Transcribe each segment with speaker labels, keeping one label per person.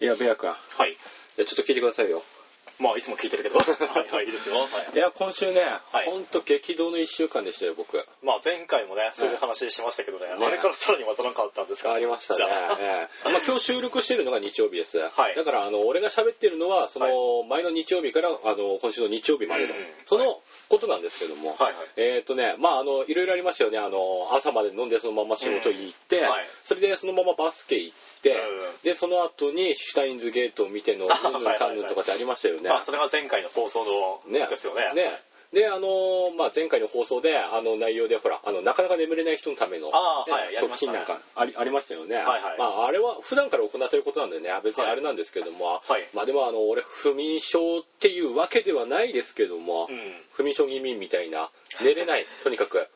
Speaker 1: いや、ベア君。い
Speaker 2: はい。
Speaker 1: や、ちょっと聞いてくださいよ。
Speaker 2: まあ、いつも聞いてるけど。はいはい、いいですよ。はい。
Speaker 1: いや、今週ね、
Speaker 2: はい
Speaker 1: ほんと激動の1週間でしたよ、僕。
Speaker 2: まあ、前回もね、そういう話しましたけどね、
Speaker 1: ね
Speaker 2: あれからさらにまたなんかあったんですか
Speaker 1: ありましたね。
Speaker 2: じゃ
Speaker 1: ええまあ、今日収録してるのが日曜日です。
Speaker 2: はい
Speaker 1: だから、あの、俺が喋ってるのは、その、前の日曜日から、あの、今週の日曜日までの、
Speaker 2: うんうん
Speaker 1: そのことなんですけども、
Speaker 2: あはいはい。
Speaker 1: えっ、とね、まあ、あの、いろいろありましたよね。あの、朝まで飲んでそのまま仕事行って、
Speaker 2: うんはい
Speaker 1: それでそのままバスケ行って、
Speaker 2: うん
Speaker 1: で、その後にシュタインズゲートを見て の、うん
Speaker 2: あ
Speaker 1: ぬんかんぬんとかってありましたよね。
Speaker 2: まあ、それが前回の放送の、
Speaker 1: ね
Speaker 2: ですよね。
Speaker 1: ねで、あのーまあ、前回の放送で、あの、内容で、ほら、あの、なかなか眠れない人のための、
Speaker 2: あー
Speaker 1: ね
Speaker 2: はいやりましたね
Speaker 1: 食品なんかありありましたよね。
Speaker 2: はいはい
Speaker 1: まあ、あれは普段から行っていることなんでね、別にあれなんですけども、
Speaker 2: はい
Speaker 1: まあ、でも、あの、俺、不眠症っていうわけではないですけども、
Speaker 2: うん。
Speaker 1: 不眠症気味みたいな、寝れ ない、とにかく。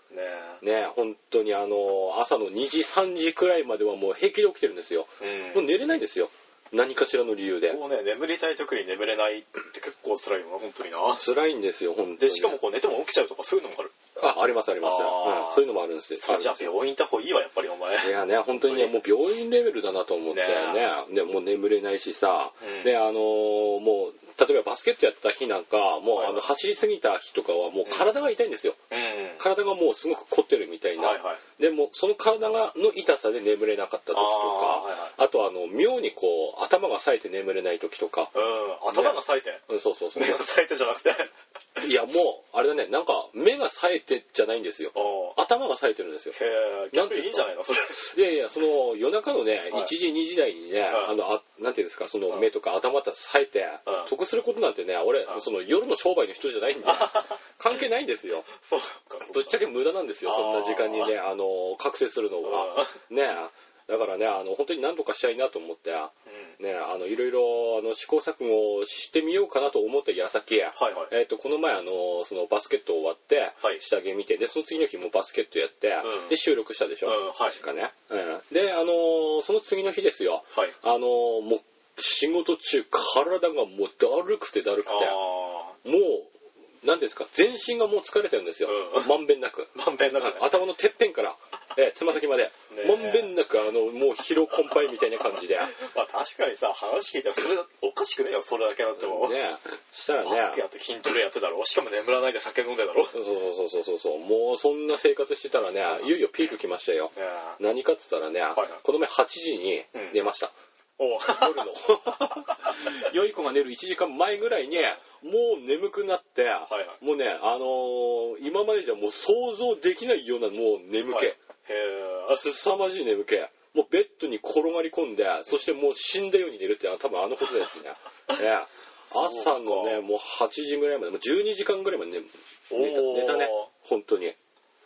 Speaker 2: ね
Speaker 1: ね、本当にあの、朝の2時、3時くらいまではもう平気で起きてるんですよ。
Speaker 2: えう。
Speaker 1: もうん寝れないんですよ。何かしらの理由で。
Speaker 2: こうね、眠りたい時に眠れないって結構辛いよな、本当にな。
Speaker 1: 辛いんですよ、本当に。
Speaker 2: で、しかもこう寝ても起きちゃうとかそういうのもある。
Speaker 1: あ、ありますあります。
Speaker 2: あー
Speaker 1: うんそういうのもあるんですよ。
Speaker 2: さあ、じゃあ病院行った方がいいわ、やっぱりお前。
Speaker 1: いやね、本当にね、もう
Speaker 2: 本
Speaker 1: 病院レベルだなと思ってね
Speaker 2: ね、
Speaker 1: でもう眠れないしさ、
Speaker 2: うん
Speaker 1: で、あのーもう、例えばバスケットやった日なんか、もう、
Speaker 2: はい
Speaker 1: あの、走りすぎた日とかはもう
Speaker 2: うん
Speaker 1: 体が痛いんですよ。
Speaker 2: うん。
Speaker 1: 体がもうすごく凝ってるみたいな。
Speaker 2: はいはい。
Speaker 1: でも、その体がの痛さで眠れなかった時とか、
Speaker 2: あーはいはい
Speaker 1: あと、あの、妙にこう、頭が冴えて眠れない時とか、
Speaker 2: うん。頭が冴えて。
Speaker 1: うん、そうそうそう
Speaker 2: 目。 が冴えてじゃなくて。
Speaker 1: いや、もう、あれだね、なんか、目が冴えてじゃないんですよ。
Speaker 2: おー
Speaker 1: 頭が冴えてるんですよ。
Speaker 2: へえ、逆にいいんじゃないのそれ。
Speaker 1: いやいや、その夜中のね、
Speaker 2: はい
Speaker 1: 1時、2時台にね、
Speaker 2: はい
Speaker 1: あの、あなんていうんですか、その
Speaker 2: はい
Speaker 1: 目とか頭とか冴えて、
Speaker 2: はい
Speaker 1: 得することなんてね、俺、
Speaker 2: はい
Speaker 1: その夜の商売の人じゃないんで、関係ないんですよ。
Speaker 2: そうか。
Speaker 1: ぶっちゃけ無駄なんですよ、
Speaker 2: あー
Speaker 1: そんな時間にね、あの、覚醒するのは。ねだからね、あの、本当に何とかしたいなと思って、
Speaker 2: うん
Speaker 1: ね、あの、いろいろ、あの、試行錯誤をしてみようかなと思った矢先、
Speaker 2: はいはい。
Speaker 1: えっとこの前あのそのバスケット終わって、
Speaker 2: はい
Speaker 1: 下着見てでその次の日もバスケットやって、
Speaker 2: ん
Speaker 1: で収録したでしょ、
Speaker 2: うんはい
Speaker 1: 確かね、うん、であのその次の日ですよ
Speaker 2: はい。
Speaker 1: あのもう仕事中体がもうだるくてだるくて
Speaker 2: あ
Speaker 1: もう何ですか全身がもう疲れてるんですよ
Speaker 2: うん
Speaker 1: まんべんなく
Speaker 2: あ。まんべんなくね。
Speaker 1: 頭のてっぺんから、えーつま先まで
Speaker 2: ねえ
Speaker 1: まんべんなくあのもう疲労困憊みたいな感じでね
Speaker 2: まあ確かにさ、話聞いたらそれだ、おかしくねえよ、それだけだっても。
Speaker 1: したらね
Speaker 2: バスケやって筋トレやってたろ。しかも眠らないで酒飲んでたろ。ね
Speaker 1: そうそうそうそうそうもうそんな生活してたらねいよいよピーク来ましたよ
Speaker 2: え
Speaker 1: 何かっつったらね、
Speaker 2: はい
Speaker 1: この前8時に
Speaker 2: うん
Speaker 1: 寝ました、
Speaker 2: おう
Speaker 1: 夜の 良い子が寝る1時間前ぐらいにもう眠くなって、
Speaker 2: はい
Speaker 1: もうねあのー今までじゃもう想像できないようなもう眠
Speaker 2: はい。
Speaker 1: 気、
Speaker 2: へえ。あす
Speaker 1: 凄まじい眠気もうベッドに転がり込んでそしてもう死んだように寝るってのは多分あのことです ねええ
Speaker 2: そうか
Speaker 1: 朝のねもう8時ぐらいまでもう12時間ぐらいまで寝寝た
Speaker 2: おー
Speaker 1: 寝たね本当に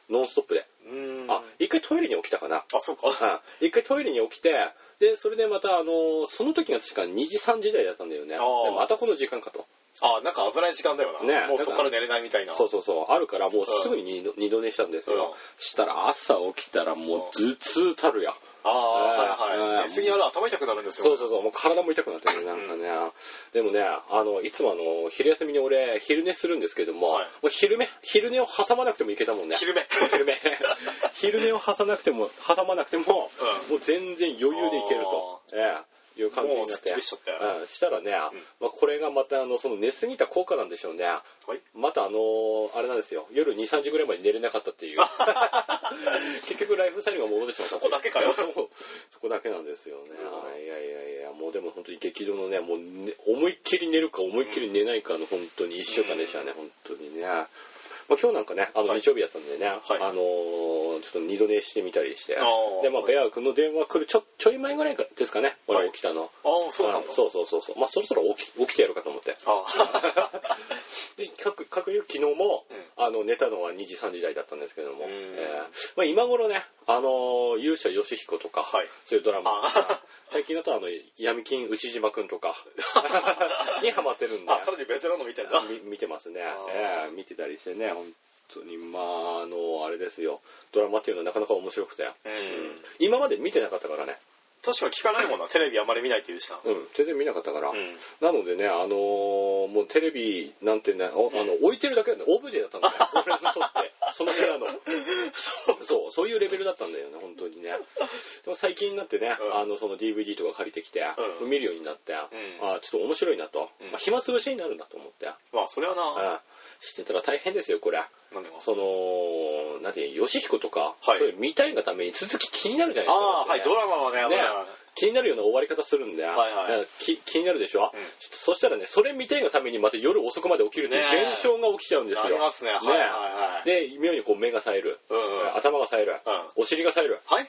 Speaker 1: ノンストップで、
Speaker 2: うーん。
Speaker 1: あ一回トイレに起きたかな
Speaker 2: あ、そうか。
Speaker 1: はい一回トイレに起きてでそれでまたあのその時が確か2時3時台だったんだよねで
Speaker 2: あー
Speaker 1: またこの時間かと
Speaker 2: あ、なんか危ない時間だよ
Speaker 1: ね
Speaker 2: な。もうそこから寝れないみたいな。
Speaker 1: そうそうそうあるからもうすぐに二度二度寝したんです
Speaker 2: うん
Speaker 1: よしたら朝起きたらもう頭痛たるや
Speaker 2: ああ、
Speaker 1: ええ
Speaker 2: はい
Speaker 1: ええ
Speaker 2: はい。寝すぎやら頭痛くなるんですよ。
Speaker 1: そうそうそうもう体も痛くなってねなんかねでもねあのいつもあの昼休みに俺昼寝するんですけども,、
Speaker 2: はい
Speaker 1: もう昼寝昼寝を挟まなくてもいけたもんね
Speaker 2: 昼寝。
Speaker 1: 昼寝 昼寝を挟まなくても挟まなくても、もう全然余裕でいけると、ええいう感じにな
Speaker 2: も
Speaker 1: っ
Speaker 2: う
Speaker 1: て
Speaker 2: すっきりしちゃったよ。は
Speaker 1: うんしたらね、まあ、これがまたあのその寝すぎた効果なんでしょうね
Speaker 2: い。
Speaker 1: またあのーあれなんですよ夜23時ぐらいまで寝れなかったって いう結局ライフスタイルが戻ってしまった
Speaker 2: そこだけかよ
Speaker 1: そう そこだけなんですよねいやいやいやもうでも本当に激動のねもうね思いっきり寝るか思いっきり寝ないかの本当に1週間でしたね、本当にね、まあ、今日なんかねあの
Speaker 2: はい
Speaker 1: 日曜日だったんでね、
Speaker 2: はい
Speaker 1: あのーちょっと二度寝してみたりして
Speaker 2: あー
Speaker 1: でまあベア君の電話来るちょちょい前ぐらいですかね俺起きたの、
Speaker 2: ああ、そうなんだ。
Speaker 1: あそうそうそうそうまあそろそろ起き起きてやるかと思って
Speaker 2: ああ。
Speaker 1: で各各昨日も、
Speaker 2: う
Speaker 1: あの寝たのは2時3時台だったんですけども、
Speaker 2: うん
Speaker 1: えーまあ、今頃ねあのー勇者ヨシヒコとか、
Speaker 2: はい
Speaker 1: そういうドラマとか
Speaker 2: あ
Speaker 1: 最近だとあの闇金牛島くんと かにハマってるんで
Speaker 2: あ、さらに別なの見てんだ。
Speaker 1: み見てますね
Speaker 2: あ、
Speaker 1: えー見てたりしてね本当にまああのあれですよドラマっていうのはなかなか面白くて、
Speaker 2: うん
Speaker 1: 今まで見てなかったからね、
Speaker 2: 確かに聞かないもんな。テレビあんまり見ないって言うしな。
Speaker 1: うん、全然見なかったから、
Speaker 2: うん。
Speaker 1: なのでね、あの ーもうテレビなんてね、おあの置いてるだけなんで、オブジェだったんですよ、俺にとって。その部屋の。そう、そういうレベルだったんだよね、本当にね。でも最近になってね、
Speaker 2: うん
Speaker 1: あの、その DVD とか借りてきて、
Speaker 2: うん
Speaker 1: 見るようになって、
Speaker 2: ん
Speaker 1: あちょっと面白いなと。
Speaker 2: うん
Speaker 1: まあ、暇つぶしになるんだと思って。
Speaker 2: まあ、それは
Speaker 1: う
Speaker 2: な、
Speaker 1: んしてたら大変ですよ、これ。
Speaker 2: なんでも。
Speaker 1: その、なんていうの、ヨシヒコとか、
Speaker 2: はい
Speaker 1: そういう見たいがために続き気になるじゃないですか。
Speaker 2: ああ、
Speaker 1: だっ
Speaker 2: は
Speaker 1: て
Speaker 2: い、
Speaker 1: ね
Speaker 2: ドラマはね、あの
Speaker 1: ね
Speaker 2: ね、
Speaker 1: 気になるような終わり方するんで、
Speaker 2: はいはい
Speaker 1: だからき気になるでしょ、
Speaker 2: うん
Speaker 1: ちょっとそしたらねそれ見たいがためにまた夜遅くまで起きるという
Speaker 2: ねえ
Speaker 1: 現象が起きちゃうんです
Speaker 2: あ
Speaker 1: よ
Speaker 2: りますね。はいはいはい。
Speaker 1: で妙にこう目が冴える、
Speaker 2: うんうん。
Speaker 1: 頭が冴える、お尻が冴える
Speaker 2: はい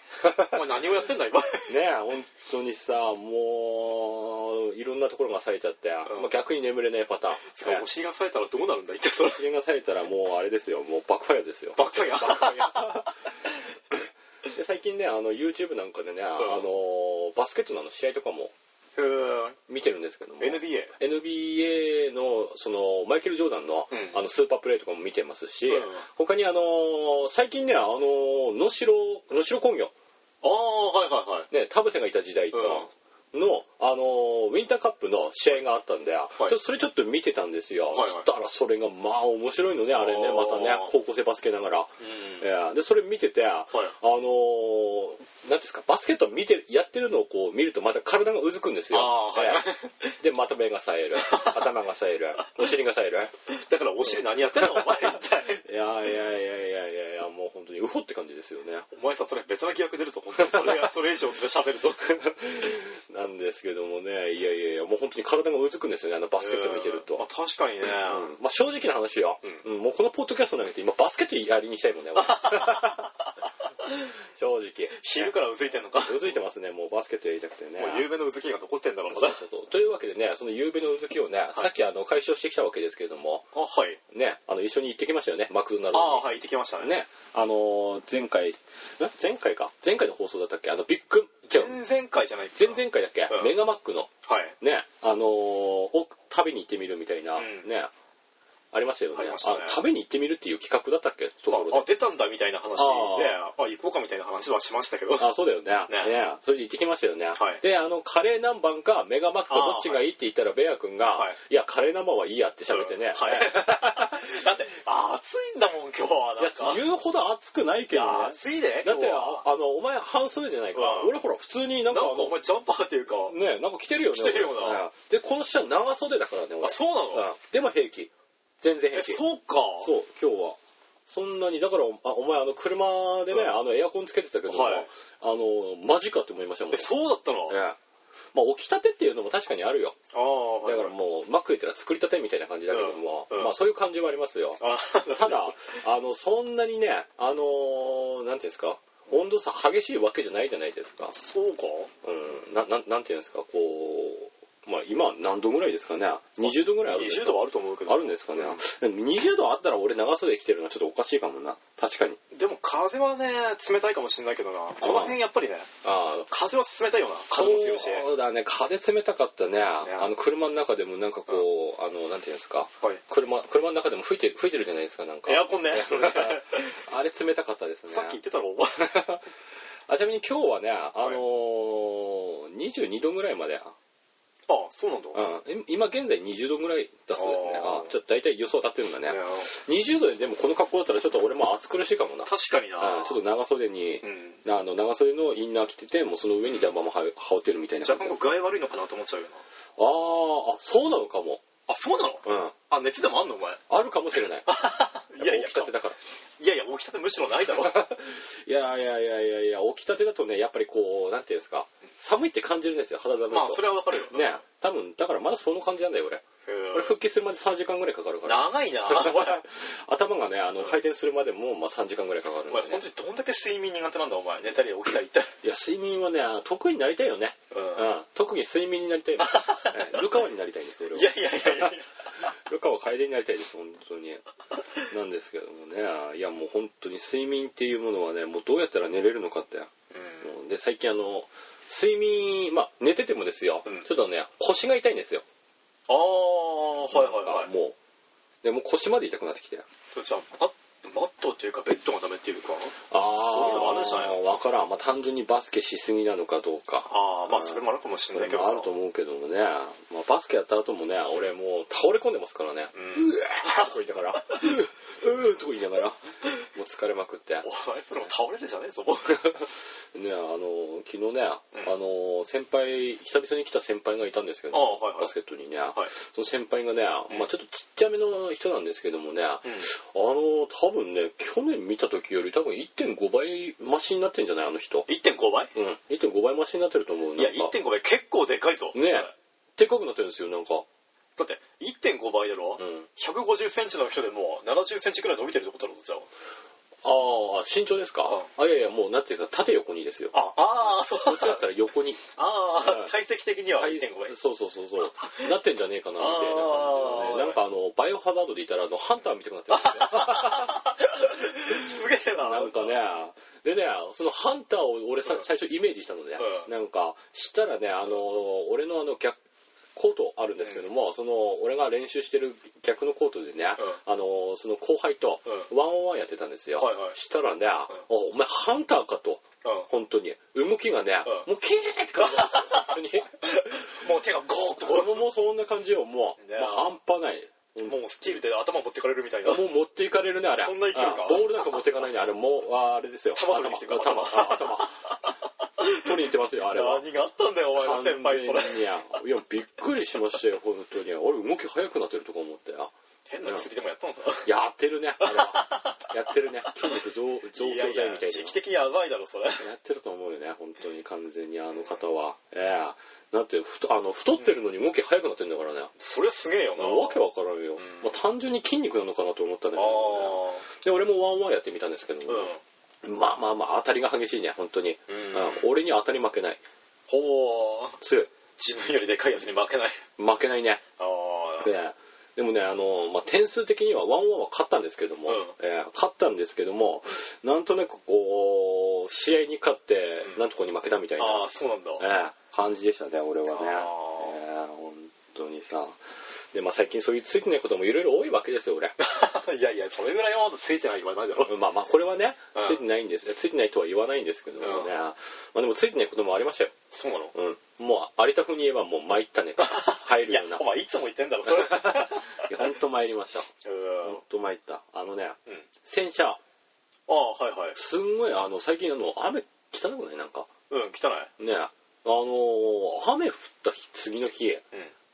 Speaker 2: お前何をやってんだ、今。
Speaker 1: ねえ本当にさもういろんなところが冴えちゃって、
Speaker 2: ん
Speaker 1: まあ逆に眠れないパターン
Speaker 2: つうか
Speaker 1: ね
Speaker 2: お尻がされたらどうなるんだ、一体それ。
Speaker 1: お尻が冴えたらもうあれですよもうバックファイアですよ
Speaker 2: ばっかりや。
Speaker 1: で最近ねあの YouTube なんかでね、あのバスケットのあの試合とかも
Speaker 2: うん
Speaker 1: 見てるんですけども
Speaker 2: NBA。
Speaker 1: NBA のそのマイケル・ジョーダンの,、
Speaker 2: うん
Speaker 1: あのスーパープレーとかも見てますし、
Speaker 2: うん
Speaker 1: 他にあのー最近ねあのー能代能代工業、
Speaker 2: ああ、はいはいはい。
Speaker 1: ね、田臥がいた時代と、の、あのーウィンターカップの試合があったんで、ちょっとそれちょっと見てたんですよ、
Speaker 2: はいはい
Speaker 1: そしたらそれがまあ面白いのねあれね
Speaker 2: あー
Speaker 1: またね高校生バスケながら、
Speaker 2: うん。
Speaker 1: えーでそれ見てて、あのーなんていうんですかバスケット見てるやってるのをこう見るとまた体がうずくんですよ
Speaker 2: あーはい
Speaker 1: えーでまた目が冴える頭が冴えるお尻が冴える
Speaker 2: だからお尻何やってんだ、お 前。一体
Speaker 1: いやいやいやいやいやいやもう本当にウホって感じですよね
Speaker 2: お前さ、それ別な疑惑出るぞ、本当に。それが、それ以上それ喋ると。
Speaker 1: なんですけどもねいやいやいやもう本当に体がうずくんですよねあのバスケット見てると、
Speaker 2: うんまあ、確かにね。
Speaker 1: まあ、正直な話よ、
Speaker 2: う
Speaker 1: う
Speaker 2: ん
Speaker 1: んもうこのポッドキャスト投げて今バスケットやりにしたいもんね 俺正直
Speaker 2: 昼からうずいてんのか。も
Speaker 1: うずいてますねもうバスケットやりたくてね
Speaker 2: う夕べのうずきが残ってんだろう
Speaker 1: そ
Speaker 2: な
Speaker 1: う。そうそうというわけでねその夕べのうずきをね、さっきあの解消してきたわけですけれども
Speaker 2: あ、はい。
Speaker 1: ねあの一緒に行ってきましたよねマクドナル
Speaker 2: あ
Speaker 1: ド
Speaker 2: あ、
Speaker 1: に
Speaker 2: はい、行ってきましたね。
Speaker 1: ねあのー前回ん前回か前回の放送だったっけあのビッグじゃあ
Speaker 2: 前々回じゃない
Speaker 1: 前々回だっけ、
Speaker 2: うん
Speaker 1: メガマックの
Speaker 2: はい。
Speaker 1: ねあのーを食べに行ってみるみたいな、
Speaker 2: うん
Speaker 1: ねありましたよね
Speaker 2: ありましたね
Speaker 1: あ食べに行ってみるっていう企画だったっけところで
Speaker 2: まあ、あ出たんだみたいな話で、あ行こうかみたいな話はしましたけど。
Speaker 1: あそうだよね
Speaker 2: ね
Speaker 1: ねそれで行ってきましたよね、
Speaker 2: はい
Speaker 1: であのカレー南蛮かメガマックかどっちがいいって言ったらベア君が、
Speaker 2: はいい、
Speaker 1: やカレー南蛮はいいやって喋ってね、
Speaker 2: はい。だって、暑いんだもん、今日は。
Speaker 1: い
Speaker 2: な
Speaker 1: や
Speaker 2: んか。
Speaker 1: 言うほど熱くないけどね
Speaker 2: いや暑いね、
Speaker 1: だ
Speaker 2: 今
Speaker 1: っ
Speaker 2: 日
Speaker 1: て
Speaker 2: は。
Speaker 1: ああのお前半袖じゃないか、
Speaker 2: うん
Speaker 1: 俺ほら普通にな
Speaker 2: なん
Speaker 1: んか
Speaker 2: か
Speaker 1: あの
Speaker 2: お前ジャンパーっていうか、
Speaker 1: ねなんか着てるよね
Speaker 2: 着てるよな
Speaker 1: 俺ねでこの下長袖だからね俺
Speaker 2: あ、そうなの、
Speaker 1: うんでも平気全然平
Speaker 2: え、
Speaker 1: 気
Speaker 2: そうか。
Speaker 1: そう今日はそんなにだからおあお前あの車でね、
Speaker 2: うん
Speaker 1: あのエアコンつけてたけども、
Speaker 2: はい
Speaker 1: あのマジかって思いましたもん
Speaker 2: え、そうだったの、
Speaker 1: ええまあ起きたてっていうのも確かにあるよ
Speaker 2: ああ、
Speaker 1: だからもうマック行ったら作りたてみたいな感じだけども、
Speaker 2: うんうん
Speaker 1: まあそういう感じはありますよ
Speaker 2: あ
Speaker 1: ただあのそんなにねあのーなんていうんですか温度差激しいわけじゃないじゃないですか
Speaker 2: そうか。
Speaker 1: うんななんなんていうんですかこうまあ今何度ぐらいですかね20度ぐらいあるんです
Speaker 2: 20
Speaker 1: か
Speaker 2: 度はあると思うけど。
Speaker 1: あるんですかね、20度あったら俺長袖着てるのはちょっとおかしいかもな確かに
Speaker 2: でも風はね、冷たいかもしれないけどな。この辺やっぱりね、
Speaker 1: ああ
Speaker 2: 風は冷たいよな。風も強いし。
Speaker 1: そうだね風冷たかったねあの車の中でもなんかこう、あのなんていうんですか
Speaker 2: はい。
Speaker 1: 車車の中でも吹いてる吹いてるじゃないですかなんか
Speaker 2: エアコンね。
Speaker 1: それが あれ冷たかったですね
Speaker 2: さっき言ってたろ、 お前。
Speaker 1: あちなみに今日はねあの
Speaker 2: い
Speaker 1: ー22度ぐらいまで、
Speaker 2: あ、そうなんだ。
Speaker 1: うんい今現在20度ぐらいだそうですね
Speaker 2: あ
Speaker 1: あ
Speaker 2: ー
Speaker 1: ちょっと大体予想当たってるんだね
Speaker 2: いや
Speaker 1: 20度ででもこの格好だったらちょっと俺も暑苦しいかもな
Speaker 2: 確かにな。
Speaker 1: うんちょっと長袖に、
Speaker 2: うん。
Speaker 1: あの長袖のインナー着ててもうその上にジャンパーもは羽織ってるみたいな
Speaker 2: 若
Speaker 1: 感じ
Speaker 2: 干
Speaker 1: あ
Speaker 2: こう具合悪いのかなと思っちゃうよ
Speaker 1: ー
Speaker 2: な。
Speaker 1: あそうなのかも
Speaker 2: あ、そうなの
Speaker 1: うん
Speaker 2: あ、熱でもあんのお前。
Speaker 1: あるかもしれない
Speaker 2: いやいや
Speaker 1: 起きたてだから
Speaker 2: いやいや、起きたてむしろない だろ。
Speaker 1: いやいやいやいやいや起きたてだとねやっぱりこうなんていうんですか寒いって感じるんですよ肌寒いと
Speaker 2: まあ、それはわかるよ。
Speaker 1: ね多分だからまだその感じなんだよ俺
Speaker 2: うん
Speaker 1: 俺復帰するまで3時間ぐらいかかるから
Speaker 2: 長 いな。お前、
Speaker 1: 頭がねあの回転するまでもまあ3時間ぐらいかかるんで、
Speaker 2: お前、本
Speaker 1: ね
Speaker 2: 当、にどんだけ睡眠苦手なんだ、お前。寝たり起きたり行ったり。
Speaker 1: いや睡眠はね得意になりたいよね
Speaker 2: う
Speaker 1: うんん特に睡眠になりたいのえルカワになりたいんです俺はい
Speaker 2: やいやいやいや。
Speaker 1: ルカワ楓になりたいです本当になんですけどもねいやもう本当に睡眠っていうものはねもうどうやったら寝れるのかって
Speaker 2: うん
Speaker 1: で最近あの睡眠まあ寝ててもですよ、
Speaker 2: うん
Speaker 1: ちょっとね腰が痛いんですよ
Speaker 2: あー、はいはいは
Speaker 1: あ
Speaker 2: い。
Speaker 1: もうでもう腰まで痛くなってきて
Speaker 2: そうじゃあ、ママットっていうか、ベッドがダメっていうか。
Speaker 1: あ
Speaker 2: そういうのもあるんじゃないの
Speaker 1: 分からん、まあ、単純にバスケしすぎなのかどうか
Speaker 2: あー、ま
Speaker 1: うん
Speaker 2: あ、それもあるかもし
Speaker 1: そ
Speaker 2: れな
Speaker 1: れ
Speaker 2: いけど
Speaker 1: も
Speaker 2: さ。
Speaker 1: あると思うけどもね、まあ、バスケやった後もね俺もう倒れ込んでますからね、
Speaker 2: う。
Speaker 1: うんわーとか言いながら、うーうーとか言いながら、ももう疲れまくって。ね、
Speaker 2: お前それも倒れるじゃねえぞ、もう。
Speaker 1: あの、昨日ね、
Speaker 2: うん
Speaker 1: あの、先輩、久々に来た先輩がいたんですけど、
Speaker 2: ああはいはい
Speaker 1: バスケットにね、
Speaker 2: はい。
Speaker 1: その先輩がね、
Speaker 2: うん
Speaker 1: まあちょっとちっちゃめの人なんですけどもね、あ
Speaker 2: うん。
Speaker 1: の、多分ね、去年見た時より多分1.5倍マシになってんじゃないあの人。
Speaker 2: 1.5倍
Speaker 1: うん、1.5倍マシになってると思う。なん
Speaker 2: い
Speaker 1: か
Speaker 2: や、1.5倍結構でかいぞ。
Speaker 1: ね
Speaker 2: それ
Speaker 1: でっかくなってるんですよ、なんか。
Speaker 2: だって、1.5倍だろ
Speaker 1: う。ん。
Speaker 2: 150センチの人でも70センチくらい伸びてるってことだぞ、じゃ
Speaker 1: ああ、身長ですか、あ、いやいや、もうなんていうか、縦横にですよ。
Speaker 2: あ。あ、ああ、そう。
Speaker 1: こっちだったら横に。
Speaker 2: あ
Speaker 1: うん
Speaker 2: あ、体積的には1.5倍。
Speaker 1: そうそうそうそう。なってんじゃねえかな、みたいな感じのね。
Speaker 2: あー
Speaker 1: なんかあの、バイオハザードでいたら、あの、ハンター見たくなってる んですよ。
Speaker 2: すげえな。
Speaker 1: なんかね、でね、そのハンターを俺さ
Speaker 2: うん
Speaker 1: 最初イメージしたのね、
Speaker 2: うん
Speaker 1: なんか、したらね、あの、俺のあの、逆、コートあるんですけども、その、俺が練習してる逆のコートでね、あの、その後輩と
Speaker 2: う
Speaker 1: ワンオンワンやってたんですよ。
Speaker 2: はいはい
Speaker 1: したらね、あお前ハンターかと、
Speaker 2: う
Speaker 1: 本当に。動きがね、
Speaker 2: う
Speaker 1: もうキーって感じなんですよ、本当に。
Speaker 2: ん。もう手がゴーッと。
Speaker 1: 俺ももうそんな感じよ、もう。
Speaker 2: ね
Speaker 1: もう半端ない。
Speaker 2: もうスチールで頭持ってかれるみたいな。
Speaker 1: もう持っていかれるね、あれ。
Speaker 2: そんな勢いか
Speaker 1: うんボールなんか持っていかないね、あれ。もう、ああれですよ。
Speaker 2: 玉取りに来てくる
Speaker 1: 頭。頭。 頭。取りに行ってますよ、あれは。
Speaker 2: 何があったんだよ、お前の先輩、それ
Speaker 1: 完。全にいや、いやびっくりしましたよ、本当に。俺、動き速くなってるとか思って。あ
Speaker 2: 変な薬でもやったのか
Speaker 1: やってるね、あ れは。やってるね。筋肉増増
Speaker 2: な。いや
Speaker 1: 強
Speaker 2: いや
Speaker 1: 剤みたいな。
Speaker 2: 時期的にやばいだろ、それ。
Speaker 1: やってると思うよね、本当に完全にあの方は。ええだってふとあの、太ってるのに動き速くなってるんだからね。
Speaker 2: それすげえよな。
Speaker 1: わけわからんよ。
Speaker 2: ん
Speaker 1: まあ、単純に筋肉なのかなと思ったんだ
Speaker 2: あ
Speaker 1: けどね。で、俺もワンワンやってみたんですけど
Speaker 2: ー
Speaker 1: も、まあまあまあ、当たりが激しいね、本当に。
Speaker 2: うん。
Speaker 1: う
Speaker 2: うんん。
Speaker 1: 俺には当たり負けない。
Speaker 2: ほー。
Speaker 1: 強い。
Speaker 2: 自分よりでかいやつに負けない。
Speaker 1: 負けないね。
Speaker 2: ああ。
Speaker 1: ええでもね、あの、まあ、点数的にはワンワンは勝ったんですけども、
Speaker 2: うん
Speaker 1: ええ勝ったんですけども、なんとなくこう、試合に勝って、
Speaker 2: うん
Speaker 1: なんとこに負けたみたいな、
Speaker 2: ああ、そうなんだ。
Speaker 1: ええ感じでしたね、俺はね。え
Speaker 2: あ
Speaker 1: え本当にさ。で、まあ、最近そういうついてないこともいろいろ多いわけですよ、俺。
Speaker 2: いやいや、それぐらいはまだついてない言わないだろ。
Speaker 1: まあまあ、これはね
Speaker 2: う、ん
Speaker 1: ついてないんです。ついてないとは言わないんですけどもね。
Speaker 2: うん
Speaker 1: まあでも、ついてないこともありましたよ。
Speaker 2: そうなの
Speaker 1: うん。もう、有田風に言えばもう参った ね。入
Speaker 2: い
Speaker 1: る
Speaker 2: や
Speaker 1: ような。、
Speaker 2: お前いつも言ってんだろ、それ。
Speaker 1: いや、ほんと参りました。
Speaker 2: うん
Speaker 1: ほん。と参った。あのね、
Speaker 2: うん
Speaker 1: 洗車、
Speaker 2: ああ、はいはい。
Speaker 1: すんごい、あの、最近あの、雨汚くないなんか。
Speaker 2: うん、汚い。
Speaker 1: ね。あのー雨降った日次の日、
Speaker 2: う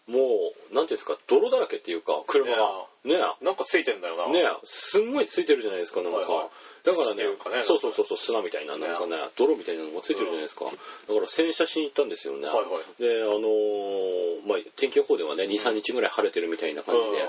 Speaker 1: もう、なんていうんですか、泥だらけっていうか、車が。ね。
Speaker 2: ん。なんかついてんだよな。
Speaker 1: ねすんごいついてるじゃないですか、なんか。
Speaker 2: はいはい
Speaker 1: だから
Speaker 2: 土ってい
Speaker 1: ね
Speaker 2: うかね
Speaker 1: そうそうそうそう、砂みたいな、なんかね、泥みたいなのがついてるじゃないですか。だから洗車しに行ったんですよね。
Speaker 2: はいはい。
Speaker 1: で、あのーまあ、天気予報ではね、2、3日ぐらい晴れてるみたいな感じで、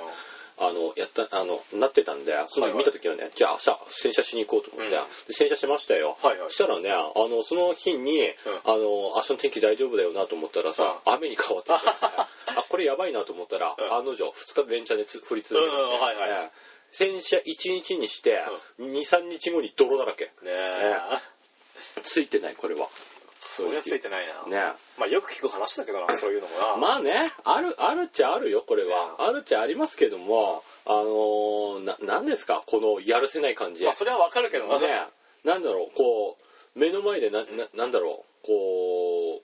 Speaker 1: あの、やった、あの、なってたんで、その
Speaker 2: はいは
Speaker 1: 見
Speaker 2: い
Speaker 1: た時はね、じゃあ明日、洗車しに行こうと思って、
Speaker 2: うん
Speaker 1: で洗車しましたよ。
Speaker 2: はいはい
Speaker 1: そしたらね、あの、その日に、あの、明日の天気大丈夫だよなと思ったらさ、雨に変わって きたんだよねあ、これやばいなと思ったら、
Speaker 2: うん
Speaker 1: 案の定、2日連チャンでつ降り続けまして、
Speaker 2: うんうんはいはい
Speaker 1: ね洗車1日にして、2、3日後に泥だらけ。
Speaker 2: うんねえ。
Speaker 1: ついてない、これは。そ
Speaker 2: そりゃついてないな。
Speaker 1: ね
Speaker 2: まあよく聞く話だけどな、そういうのも な。
Speaker 1: まあね、ある、あるっちゃあるよ、これは。
Speaker 2: う
Speaker 1: あるっちゃありますけども、あのー、な、なんですかこの、やるせない感じ。
Speaker 2: まあそれはわかるけどな。
Speaker 1: ね、なんだろう、こう、目の前でな、な、なんだろう、こ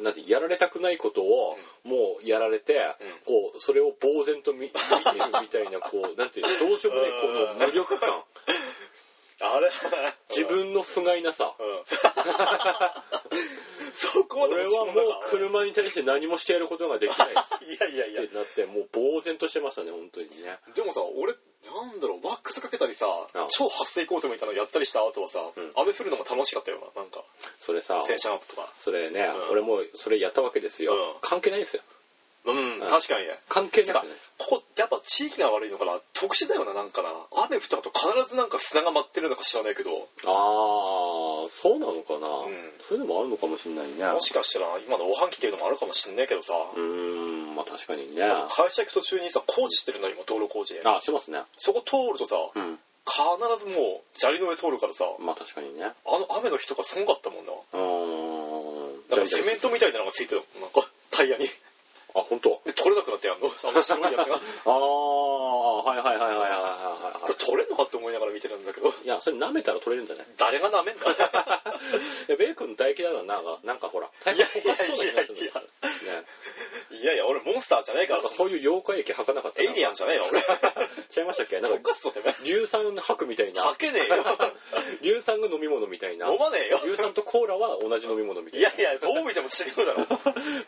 Speaker 1: う、なんて、やられたくないことを、もうやられて、こう、それを呆然と見見てるみたいな、こう、なんていうの、どうしようもない、この無力感。
Speaker 2: あれ
Speaker 1: 自。分の不甲斐なさ。
Speaker 2: うん。そこまで
Speaker 1: 俺はもう
Speaker 2: 来る。
Speaker 1: 車に対して何もしてやることができないっ
Speaker 2: いやいやいや。
Speaker 1: てなって、もう呆然としてましたね、本当にね。
Speaker 2: でもさ、俺、なんだろう、ワックスかけたりさ
Speaker 1: うん、
Speaker 2: 超発声コートみたいなのやったりした後はさ
Speaker 1: うん、
Speaker 2: 雨降るのも楽しかったよな、なんか。
Speaker 1: それさ、
Speaker 2: 洗車の後とか。
Speaker 1: それね、
Speaker 2: うん
Speaker 1: 俺もそれやったわけですよ。
Speaker 2: うん
Speaker 1: 関係ないですよ。
Speaker 2: うん
Speaker 1: うん、
Speaker 2: 確かにね。
Speaker 1: 関係
Speaker 2: て
Speaker 1: な
Speaker 2: か
Speaker 1: くね。
Speaker 2: ここやっぱ地域が悪いのかな特殊だよななんかな雨降った後必ずなんか砂が舞ってるのか知らないけど
Speaker 1: ああ、そうなのかな、
Speaker 2: ん
Speaker 1: そういうのもあるのかもしれないね。
Speaker 2: もしかしたら今のおはんきっていうのもあるかもしんないけどさ、
Speaker 1: うーん、まあ確かにね。あ
Speaker 2: 会社行く途中にさ工事してるの今道路工事
Speaker 1: しますね。
Speaker 2: そこ通るとさ
Speaker 1: うん。
Speaker 2: 必ずもう砂利の上通るからさあ
Speaker 1: まあ確かにね。
Speaker 2: の雨の日とかすごかったもんな
Speaker 1: うーん。
Speaker 2: なんかセメントみたいなのがついてるなんかタイヤに
Speaker 1: あ、本当。
Speaker 2: で取れなくなってやんのあの白いやつ が
Speaker 1: ああ、はいはいはいはいはいはい
Speaker 2: こ
Speaker 1: は
Speaker 2: れ取れんのかって思いながら見てるんだけど
Speaker 1: い。いや、それ舐めたら取れるんじゃない
Speaker 2: 誰が舐めんだ
Speaker 1: いや、ベイ君の唾液だな、なんか、なんかほら、大
Speaker 2: いや
Speaker 1: 変
Speaker 2: い
Speaker 1: おかしそうな気がするんだ
Speaker 2: やいや
Speaker 1: よね。
Speaker 2: いいやいや、俺モンスターじゃねえから
Speaker 1: なんか、そういう妖怪液吐かなかった
Speaker 2: エイリアンじゃねえよ、俺。
Speaker 1: ちゃいましたっけな
Speaker 2: とっ
Speaker 1: んか
Speaker 2: かすぞ、てめえ。
Speaker 1: 硫酸吐くみたいな
Speaker 2: 吐けね えよ。
Speaker 1: 硫酸が飲み物みたいな
Speaker 2: 飲まねえよ。
Speaker 1: 硫酸とコーラは同じ飲み物みたい
Speaker 2: い
Speaker 1: な
Speaker 2: やいや、どう見ても違うだろ。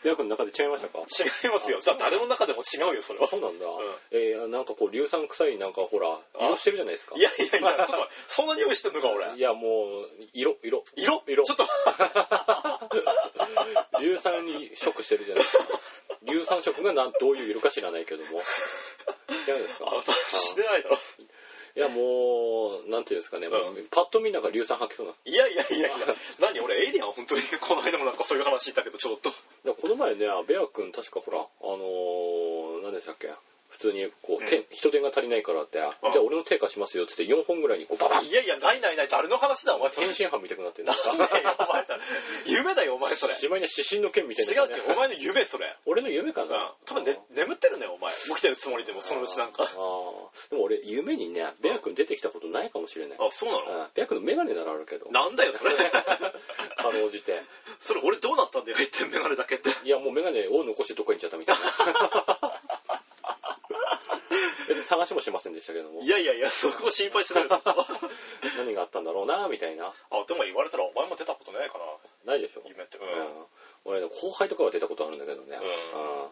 Speaker 1: ヤ君の中で違いましたか
Speaker 2: 違います よ。じゃあ誰の中でも違うよ、それは
Speaker 1: あ。そうなんだ、
Speaker 2: ん
Speaker 1: えーなんかこう硫酸臭いなんかほら色してるじゃないですか
Speaker 2: いやいやいや、ちょっと待って、そんな匂いしてんのか、俺。
Speaker 1: いやもう色 色
Speaker 2: 色
Speaker 1: 色
Speaker 2: ちょっと待って、
Speaker 1: 硫酸に食してるじゃないですか硫酸色がなんどういう色か知らないけども違うんですか
Speaker 2: あのさ、死ねないだろ。
Speaker 1: いやもうなんていうんですかね、
Speaker 2: うん
Speaker 1: パッと見なんか硫酸吐きそうない
Speaker 2: やいやいやいや、 何俺エイリアンは本当に、この間もなんかそういう話いたけど、ちょっと。
Speaker 1: だからこの前ねベア君確かほらあのー、何でしたっけ普通にこう、手
Speaker 2: うん
Speaker 1: 人手が足りないからって、じゃあ俺の手貸しますよっつって4本ぐらいにこうババン
Speaker 2: いやいや、ないないない、誰の話だ、お前 それ。
Speaker 1: 天
Speaker 2: な
Speaker 1: 津
Speaker 2: ん
Speaker 1: 飯見たくなってるんですか
Speaker 2: だよ、お前それ。夢だよ、お前それ。
Speaker 1: しまいには指針の剣みたい
Speaker 2: 違
Speaker 1: な、
Speaker 2: う違う、お前の夢それ。
Speaker 1: 俺の夢か
Speaker 2: う。
Speaker 1: なん
Speaker 2: 多分ね、眠ってるね、お前。起きてるつもりでも、そのうちなんか。
Speaker 1: あーでも俺夢にねベア君出てきたことないかもしれない、
Speaker 2: あ、そうなの
Speaker 1: うん、ベア君のメガネならあるけど
Speaker 2: なんだよ、それ。
Speaker 1: かろうじて
Speaker 2: それ、俺どうなったんだよ、一点メガネだけって。
Speaker 1: いやもうメガネを残してどっか行っちゃったみた いな別に探しもしませんでしたけども
Speaker 2: いやいやいや、そこ心配してないよ。
Speaker 1: 何があったんだろうなみたいな
Speaker 2: あ、でも言われたら、お前も出たことないかな、
Speaker 1: ないでしょ、
Speaker 2: 夢って。
Speaker 1: うん俺の後輩とかは出たことあるんだけどね、
Speaker 2: ん
Speaker 1: うん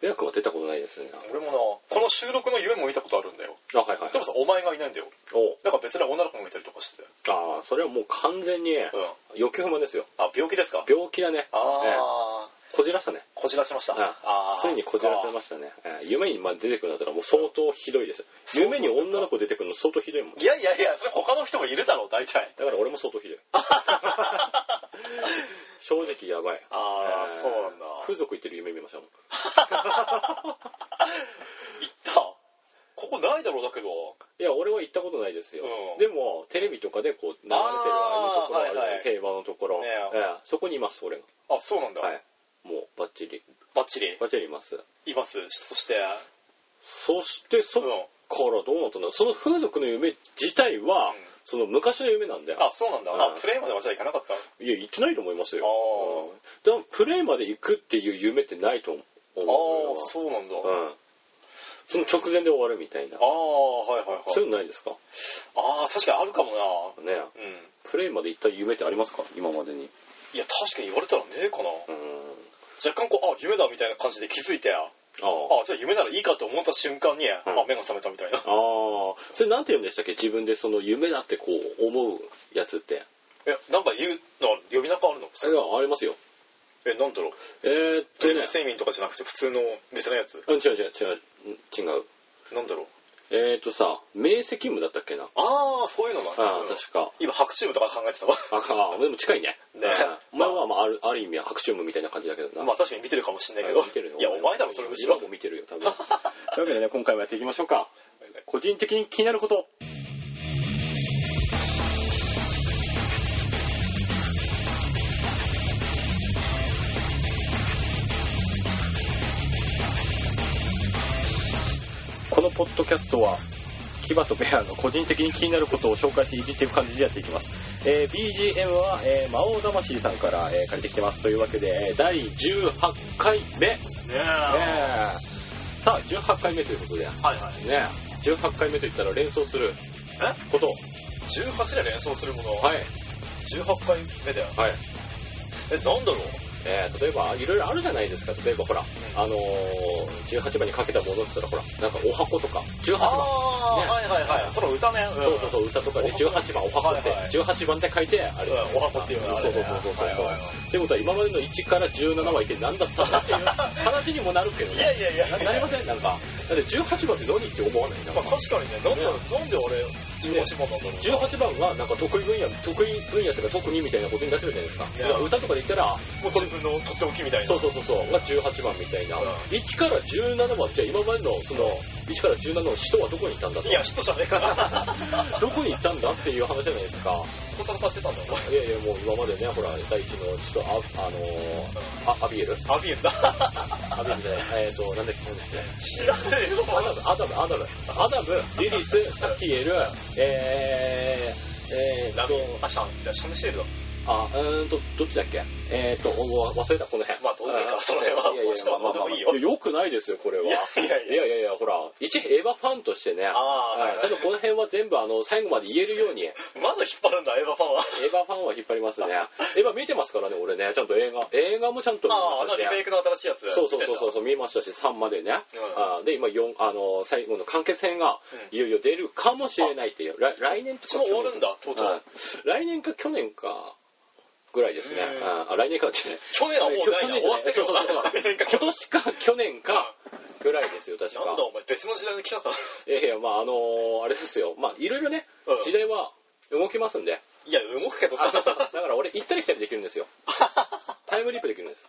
Speaker 1: ベア君は出たことないですね
Speaker 2: 俺もな、この収録の夢も見たことあるんだよ。
Speaker 1: あはいはい、はい、
Speaker 2: でもさ、お前がいないんだよ。
Speaker 1: お
Speaker 2: なんか別に女の子もいたりとかしてて。
Speaker 1: ああそれはもう完全に
Speaker 2: うん。
Speaker 1: 欲求不満ですよ
Speaker 2: あ、病気ですか
Speaker 1: 病気だね
Speaker 2: ああ、
Speaker 1: こじらしたね
Speaker 2: こじらせました。
Speaker 1: うんついにこじらせま
Speaker 2: し
Speaker 1: したねえー夢にまあ出てくるんだったらもう相当ひどい です
Speaker 2: 相当
Speaker 1: 夢に女の子出てくるの相当ひどいもん
Speaker 2: いやいやいや、それ他の人もいるだろう、大体。
Speaker 1: だから俺も相当ひどい 正直やばい
Speaker 2: あー
Speaker 1: えー
Speaker 2: そうなんだ
Speaker 1: 風俗行ってる夢見ましたもん
Speaker 2: 行ったここないだろう、だけど。
Speaker 1: いや俺は行ったことないですよ、
Speaker 2: うん
Speaker 1: でもテレビとかでこう流れてるああいうところあるじゃな
Speaker 2: あーはい
Speaker 1: い
Speaker 2: はい
Speaker 1: 競馬のところ、
Speaker 2: ね
Speaker 1: ええそこにいます俺が
Speaker 2: あ、そうなんだ。
Speaker 1: はいもうバッチリ
Speaker 2: バッチリ。
Speaker 1: バッチリいます
Speaker 2: います。そして、
Speaker 1: そしてそっ
Speaker 2: うん
Speaker 1: からどうなったんだろうその風俗の夢自体は、
Speaker 2: うん
Speaker 1: その昔の夢なんだよ
Speaker 2: あ、そうなんだ。
Speaker 1: う
Speaker 2: あ
Speaker 1: ん、
Speaker 2: プレイまではじゃあ行かなかった
Speaker 1: いや、行ってないと思いますよ。
Speaker 2: あ
Speaker 1: うんでも、プレイまで行くっていう夢ってないと思う。
Speaker 2: ああ、
Speaker 1: 俺
Speaker 2: そうなんだ。あ
Speaker 1: はうん。その直前で終わるみたいな
Speaker 2: あー、。はいはい
Speaker 1: そう
Speaker 2: はいい。
Speaker 1: うのないですか
Speaker 2: ああ、確かにあるかもな。
Speaker 1: ね
Speaker 2: うん。
Speaker 1: プレイまで行った夢ってありますか今までに。
Speaker 2: いや、確かに言われたらねえかな。
Speaker 1: うん。
Speaker 2: 若干こう、あ、夢だみたいな感じで気づいて、あ、
Speaker 1: ああ。
Speaker 2: じゃあ夢ならいいかと思った瞬間に、あ、目が覚めたみたいな。
Speaker 1: ああ。それなんて言うんでしたっけ自分でその夢だってこう思うやつって。
Speaker 2: え、なんか言うのは呼び名かあるの
Speaker 1: それがありますよ。
Speaker 2: え、なんだろう。
Speaker 1: えー、っと
Speaker 2: レ
Speaker 1: ね
Speaker 2: ム。睡眠とかじゃなくて普通の別のやつ。
Speaker 1: うん、違う違う違う。うん違う。
Speaker 2: なんだろう。
Speaker 1: えー、っとさ、明晰夢だったっけな。
Speaker 2: ああ、そういうのが。
Speaker 1: あ
Speaker 2: う
Speaker 1: あ、
Speaker 2: ん
Speaker 1: 確か。
Speaker 2: 今、白昼夢とか考えてたわ。
Speaker 1: ああ、でも近いね。
Speaker 2: ね
Speaker 1: うんお前は、まあ、あるある意味は白昼夢みたいな感じだけどな。
Speaker 2: まあ確かに見てるかもしんないけど。
Speaker 1: 見てるの
Speaker 2: いや、お前だろ、それむしろ
Speaker 1: 今。も見てるよ多分 というわけでね今回もやっていきましょうか個人的に気になることこのポッドキャストはキバとペアの個人的に気になることを紹介していじっていく感じでやっていきます、えー BGM は、えー魔王魂さんから、えー借りてきてますというわけでえー第18回目え
Speaker 2: ねえ。
Speaker 1: えさあ18回目ということでね
Speaker 2: はいはい。
Speaker 1: 18回目といったら連想する
Speaker 2: え
Speaker 1: こと
Speaker 2: 18で連想するもの、
Speaker 1: はい
Speaker 2: 18回目だよ。
Speaker 1: はい、
Speaker 2: え、なんだろう
Speaker 1: えー例えばいろいろあるじゃないですか例えばほら、あのー、18番にかけたものって言ったらほらなんかお箱とか18
Speaker 2: あ
Speaker 1: 番
Speaker 2: あ、
Speaker 1: ね
Speaker 2: はいはいはい。その歌ね。ん
Speaker 1: そうそうそう歌とかで18番お箱って、
Speaker 2: はいはい
Speaker 1: 18番って書いてあれ、
Speaker 2: うんお箱っていうのがあ
Speaker 1: そ
Speaker 2: る
Speaker 1: う
Speaker 2: ね
Speaker 1: そうそうそうそう、
Speaker 2: はいはいはい
Speaker 1: ってことは今までの1から17は一体何だった んだっていう話にもなるけど
Speaker 2: い
Speaker 1: ね
Speaker 2: やいやいや。
Speaker 1: ななりませんなんかだって18番って何って思わないな
Speaker 2: まあ確かにね、なんだろう、なんで俺、18番なんだろう。
Speaker 1: 18番はなんか得意分野得意分野とか特にみたいなことになってるじゃないですか
Speaker 2: いや
Speaker 1: だから歌とかで言ったら
Speaker 2: もう自分のとっておきみたいな。
Speaker 1: そうそうそうそうが18番みたいな、
Speaker 2: うん
Speaker 1: 1から17番じゃあ今までのその1から17の人はどこにいたんだと
Speaker 2: いや、人じゃねえかな。
Speaker 1: どこに行ったんだっていう話じゃないですか
Speaker 2: ここ戦ってたんだ、お
Speaker 1: いやいやもう今までねほら第一の人ああのーあアビエル
Speaker 2: 前。アビエンだ。
Speaker 1: アビエルじゃない えっ、となんだっけなんだっけ
Speaker 2: 知らねえ よ。
Speaker 1: アダムアダムアダムアダムリリスサキエルえーえー、
Speaker 2: ラミ、アシャン、シャムシェールだ。
Speaker 1: あうーんとどっちだっけえっ、とお忘れたこの辺
Speaker 2: まあどうでもいいからその辺はい
Speaker 1: やいや
Speaker 2: 明日はどうでもいいよ
Speaker 1: まあまあまあよくないですよこれはい
Speaker 2: やいやいや
Speaker 1: いやいやいやほら一エヴァファンとしてね
Speaker 2: ああ
Speaker 1: はいただこの辺は全部あの最後まで言えるようにエ
Speaker 2: まず引っ張るんだエヴァファンは
Speaker 1: ヴァファンは引っ張り ますねエヴァ見てますからね俺ねちゃんと映画映画もちゃんと見
Speaker 2: ああ
Speaker 1: ま
Speaker 2: あの
Speaker 1: した
Speaker 2: リ
Speaker 1: し
Speaker 2: メイクの新しいやつ
Speaker 1: そうそうそうそううそう見ましたし3までね、あーで今四あのー最後の完結編が
Speaker 2: うん
Speaker 1: いよいよ出るかもしれないっていう、来来年とか
Speaker 2: もう終わるんだとうとう
Speaker 1: はい来年か去年かぐらいですね
Speaker 2: うん
Speaker 1: あーあ来年かじゃない
Speaker 2: 去年はもうないな終わってる
Speaker 1: そう
Speaker 2: よ
Speaker 1: そう
Speaker 2: な
Speaker 1: そう
Speaker 2: なんか
Speaker 1: 今年か去年かぐらいですよ確か
Speaker 2: なんだお前別の時代に来たか
Speaker 1: いやいやまああのーあれですよまあいろいろね
Speaker 2: うん
Speaker 1: 時代は動きますん で、
Speaker 2: いや動くけどさ
Speaker 1: あだから俺行ったり来たりできるん ですよタイムリープできるんです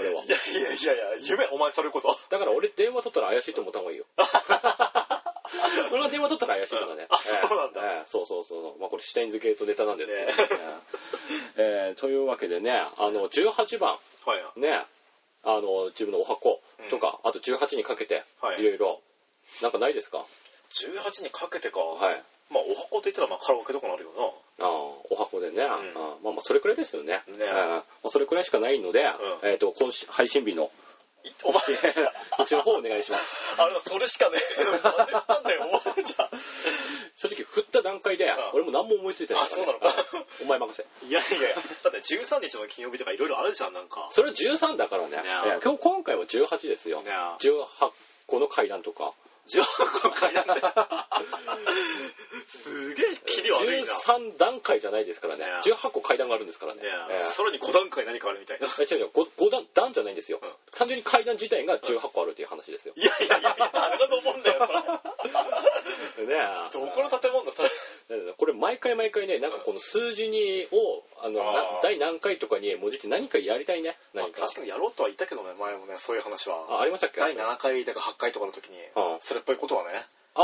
Speaker 1: 俺はい
Speaker 2: やいやいやいや夢お前それこそ
Speaker 1: だから俺電話取ったら怪しいと思った 方がいいよ。俺が電話取ったら怪しいからね。
Speaker 2: あそうなんだ
Speaker 1: ええええそうそうそうそう。まあこれシュタインズ系とネタなんですけど。
Speaker 2: ね
Speaker 1: え えええというわけでね、あの、18番、
Speaker 2: はい
Speaker 1: ね、あの、自分のお箱とか、あと18にかけて、
Speaker 2: はい
Speaker 1: いろいろ、なんかないですか
Speaker 2: 18にかけてか
Speaker 1: はい。
Speaker 2: まあお箱といったらまあカラオケとかなるよな
Speaker 1: ああお箱でね、ああまあまあそれくらいですよね。
Speaker 2: ね
Speaker 1: ええまあそれくらいしかないので、
Speaker 2: ん
Speaker 1: えっと、今週配信日の、
Speaker 2: いお前
Speaker 1: こっちの方お願いします。
Speaker 2: あれだそれしかねえなんで振ったんだよお前じゃ
Speaker 1: 正直振った段階で、俺も何も思いついてない
Speaker 2: あそうなのか
Speaker 1: お前任せ
Speaker 2: いやいやいやだって13日の金曜日とかいろいろあるじゃんなんか
Speaker 1: それは13だからね
Speaker 2: え
Speaker 1: 今日今回は18ですよ
Speaker 2: ね
Speaker 1: 18個の階段とか
Speaker 2: 情報会なんだよすげえキリ悪いな
Speaker 1: 13段階じゃないですからね
Speaker 2: ね
Speaker 1: 18個階段があるんですからね
Speaker 2: ね
Speaker 1: ええ
Speaker 2: さらに5段階何かあるみたいな。い
Speaker 1: え違う違う 5, 段段じゃないんですよ、
Speaker 2: うん
Speaker 1: 単純に階段自体が18個あるっていう話ですよ、
Speaker 2: やいやいや、誰が登んだよ、
Speaker 1: ね
Speaker 2: それ。どこの建物だ、それ。
Speaker 1: えこれ毎回毎回ねなんかこの数字にをあのな
Speaker 2: あー
Speaker 1: 第何回とかに文字って何かやりたいね何か
Speaker 2: 確かにやろうとは言ったけどね、前もね、そういう話は。
Speaker 1: あありましたっけ
Speaker 2: 第7回だか8回とかの時に
Speaker 1: うん、
Speaker 2: それっぽいことはね、
Speaker 1: あ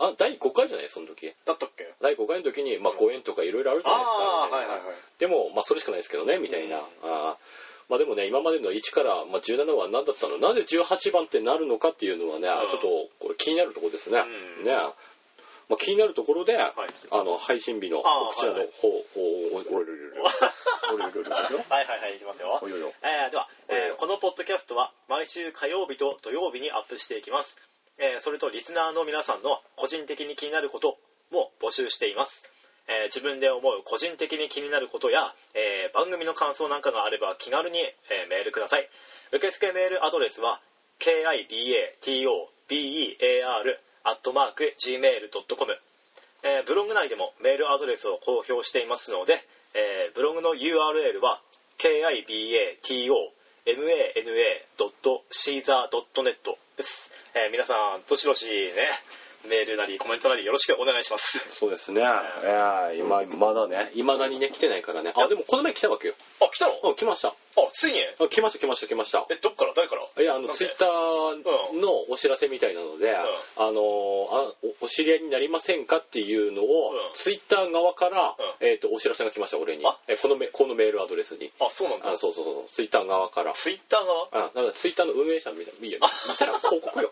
Speaker 1: ーあ第5回じゃないその時
Speaker 2: だったっけ
Speaker 1: 第5回の時に、まあ、
Speaker 2: うん
Speaker 1: ご縁とかいろいろあるじゃないですか、
Speaker 2: ああ
Speaker 1: みたな
Speaker 2: はいはいはい
Speaker 1: でも、まあ、それしかないですけどねみたいな、
Speaker 2: うん
Speaker 1: あーまあ、でもね今までの1から、まあ、17は何だったのなぜ18番ってなるのかっていうのはね、
Speaker 2: うん
Speaker 1: ちょっとこれ気になるところですね,、
Speaker 2: うん
Speaker 1: ねまあ、気になるところで、
Speaker 2: い
Speaker 1: あの配信日の
Speaker 2: あー
Speaker 1: 告知の
Speaker 2: はいはい
Speaker 1: 方をおおおおおおおおおおおおおおお
Speaker 2: はいはいはい、いきますよ。
Speaker 1: おおおお
Speaker 2: えーでは、えー
Speaker 1: うん
Speaker 2: このポッドキャストは毎週火曜日と土曜日にアップしていきます、えーそれとリスナーの皆さんの個人的に気になることも募集しています、えー自分で思う個人的に気になることや、えー番組の感想なんかがあれば気軽に、えーメールください受付メールアドレスは kibatobear.gmail.com えーブログ内でもメールアドレスを公表していますので、えーブログの URL は kibatomana.caesar.net です、えー皆さんどしどしねメールなりコメントなりよろしくお願いします
Speaker 1: そうですね、えー、今まだねいまだにね来てないからねあでもこの前来たわけよ
Speaker 2: あ来たの
Speaker 1: うん来ました
Speaker 2: あついにえ
Speaker 1: あ来ました来ました来ました
Speaker 2: どっから誰から
Speaker 1: いや、あの、
Speaker 2: なんで
Speaker 1: ツイッターのお知らせみたいなので、あのあお、お知り合いになりませんかっていうのを、
Speaker 2: うん
Speaker 1: ツイッター側から、
Speaker 2: う
Speaker 1: えっ、と、お知らせが来ました、俺に
Speaker 2: あ。
Speaker 1: えこのメ、このメールアドレスに。
Speaker 2: あそうなんだ
Speaker 1: あそうそうそう、ツイッター側から。
Speaker 2: ツイッターが
Speaker 1: あだからツイッターの運営者みたいな、いいよね。そしたら広告 よ。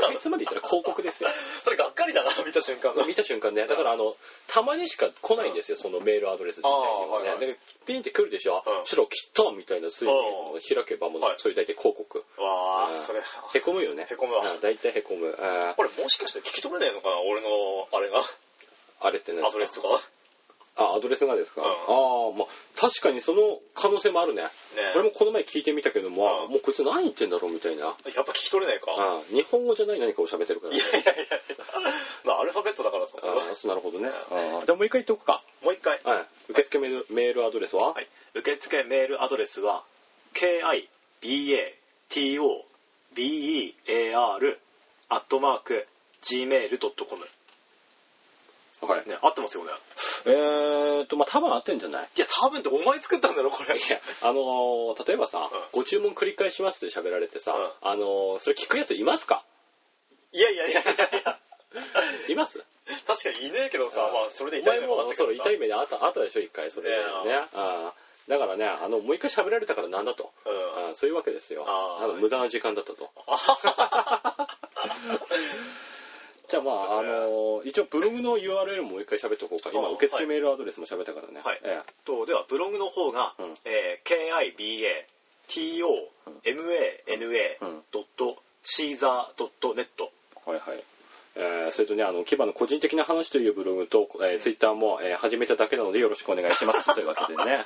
Speaker 1: そいつまで言ったら広告ですよ。
Speaker 2: それがっかりだな 見た瞬間の
Speaker 1: 見た瞬間ね、だからあの、たまにしか来ないんですよ、そのメールアドレスみたいなのがね。
Speaker 2: あーはいはい
Speaker 1: だからピンって来るでしょ、
Speaker 2: うん
Speaker 1: 白切ったみたいなツイートを開けばもう
Speaker 2: はい、
Speaker 1: それ大体広告。
Speaker 2: わあ
Speaker 1: うん
Speaker 2: それ
Speaker 1: へこむよね。
Speaker 2: へこむわ
Speaker 1: うん大体へこむ。あー
Speaker 2: これもしかして聞き取れないのかな俺のあれが
Speaker 1: あれってね。
Speaker 2: アドレスとかは
Speaker 1: あ、アドレスがですか。
Speaker 2: うん
Speaker 1: ああ、まあ、確かにその可能性もあるね。俺もこの前聞いてみたけども、
Speaker 2: うん
Speaker 1: もうこいつ何言ってんだろうみたいな。
Speaker 2: やっぱ聞き取れないか
Speaker 1: あー日本語じゃない何かを喋ってるから、
Speaker 2: いやいやいやいやまあアルファベットだからさ
Speaker 1: あーそうなるほどね。あーじゃあもう一回言っておくか。
Speaker 2: もう一回
Speaker 1: はい。受付メールメールアドレスは、
Speaker 2: はい、受付メールアドレスは kibatobear アットマーク gmail.com
Speaker 1: はい
Speaker 2: ね合ってますよね
Speaker 1: えーと、まあ、多分合ってんじゃない
Speaker 2: いや多分ってお前作ったんだろこれ
Speaker 1: いや、あのー例えばさ、ご注文繰り返しますって喋られてさ、
Speaker 2: う
Speaker 1: あのーそれ聞くやついますか
Speaker 2: いやいやいやいやいや
Speaker 1: います
Speaker 2: 確かにいねえけどさ
Speaker 1: あー
Speaker 2: まあそれで痛い
Speaker 1: お
Speaker 2: 目
Speaker 1: 前
Speaker 2: もあっ
Speaker 1: も
Speaker 2: たけ
Speaker 1: そう
Speaker 2: どさ
Speaker 1: 痛い目であったあったでしょ一回それでね
Speaker 2: ねえ
Speaker 1: ああだからねあのもう一回喋られたからなんだと、
Speaker 2: うん
Speaker 1: ああそういうわけですよ
Speaker 2: ああ
Speaker 1: の 無駄な時間だったと
Speaker 2: あははは
Speaker 1: じゃあまあ、あのー一応ブログの URL もう一回喋っとこうか。今、
Speaker 2: あ
Speaker 1: 受付
Speaker 2: はい
Speaker 1: メールアドレスも喋ったからね。
Speaker 2: はい
Speaker 1: え
Speaker 2: とではブログの方が、
Speaker 1: うん
Speaker 2: えー、KIBATOMANA.caesar.net
Speaker 1: えはいはい。えーそれとね、あの、キバの個人的な話というブログと、えー、ツイッターも、えー始めただけなのでよろしくお願いし ます。というわけでね。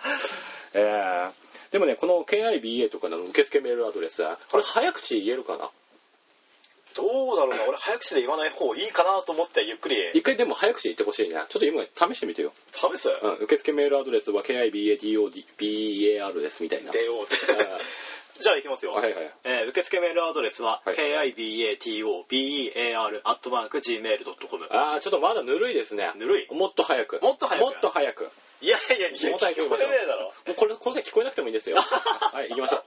Speaker 1: えーでもね、この KIBA とかの受付メールアドレス、これ早口言えるかな
Speaker 2: どうだろうな俺早口で言わない方いいかなと思ってゆっくり
Speaker 1: 一回でも早口言ってほしいね。ちょっと今試してみてよ。
Speaker 2: 試す
Speaker 1: うん、受付メールアドレスは KIBADOBAR ですみたいな。
Speaker 2: 出ようって じゃあいきますよ、
Speaker 1: はいはい。
Speaker 2: えー受付メールアドレスは、
Speaker 1: はい
Speaker 2: KIBATOBER.gmail.com
Speaker 1: あー、ちょっとまだぬるいですね。
Speaker 2: ぬるい
Speaker 1: もっと早く。
Speaker 2: もっと早く
Speaker 1: もっと早く。も
Speaker 2: いやいやいや
Speaker 1: もう大
Speaker 2: 聞
Speaker 1: 丈夫
Speaker 2: こ
Speaker 1: でしょ
Speaker 2: えねえだろ
Speaker 1: うこれ、この際聞こえなくてもいい ですよ。はい、行きましょう。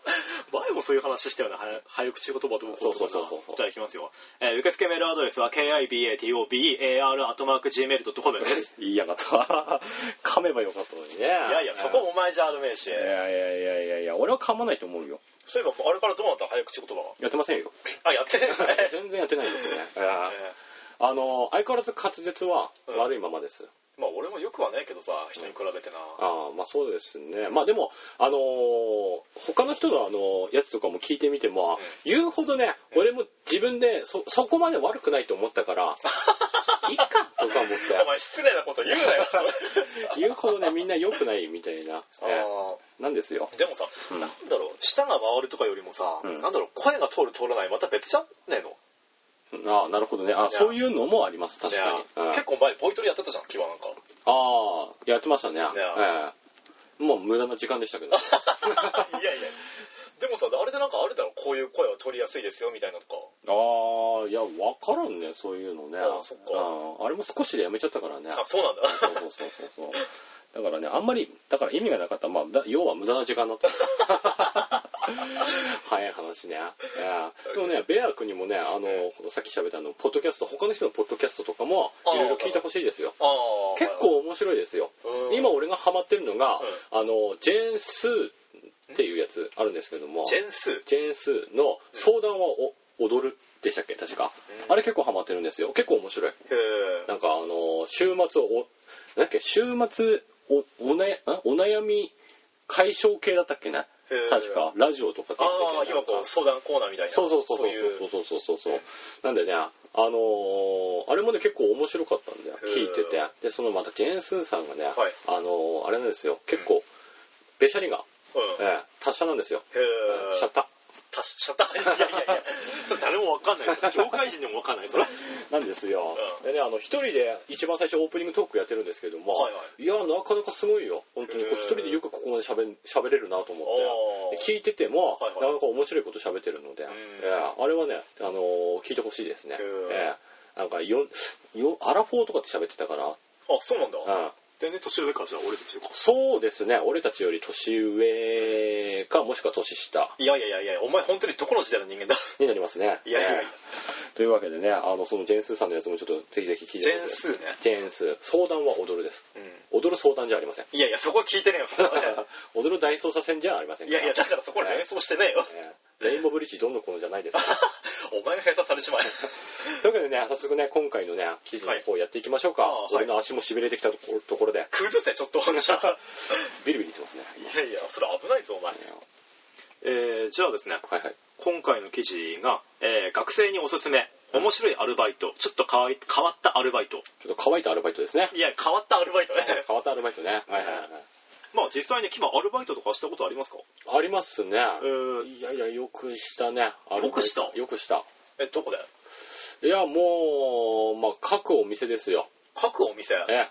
Speaker 2: 前もそういう話したよね早早口言葉とも
Speaker 1: そうそうそうそうそう
Speaker 2: じゃあいきますよ、えー受付メールアドレスは KIBATOBER.gmail.com です
Speaker 1: 言いやがった。 噛めばよかった のにね。い
Speaker 2: いやいやそこお前じゃあるめえし
Speaker 1: いやいやいやいやいや、俺は噛まないと思うよ。
Speaker 2: そういえばあれからどうなった早口言葉は
Speaker 1: やってませんよ。
Speaker 2: あやってね
Speaker 1: 全然やってないですよね。あー
Speaker 2: え
Speaker 1: あの、相変わらず滑舌は悪いままです。
Speaker 2: ーまあ俺もよくはないけどさ人に比べてな、
Speaker 1: ああまあそうですねまあでもあのー他の人のあのーやつとかも聞いてみても、
Speaker 2: う
Speaker 1: 言うほどね、
Speaker 2: うん
Speaker 1: 俺も自分でそそこまで悪くないと思ったから いっかとか思
Speaker 2: お前失礼なこと言う なよそれ
Speaker 1: って言うほどねみんな良くないみたいな、え
Speaker 2: あー
Speaker 1: えなんですよ
Speaker 2: でもさ、
Speaker 1: うん
Speaker 2: なんだろう舌が回るとかよりもさ、
Speaker 1: うん
Speaker 2: なんだろう声が通る通らないまた別じゃねえの
Speaker 1: ああなるほどねあそういうのもあります確か
Speaker 2: ねえ
Speaker 1: に、うん
Speaker 2: 結構前ボイトレやってたじゃんキワなん か
Speaker 1: ああやってましたね
Speaker 2: え
Speaker 1: ええもう無駄な時間でしたけ ど
Speaker 2: いやいやでもさあれでなんかあるだろこういう声は取りやすいですよみたいなとか
Speaker 1: ああいや分からんねそういうのね
Speaker 2: ああそっか
Speaker 1: うんあれも少しでやめちゃったからね
Speaker 2: あそうなんだ
Speaker 1: そうそうそうそうそうだからねあんまりだから意味がなかったまあだ要は無駄な時間だった 早い話ねいやでもねベア君にもねあのさっき喋ったあのポッドキャスト他の人のポッドキャストとかも
Speaker 2: あー
Speaker 1: いろいろ聞いてほしいですよ
Speaker 2: ああ
Speaker 1: 結構面白いですよ
Speaker 2: うん
Speaker 1: 今俺がハマってるのが、
Speaker 2: う
Speaker 1: あのジェーン・スーっていうやつあるんですけども
Speaker 2: ジェンス
Speaker 1: ジェーン・スーの「相談はお踊る」でしたっけ確か
Speaker 2: うん
Speaker 1: あれ結構ハマってるんですよ結構面白い
Speaker 2: へえ
Speaker 1: なんかあの週末をおなんだっけ週末おお,、ね、んお悩み解消系だったっけな
Speaker 2: へー
Speaker 1: 確かラジオとか
Speaker 2: あ
Speaker 1: やってて
Speaker 2: あ今
Speaker 1: なんか
Speaker 2: こう相談コーナーみたいな
Speaker 1: そうそうそうそう
Speaker 2: いう
Speaker 1: そうそうそうそうそうなんでねあのーあれもね結構面白かったんだよ
Speaker 2: へー
Speaker 1: 聞いててでそのまたジェーン・スーさんがね、
Speaker 2: はい
Speaker 1: あのーあれなんですよ結構べしゃりが、
Speaker 2: うん
Speaker 1: ええ達者なんですよ、
Speaker 2: へえ
Speaker 1: シャッタ
Speaker 2: たしシャッターいやいやいやそれ誰もわかんないそれ業界人でもわかんないそ れ
Speaker 1: なんですよ、
Speaker 2: うん
Speaker 1: でねあの一人で一番最初オープニングトークやってるんですけども、、
Speaker 2: はいはい
Speaker 1: やなかなかすごいよ本当にこう
Speaker 2: へー
Speaker 1: 一人でよくここまで喋ん喋れるなと思って
Speaker 2: おー
Speaker 1: 聞いてても、
Speaker 2: はいはい
Speaker 1: なかなか面白いこと喋ってるので、ええあれはね、あのー聞いてほしいですね
Speaker 2: へ、ー
Speaker 1: ええなんかよよアラフォーとかって喋ってたから、
Speaker 2: あそうなんだ
Speaker 1: うん、
Speaker 2: 全然年上からじゃあ俺ですよ
Speaker 1: そうですね俺たちより年上かもしくは年下
Speaker 2: いやいやいやいやお前本当にどこの時代の人間だ
Speaker 1: になりますね
Speaker 2: いやいやいや
Speaker 1: ええというわけでねあのそのジェーン・スーさんのやつもちょっとぜひぜひ聞い
Speaker 2: ジ
Speaker 1: て
Speaker 2: ェンスーね
Speaker 1: ジェーンスー相談は踊るです
Speaker 2: うん
Speaker 1: 踊る相談じゃありません
Speaker 2: いやいや、そこは聞いてねえよ、そこはね
Speaker 1: 踊る大捜査線じゃありません
Speaker 2: いやいや、だからそこは連想してねえよ。
Speaker 1: ねレインボーブリッジどんどんこのじゃないです
Speaker 2: お前が下手されちまえ。
Speaker 1: というわけでね 早速ね今回のね記事の方やっていきましょうか、
Speaker 2: はいあーはい
Speaker 1: 俺の足もしびれてきたところところで
Speaker 2: 崩せ、ちょっと。 い
Speaker 1: ビリビリいってますね
Speaker 2: やいや、それ危ないぞ、お前。えー、じゃあですね、
Speaker 1: はいはい
Speaker 2: 今回の記事が、えー学生におすすめ、面白いアルバイト、ちょっと変わい変わったアルバイト。
Speaker 1: ちょっと乾いたアルバイトですね
Speaker 2: いや、変わったアルバイトね。
Speaker 1: 変わったアルバイトねはいはいはい
Speaker 2: まあ、実際ね、今アルバイトとかしたことありますか
Speaker 1: ありますね
Speaker 2: えー、
Speaker 1: いやいやよくしたねアルバイト
Speaker 2: よくした
Speaker 1: よくした
Speaker 2: え、どこで
Speaker 1: いやもうまあ各お店ですよ
Speaker 2: 各お店、
Speaker 1: ええ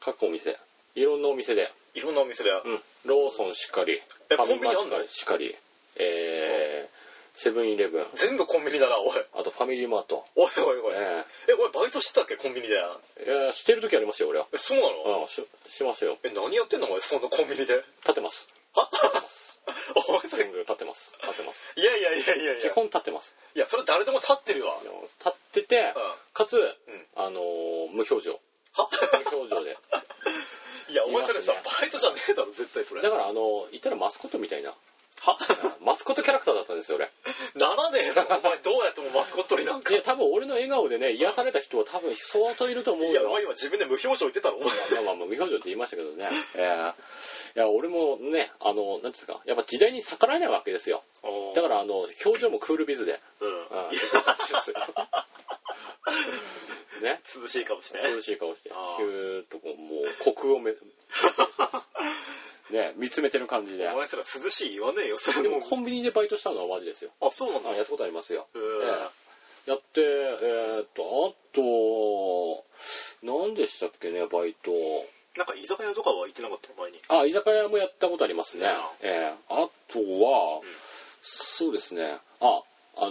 Speaker 1: 各お店いろんなお店で
Speaker 2: いろんなお店で。
Speaker 1: うん、ローソンしっかり、
Speaker 2: え
Speaker 1: ファミマ
Speaker 2: コンビニあんの
Speaker 1: しっかり、えー、セブンイレブン、
Speaker 2: 全部コンビニだな、おい。
Speaker 1: あとファミリーマート。
Speaker 2: おいおいおい。
Speaker 1: え
Speaker 2: え、お前バイトしてたっけ、コンビニで。
Speaker 1: ー、いやしてる時ありますよ、俺は。
Speaker 2: え、そうなの
Speaker 1: うん、ししますよ。
Speaker 2: え、何やってんのお前、そんなコンビニで。
Speaker 1: 立てます。
Speaker 2: はお前それ
Speaker 1: 全部立てます。立てます。
Speaker 2: いやいやいやいやい
Speaker 1: 基
Speaker 2: や。
Speaker 1: 本立ってます。
Speaker 2: いや、それ誰でも立ってるわ。
Speaker 1: あの立ってて、かつ、
Speaker 2: ん
Speaker 1: あのー無表情。
Speaker 2: は
Speaker 1: 無表情で。
Speaker 2: いや、お前それさ、
Speaker 1: います
Speaker 2: バイトじゃねえだろ、絶対それ。
Speaker 1: だ
Speaker 2: は
Speaker 1: から、あのー言ったらマスコットみたいな。マスコットキャラクターだったね、ですよ俺
Speaker 2: ならねえぞお前どうやってもマスコットになんか
Speaker 1: いや多分俺の笑顔でね癒された人は多分相当いると思う
Speaker 2: い
Speaker 1: よ
Speaker 2: やお前今自分で無表情言ってたろお前
Speaker 1: まあまあまあ無表情って言いましたけどね、えーいや俺もねあのなんですかやっぱ時代に逆らえないわけですよだからあの表情もクールビズで、
Speaker 2: うん
Speaker 1: うん、
Speaker 2: いや
Speaker 1: ね
Speaker 2: 涼しいかもしれない
Speaker 1: 涼しい顔して
Speaker 2: あー
Speaker 1: ヒューッとこうもう国をめね見つめてる感じで
Speaker 2: お前そら涼しい言わねえよそれ
Speaker 1: で
Speaker 2: も
Speaker 1: もコンビニでバイトしたのはマジですよ
Speaker 2: あそうなん
Speaker 1: あ
Speaker 2: だ
Speaker 1: やったことありますよ
Speaker 2: うん
Speaker 1: やって、えーっと、あと、何でしたっけね、バイト。
Speaker 2: なんか居酒屋とかは行ってなかったの前に
Speaker 1: あ、居酒屋もやったことありますね
Speaker 2: うん。
Speaker 1: ええあとは、
Speaker 2: ん
Speaker 1: そうですね。あ、あの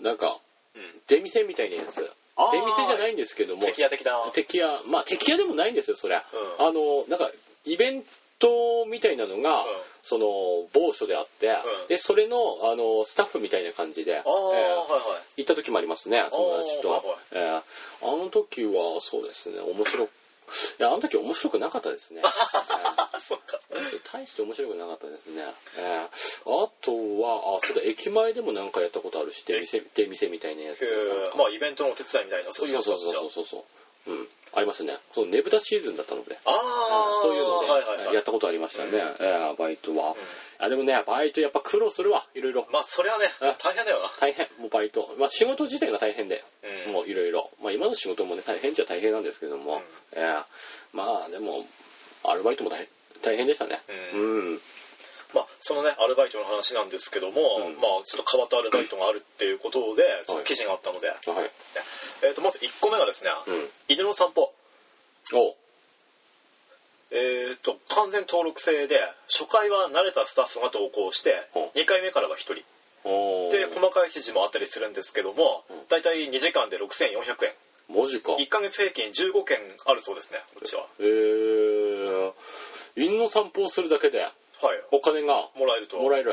Speaker 1: ーなんか、
Speaker 2: うん
Speaker 1: 出店みたいなやつ。
Speaker 2: あー
Speaker 1: 出店じゃないんですけども、
Speaker 2: 敵屋的な
Speaker 1: 敵屋、まあ敵屋でもないんですよ、そりゃ。
Speaker 2: うん
Speaker 1: あのーなんか、イベントみたいなのが、
Speaker 2: うん
Speaker 1: その、某所であって、
Speaker 2: うん
Speaker 1: で、それの、あのースタッフみたいな感じで、
Speaker 2: ああはい
Speaker 1: ええ
Speaker 2: はい
Speaker 1: 行った時もありますね友達と、
Speaker 2: はいはい
Speaker 1: えーあの時はそうですね面白くいやあの時面白くなかったですね、え
Speaker 2: あ そっか
Speaker 1: ー大して面白くなかったですね、えーあとはあそうだ駅前でもなんかやったことあるし出店出店みたいなやつなんか
Speaker 2: まあイベントのお手伝いみたいな
Speaker 1: そ
Speaker 2: そうういう
Speaker 1: そ
Speaker 2: や
Speaker 1: う
Speaker 2: つだ
Speaker 1: そう
Speaker 2: った
Speaker 1: そ
Speaker 2: じゃん
Speaker 1: うそうそううんありますねそうねぶたシーズンだったので
Speaker 2: あ
Speaker 1: うん
Speaker 2: あ
Speaker 1: そういうので、
Speaker 2: はいはい
Speaker 1: え
Speaker 2: は
Speaker 1: ー
Speaker 2: い
Speaker 1: やったことありましたね、えーバイトは、あでもねバイトやっぱ苦労するわいろいろ
Speaker 2: まあそれはね
Speaker 1: うん
Speaker 2: 大変だよな
Speaker 1: 大変もうバイト、まあ、仕事自体が大変で、
Speaker 2: うん
Speaker 1: もういろいろまあ今の仕事もね大変っちゃ大変なんですけども、えーまあでもアルバイトも大変大変でしたね
Speaker 2: う
Speaker 1: うん、
Speaker 2: まあそのねアルバイトの話なんですけども
Speaker 1: うん
Speaker 2: まあちょっと変わったアルバイトがあるっていうことでちょっと記事があったので
Speaker 1: はい
Speaker 2: えーとまず1個目がですね
Speaker 1: うん
Speaker 2: 犬の散歩
Speaker 1: お
Speaker 2: えーと完全登録制で初回は慣れたスタッフが同行して
Speaker 1: ほう
Speaker 2: 2回目からは1人
Speaker 1: お
Speaker 2: で細かい指示もあったりするんですけども
Speaker 1: うん
Speaker 2: 大体2時間で6400円
Speaker 1: 文字か
Speaker 2: 1ヶ月平均15件あるそうですねこっちは
Speaker 1: えー、犬の散歩をするだけで
Speaker 2: はい
Speaker 1: お金が
Speaker 2: もらえると
Speaker 1: もらえる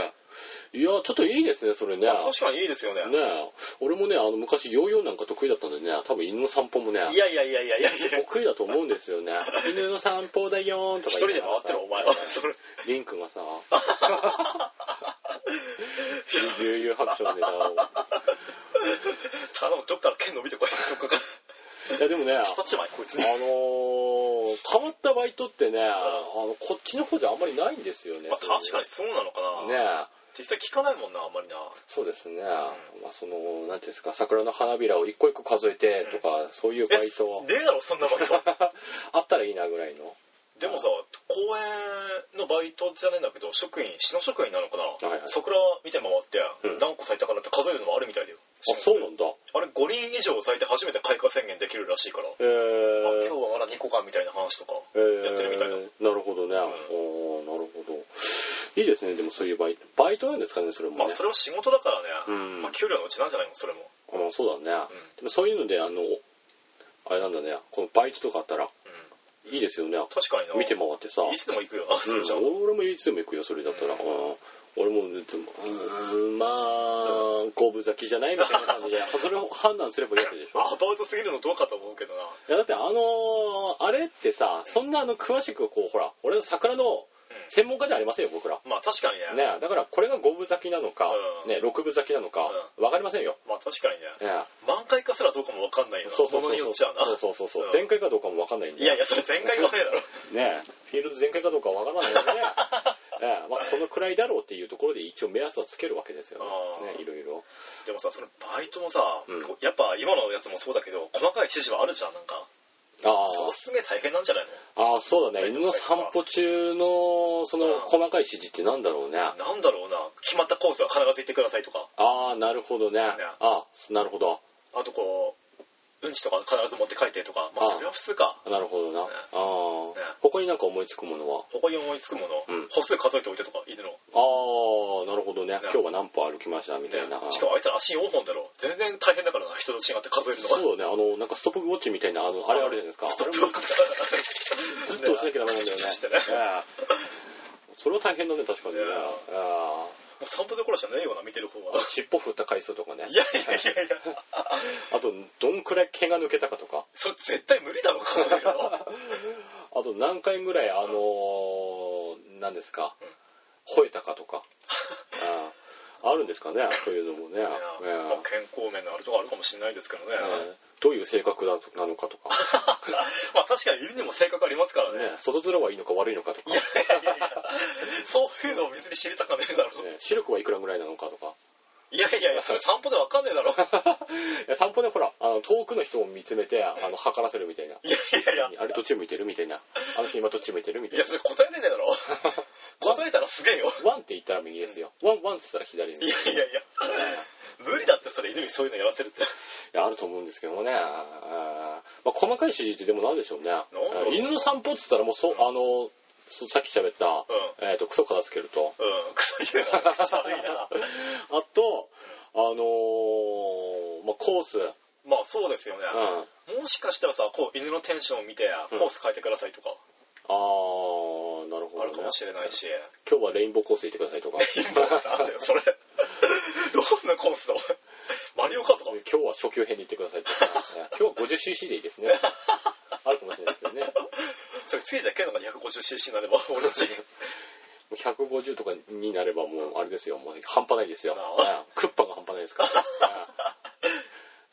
Speaker 1: いやちょっといいですねそれね
Speaker 2: 確かにいいですよね
Speaker 1: ねえ俺もねあの昔ヨーヨーなんか得意だったんでね多分犬の散歩もね
Speaker 2: いやいやいやいや いやいや
Speaker 1: 得意だと思うんです よね犬の散歩だよーんと
Speaker 2: 一
Speaker 1: か
Speaker 2: 人
Speaker 1: 言い
Speaker 2: で
Speaker 1: ながら
Speaker 2: 回ってるお前は それ
Speaker 1: リン君がさ悠々白書のネタを
Speaker 2: 頼むどっから剣伸びてこいどっかから
Speaker 1: いやでもねあ
Speaker 2: 刺さっちまえこいつ
Speaker 1: のー
Speaker 2: ね
Speaker 1: 変わったバイトってねあのこっちの方じゃあんまりないんですよね
Speaker 2: まあ
Speaker 1: そういうの
Speaker 2: 確かにそうなのかな、
Speaker 1: ね
Speaker 2: 実際聞かないもんなあんまりな
Speaker 1: そうですね、まあ、その何ていうんですか桜の花びらを一個一個数えてとか、そういうバイトは
Speaker 2: えねえだろそんなバイト
Speaker 1: あったらいいなぐらいの
Speaker 2: でもさ公園のバイトじゃねえんだけど職員市の職員なのかな、
Speaker 1: はいはい
Speaker 2: 桜見て回って
Speaker 1: うん
Speaker 2: 何個咲いたかなって数えるのもあるみたいだよ
Speaker 1: あそうなんだ
Speaker 2: あれ5人以上咲いて初めて開花宣言できるらしいから、
Speaker 1: え
Speaker 2: あ
Speaker 1: ー
Speaker 2: 今日はまだ2個かみたいな話とか
Speaker 1: えー
Speaker 2: やってるみたいな
Speaker 1: なるほどね、おーなるほどいいですねでもそういうバイトバイトなんですかねそれもね、
Speaker 2: まあそれは仕事だからね、
Speaker 1: うん
Speaker 2: まあ、給料のうちなんじゃないのそれも
Speaker 1: うんそうだね、
Speaker 2: ん
Speaker 1: でもそういうのであのあれなんだねこのバイトとかあったらいいですよね
Speaker 2: 確かにな
Speaker 1: 見て回ってさ
Speaker 2: いつでも行くよなそれじゃん、
Speaker 1: うん俺もいつでも行くよそれだったら、
Speaker 2: うん
Speaker 1: うん俺もいつもうーんまあ五分咲きじゃないみたいな感じで それを判断すればいいわけでしょ
Speaker 2: アバウトすぎるのどうかと思うけどない
Speaker 1: やだってあのーあれってさそんなあの詳しくこうほら俺の桜の専門家じゃありませんよ僕ら
Speaker 2: まあ確かにね
Speaker 1: ねだからこれが五分咲きなのか、
Speaker 2: うん
Speaker 1: ね六分咲きなのか、
Speaker 2: う
Speaker 1: わかりませんよ、
Speaker 2: まあ確かにね
Speaker 1: ね
Speaker 2: 満開かすらどうかも分かんないよな
Speaker 1: そうそう
Speaker 2: ものによ
Speaker 1: そう
Speaker 2: っちゃな
Speaker 1: そうそうそうそう、
Speaker 2: うん
Speaker 1: 前回かどうかもわかんないんで
Speaker 2: いやいやそれ全開言わねえだろ
Speaker 1: ねえフィールド全開かどうかわからないの で、ねええまあ、そのくらいだろうっていうところで一応目安はつけるわけですよ
Speaker 2: あ
Speaker 1: ね
Speaker 2: ー
Speaker 1: ねいろいろ
Speaker 2: でもさそのバイトもさ、
Speaker 1: うん
Speaker 2: こうやっぱ今のやつもそうだけど細かい指示はあるじゃんなんか
Speaker 1: あー
Speaker 2: そうすげえ大変なんじゃないの
Speaker 1: あーそうだね犬の散歩中のその細かい指示ってなんだろうねあ
Speaker 2: なんだろうな決まったコースは必ず行ってくださいとか
Speaker 1: あーなるほどねあーなるほど
Speaker 2: あとこううんちとか必ず持って帰ってとかまあ
Speaker 1: ああ
Speaker 2: それは普通か
Speaker 1: なるほどなあ
Speaker 2: ね
Speaker 1: ー
Speaker 2: ね
Speaker 1: 他になんか思いつくものは
Speaker 2: 他に思いつくもの、
Speaker 1: うん
Speaker 2: 歩数数えておいてとかいるの
Speaker 1: ああなるほどね今日は何歩歩きましたみたいな
Speaker 2: しかもあいつら足4本だろ全然大変だからな人と違って数えるのは
Speaker 1: そうだねあのなんかストップウォッチみたいなあのあれあるじゃないですか
Speaker 2: ストップ
Speaker 1: あれ
Speaker 2: ウォ
Speaker 1: も
Speaker 2: ッチ
Speaker 1: ずっと押しなきゃダメなんだよ ね
Speaker 2: してね
Speaker 1: ええそれは大変だね確かにね
Speaker 2: い
Speaker 1: え
Speaker 2: や
Speaker 1: え
Speaker 2: もう散歩どころじゃねえよな見てる方は
Speaker 1: 尻尾振った回数とかね
Speaker 2: いやいやいやいや
Speaker 1: あとどんくらい毛が抜けたかとか
Speaker 2: それ絶対無理だろ数えるの
Speaker 1: あと何回ぐらいあ のー何ですか吠えたかとかあーあるんですかねそういうのもね、え
Speaker 2: まあ健康面のあるとこあるかもしれないですけどね、
Speaker 1: えええどういう性格だとなのかとか、
Speaker 2: まあ確かに犬にも性格ありますからね
Speaker 1: ね、外面はいいのか悪いのかとか、
Speaker 2: いやいやいや そういうのを別に知りたかねえだろう、
Speaker 1: ね視力はいくらぐらいなのかとか
Speaker 2: いやいやいやそれ散歩でわかんねえだろ
Speaker 1: いや散歩でほらあの遠くの人を見つめてあの測らせるみたいない
Speaker 2: やいやいや
Speaker 1: あれどっち向いてるみ たいなあの人今どっち向いてるみた
Speaker 2: い
Speaker 1: いな
Speaker 2: やそれ答えれねえだろ答えたらすげえよ
Speaker 1: ワンって言ったら右ですよ、ワンワンって言ったら左みた
Speaker 2: い
Speaker 1: い
Speaker 2: や
Speaker 1: ない
Speaker 2: やいや無理だってそれ犬にそういうのやらせるって
Speaker 1: いやあると思うんですけどもね、あーまあ、細かい指示ってでもなんでしょうね
Speaker 2: んだろう
Speaker 1: 犬の散歩っつったらもうそあのそさっき喋った、えー、とクソ片付けると
Speaker 2: うんクソ言うな口悪いな
Speaker 1: あとあのーまあ、コース、うん、
Speaker 2: まあそうですよね、もしかしたらさこう犬のテンションを見てコース変えてくださいとか
Speaker 1: あーなるほど、
Speaker 2: ある
Speaker 1: ね、
Speaker 2: かもしれないし、
Speaker 1: 今日はレインボーコース行ってください とか
Speaker 2: なんだよ それどんなコースだマリオカートか
Speaker 1: 今日は初級編で行ってください とか、ね、今日は 50cc でいいですねあるかもしれないですよね
Speaker 2: それついてけのが 250cc になれば俺たち
Speaker 1: 150とかになればもうあれですよもう半端ないですよ、
Speaker 2: な
Speaker 1: ええクッパが半端ないですから、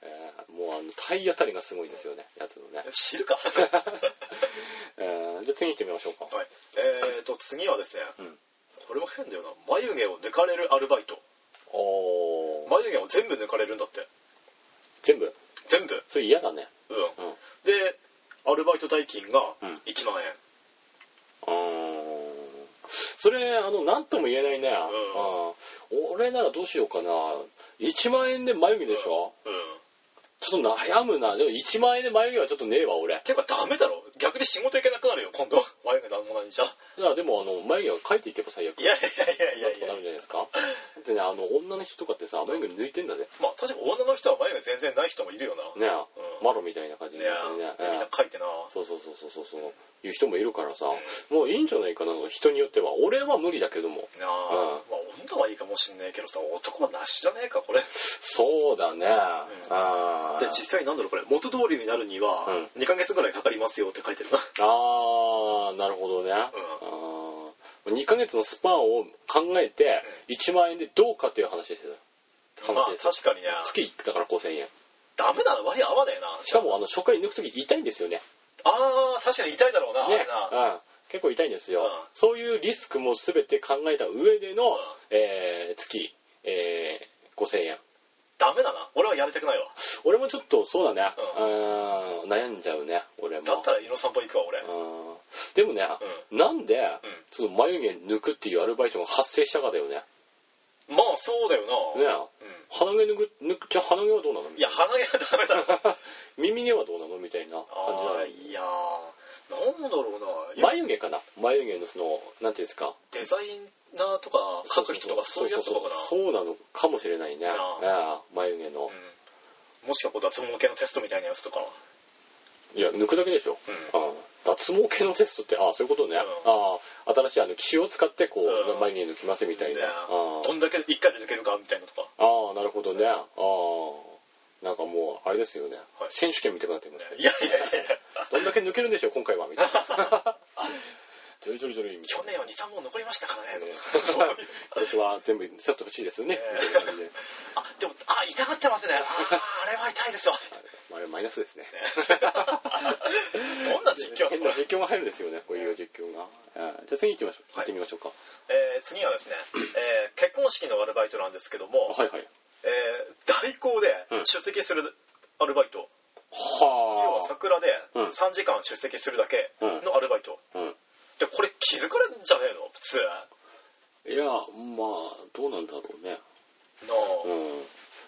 Speaker 1: ええもうあの体当たりがすごいんですよねやつのね、
Speaker 2: 知るかは
Speaker 1: ええじゃあ次行ってみましょうか
Speaker 2: いえーと次はですね、
Speaker 1: うん
Speaker 2: これも変だよな眉毛を抜かれるアルバイト
Speaker 1: おー
Speaker 2: 眉毛を全部抜かれるんだって
Speaker 1: 全部
Speaker 2: 全部うん
Speaker 1: それ嫌だねうん
Speaker 2: でアルバイト代金が
Speaker 1: うん
Speaker 2: 1万円、
Speaker 1: うーんそれあの何とも言えないね、うん俺ならどうしようかな1万円で眉毛でしょ、
Speaker 2: うん
Speaker 1: ちょっと悩むなでも1万円で眉毛はちょっとねえわ俺
Speaker 2: ていうかダメだろ逆に仕事行けなくなるよ今度眉毛なんもないんじゃ
Speaker 1: いやでもあの眉毛は描いていけば最悪
Speaker 2: いやいやい
Speaker 1: な
Speaker 2: や
Speaker 1: ん
Speaker 2: い
Speaker 1: とか
Speaker 2: やいや
Speaker 1: なるんじゃないですかだってねあの女の人とかってさ眉毛抜いてんだぜ
Speaker 2: まあ確かに女の人は眉毛全然ない人もいるよな
Speaker 1: ねえ、
Speaker 2: うん
Speaker 1: マロみたいな感じ
Speaker 2: い
Speaker 1: に
Speaker 2: や
Speaker 1: なってね、
Speaker 2: みんな
Speaker 1: ええ
Speaker 2: 書いてな
Speaker 1: そうそうそうそうそうそういう人もいるからさもういいんじゃないかな人によっては俺は無理だけども
Speaker 2: なあ、まあ女はいいかもしんないけどさ男はなしじゃねえかこれ
Speaker 1: そうだね、ああ
Speaker 2: で実際なんだろうこれ元通りになるには
Speaker 1: う
Speaker 2: 2ヶ月ぐらいかかりますよって書いてるな
Speaker 1: あーなるほどね、あー2ヶ月のスパンを考えて1万円でどうかっていう話ですよ
Speaker 2: まあ
Speaker 1: 話です、
Speaker 2: 確かにね
Speaker 1: 月だから5000円
Speaker 2: ダメだな割合合わねえな
Speaker 1: しかもあの初回抜く時痛いんですよね
Speaker 2: ああ確かに痛いだろうな、あ
Speaker 1: ね
Speaker 2: れな、
Speaker 1: うん、結構痛いんですよ、
Speaker 2: うん
Speaker 1: そういうリスクも全て考えた上での、
Speaker 2: ん
Speaker 1: えー月、えー5000円
Speaker 2: ダメだな俺はやりたくないわ
Speaker 1: 俺もちょっとそうだね、
Speaker 2: う
Speaker 1: うん悩んじゃうね俺も
Speaker 2: だったら犬の散歩行くわ俺うん
Speaker 1: うんでもね、なんで、その眉毛抜くっていうアルバイトが発生したかだよね
Speaker 2: まあそうだよ
Speaker 1: ね
Speaker 2: な、う
Speaker 1: 鼻毛抜く抜くじゃあ鼻毛はどうなの
Speaker 2: んいや鼻毛は ダメだろ
Speaker 1: 耳毛はどうなのみたいな感じな
Speaker 2: あ
Speaker 1: の
Speaker 2: あいやーなんだろうないや
Speaker 1: 眉毛かな眉毛のそのなんていうんですか
Speaker 2: デザイナーとか書く人とかそういうやつとかかな
Speaker 1: そうそうそうそうなのかもしれないね、
Speaker 2: あ
Speaker 1: ああ眉毛の、
Speaker 2: うんもしくはこう脱毛系のテストみたいなやつとか、
Speaker 1: いや抜くだけでしょ、
Speaker 2: う
Speaker 1: ああ脱毛系のテストってああそういうことね、
Speaker 2: ん
Speaker 1: ああ新しいあの血を使ってこう、
Speaker 2: うん
Speaker 1: 眉毛抜きますみたいな、
Speaker 2: ね
Speaker 1: ああ
Speaker 2: どんだけ一回で抜けるかみたいなとか、
Speaker 1: ああなるほどねああなんかもうあれですよね、
Speaker 2: はい
Speaker 1: 選手権見たくなってきます
Speaker 2: いやいやいやいや
Speaker 1: どんだけ抜けるんでしょう今回はみたい なちょりちょりちょりみた
Speaker 2: 去年は23本残りましたからねと
Speaker 1: いなね
Speaker 2: かそういう
Speaker 1: 今年は全部セット欲しいですよね、
Speaker 2: え
Speaker 1: み
Speaker 2: え
Speaker 1: たいな感じで
Speaker 2: あでもあ痛がってますねあーあれは痛 いですわ
Speaker 1: まああれマイナスですね
Speaker 2: どんな実況
Speaker 1: 変な実況が入るんですよねこういう実況が、ええじゃあ次行きましょう、行っ
Speaker 2: はい
Speaker 1: てみましょうか
Speaker 2: えー次はですね、えー結婚式のアルバイトなんですけども、
Speaker 1: はいはい
Speaker 2: えー代行で出席するアルバイト、要は
Speaker 1: は
Speaker 2: 桜で
Speaker 1: うん
Speaker 2: 3時間出席するだけのアルバイト、
Speaker 1: あ、うん
Speaker 2: でこれ気づかれんじゃねえの普通
Speaker 1: いやまあどうなんだろうねう
Speaker 2: の、
Speaker 1: ん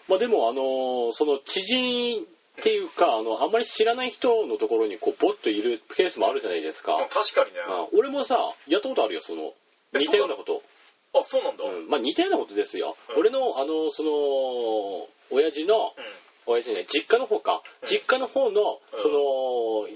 Speaker 1: まあでもあのーその知人っていうかあのあんまり知らない人のところにこうボッといるケースもあるじゃないですか、
Speaker 2: 確かにね、
Speaker 1: うん俺もさやったことあるよその
Speaker 2: え
Speaker 1: 似たようなこと
Speaker 2: あそうなんだ、うん
Speaker 1: うんまあ似たようなことですよ、
Speaker 2: うん
Speaker 1: 俺のあのその親父の親父ね実家の方か、
Speaker 2: うん
Speaker 1: 実家の方の、
Speaker 2: うん
Speaker 1: その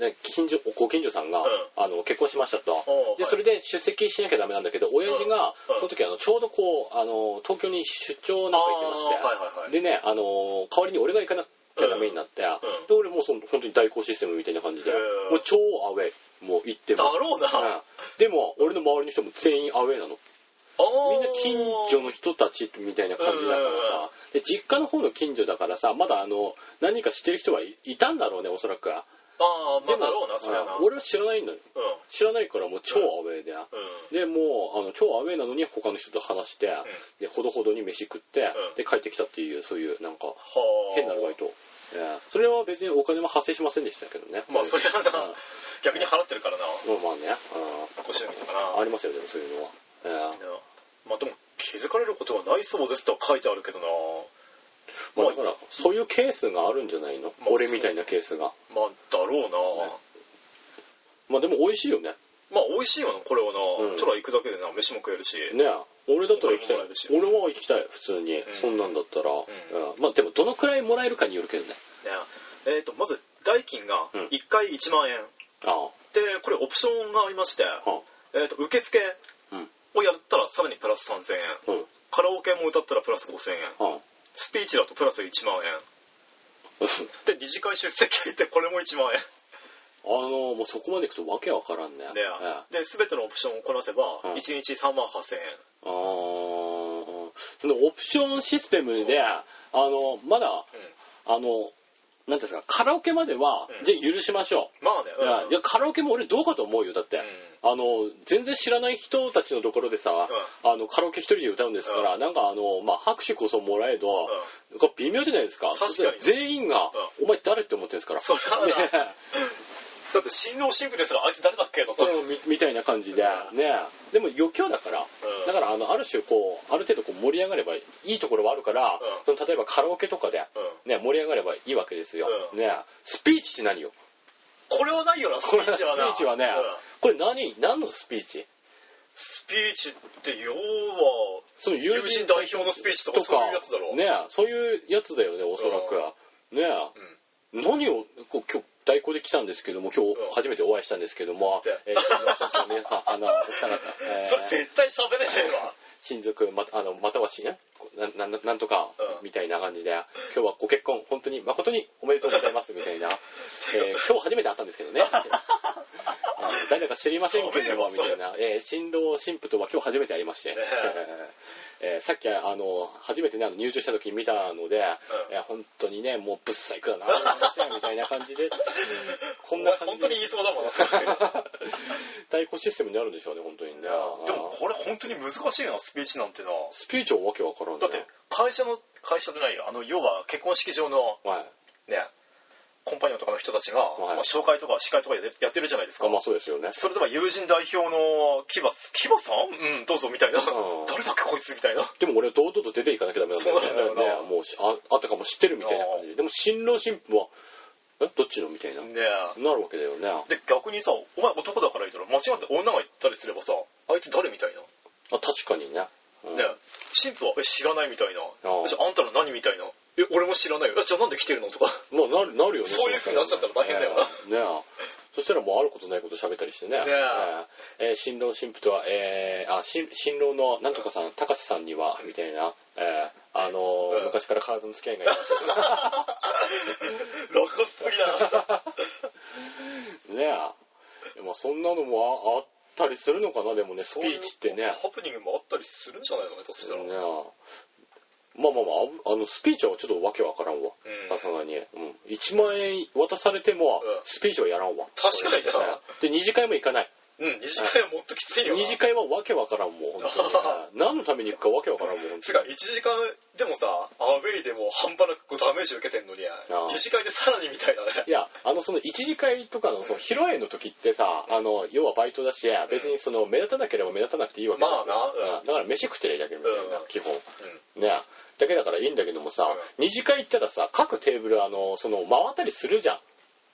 Speaker 1: ね近所ご近所さんが、
Speaker 2: うん
Speaker 1: あの結婚しましたと、
Speaker 2: おう
Speaker 1: で
Speaker 2: はい
Speaker 1: それで出席しなきゃダメなんだけど親父が、
Speaker 2: うんうん
Speaker 1: その時あのちょうどこうあの東京に出張なんか行ってまして、
Speaker 2: あーはいはいはい
Speaker 1: でねあの代わりに俺が行かなきゃダメになって、
Speaker 2: ん
Speaker 1: で俺もうその本当に代行システムみたいな感じで、
Speaker 2: へー
Speaker 1: もう超アウェイもう行って
Speaker 2: だ
Speaker 1: も、
Speaker 2: ろうな、
Speaker 1: うんでも俺の周りの人も全員アウェイなのみんな近所の人たちみたいな感じだから
Speaker 2: うんうんうんうん
Speaker 1: さで実家の方の近所だからさまだあの何か知ってる人はいいたんだろうねおそらくは
Speaker 2: ああま
Speaker 1: で
Speaker 2: あだろうなそりゃな
Speaker 1: あの
Speaker 2: うん
Speaker 1: 俺は知らないのよ知らないからもう超アウェーで、
Speaker 2: う
Speaker 1: でもうあの超アウェーなのに他の人と話して、でほどほどに飯食って、
Speaker 2: ん
Speaker 1: で帰ってきたっていうそういうなんか
Speaker 2: はあ
Speaker 1: 変なアルバイト、ええそれは別にお金も発生しませんでしたけどね
Speaker 2: まあそれはな
Speaker 1: うん
Speaker 2: 逆に払ってるからな
Speaker 1: まあまあね、う
Speaker 2: ご祝儀とか
Speaker 1: ん、
Speaker 2: な
Speaker 1: ありますよでもそういうのは、ええ
Speaker 2: まあでも気づかれることはないそうですとは書いてあるけどな
Speaker 1: まあ、だからそういうケースがあるんじゃないの、
Speaker 2: まあ
Speaker 1: 俺みたいなケースが
Speaker 2: まあだろうな、
Speaker 1: まあでも美味しいよね
Speaker 2: まあ美味しいよなこれはな、
Speaker 1: うん
Speaker 2: ちょら行くだけでな飯も食えるし、
Speaker 1: ね俺だったら行きたい
Speaker 2: お金もらえるし
Speaker 1: 俺は行きたい普通に、そんなんだったら、うんまあでもどのくらいもらえるかによるけどね
Speaker 2: ねえー、とまず代金が
Speaker 1: うん
Speaker 2: 1回1万円、
Speaker 1: あ
Speaker 2: でこれオプションがありまして、
Speaker 1: あは
Speaker 2: えー、と受付
Speaker 1: あうん
Speaker 2: をやったらさらにプラス3000円
Speaker 1: うん
Speaker 2: カラオケも歌ったらプラス5000円
Speaker 1: はあ
Speaker 2: スピーチだとプラス1万円で二次会出席ってこれも1万円
Speaker 1: あのもうそこまでいくとわけわからんね
Speaker 2: で,、
Speaker 1: ええ
Speaker 2: で全てのオプションをこなせば
Speaker 1: うん
Speaker 2: 1日3万8000円、
Speaker 1: あーそのオプションシステムであのまだあのなんていうんですかカラオケまでは、
Speaker 2: うん
Speaker 1: じゃあ許しましょ
Speaker 2: まあね
Speaker 1: う、いや
Speaker 2: うん
Speaker 1: いやカラオケも俺どうかと思うよだって、あの全然知らない人たちのところでさ、あのカラオケ一人で歌うんですから、なんかあの、まあ、拍手こそもらえど、なんか微妙じゃないですか
Speaker 2: 確かに
Speaker 1: 全員が、お前誰って思ってるんですから
Speaker 2: そりゃあな
Speaker 1: ね
Speaker 2: だって新郎新婦ですらあいつ誰だっけとか、うん
Speaker 1: う んみみたいな感じで、
Speaker 2: うん
Speaker 1: ねでも余興だから、
Speaker 2: ん
Speaker 1: だからあのある種こうある程度こう盛り上がればいいところはあるから、
Speaker 2: う
Speaker 1: その例えばカラオケとかで、ね、盛り上がればいいわけですよ、
Speaker 2: うん
Speaker 1: ねスピーチって何よ
Speaker 2: これはないよなスピーチは
Speaker 1: スピ
Speaker 2: な
Speaker 1: ーチはね、
Speaker 2: うん
Speaker 1: これ何何のスピーチ
Speaker 2: スピーチって要は
Speaker 1: その友
Speaker 2: 友人
Speaker 1: 人
Speaker 2: 代表のスピーチとかそういうやつだろ、
Speaker 1: ねそういうやつだよねおそらくは、ね何をこう今日代行で来たんですけども今日
Speaker 2: うん
Speaker 1: 初めてお会いしたんですけども、
Speaker 2: で
Speaker 1: えー皆さんあのお二方、えー
Speaker 2: それ絶対喋れねえわ
Speaker 1: 親族まあのまたはしねなななんとか
Speaker 2: うん
Speaker 1: みたいな感じで今日はご結婚本当に誠におめでとうございますみた いな、えー今日初めて会ったんですけどねえー誰だか知りませんけれどもみ
Speaker 2: それ
Speaker 1: たいな、えー新郎新婦とは今日初めて会いまして、
Speaker 2: ね
Speaker 1: えーえーさっきあの初めてねあの入場した時に見たので、えー本当にねもうぶっさいくだなと思いましたよみたいな感 じでこんな感
Speaker 2: 本
Speaker 1: じ
Speaker 2: 当に
Speaker 1: で
Speaker 2: 言いそうだもん
Speaker 1: 対抗システムになるんでしょうね本当にね
Speaker 2: でもこれ本当に難しいなスピーチなんてなだ
Speaker 1: スピーチはわけわからんね
Speaker 2: って会社の会社じゃないよあの要は結婚式場の
Speaker 1: はい
Speaker 2: ねコンパニオンとかの人たちが、
Speaker 1: い
Speaker 2: まあ紹介とか司会とかややってるじゃないですか
Speaker 1: あまあそうですよね
Speaker 2: それとか友人代表のキバキバさんうんどうぞみたいな、
Speaker 1: ん
Speaker 2: 誰だっけこいつみたいな
Speaker 1: でも俺は堂々と出ていかなきゃダメなんだよね
Speaker 2: そうなんだよ
Speaker 1: ね
Speaker 2: な
Speaker 1: もうしああったかも知ってるみたいな感じででも新郎新婦はえどっちのみたいな
Speaker 2: ね
Speaker 1: なるわけだよねあ
Speaker 2: で逆にさお前男だから言ったら間違って女が言ったりすればさあいつ誰みたいな
Speaker 1: 確かにね,、うん
Speaker 2: ね神父は「え知らない」みたいな「
Speaker 1: ああ
Speaker 2: じゃああんたら何?」みたいな「え俺も知らないよえじゃあなんで来てるの?」 とか
Speaker 1: まあなるなるよね
Speaker 2: そういう風になっちゃったら大変だよな
Speaker 1: ねねそしたらもうあることないこと喋ったりしてね
Speaker 2: ね
Speaker 1: えー新郎新婦とは、えーあ新新郎のなんとかさん高瀬さんにはみたいな、えーあのー
Speaker 2: うん
Speaker 1: 昔から体の付き合いがありました
Speaker 2: 露骨すぎだな
Speaker 1: ねえ、まあ、そんなのもああったりするのかなでもねス
Speaker 2: そ
Speaker 1: ピ
Speaker 2: ういう
Speaker 1: ーチってね
Speaker 2: ハプニングもあったりするんじゃないのねとしたら、
Speaker 1: ねえまあまあまあああのスピーチはちょっとわけわからんわ
Speaker 2: うん
Speaker 1: さすがに、うん、1万円渡されても
Speaker 2: うん
Speaker 1: スピーチはやらんわ
Speaker 2: 確かに な
Speaker 1: ええで2次会も行かない
Speaker 2: うん二次会はもっときついよな
Speaker 1: 二次会はわけわ からんもう本当にええ何のために行くかわけわからんもん本
Speaker 2: つうか1時間でもさアウェイでも半端なくこうダメージ受けてんのに
Speaker 1: あ
Speaker 2: 2次会でさらにみたいなね
Speaker 1: いやあのその一次会とかのその披露宴の時ってさあの要はバイトだし別にその目立たなければ目立たなくていいわけ
Speaker 2: ま
Speaker 1: で
Speaker 2: あ
Speaker 1: すよ
Speaker 2: なうん
Speaker 1: うんだから飯食ってりゃいいだけみたいな、
Speaker 2: うん
Speaker 1: 基本ねだけだからいいんだけどもさ、
Speaker 2: う
Speaker 1: 二次会行ったらさ各テーブルあのその回ったりするじゃん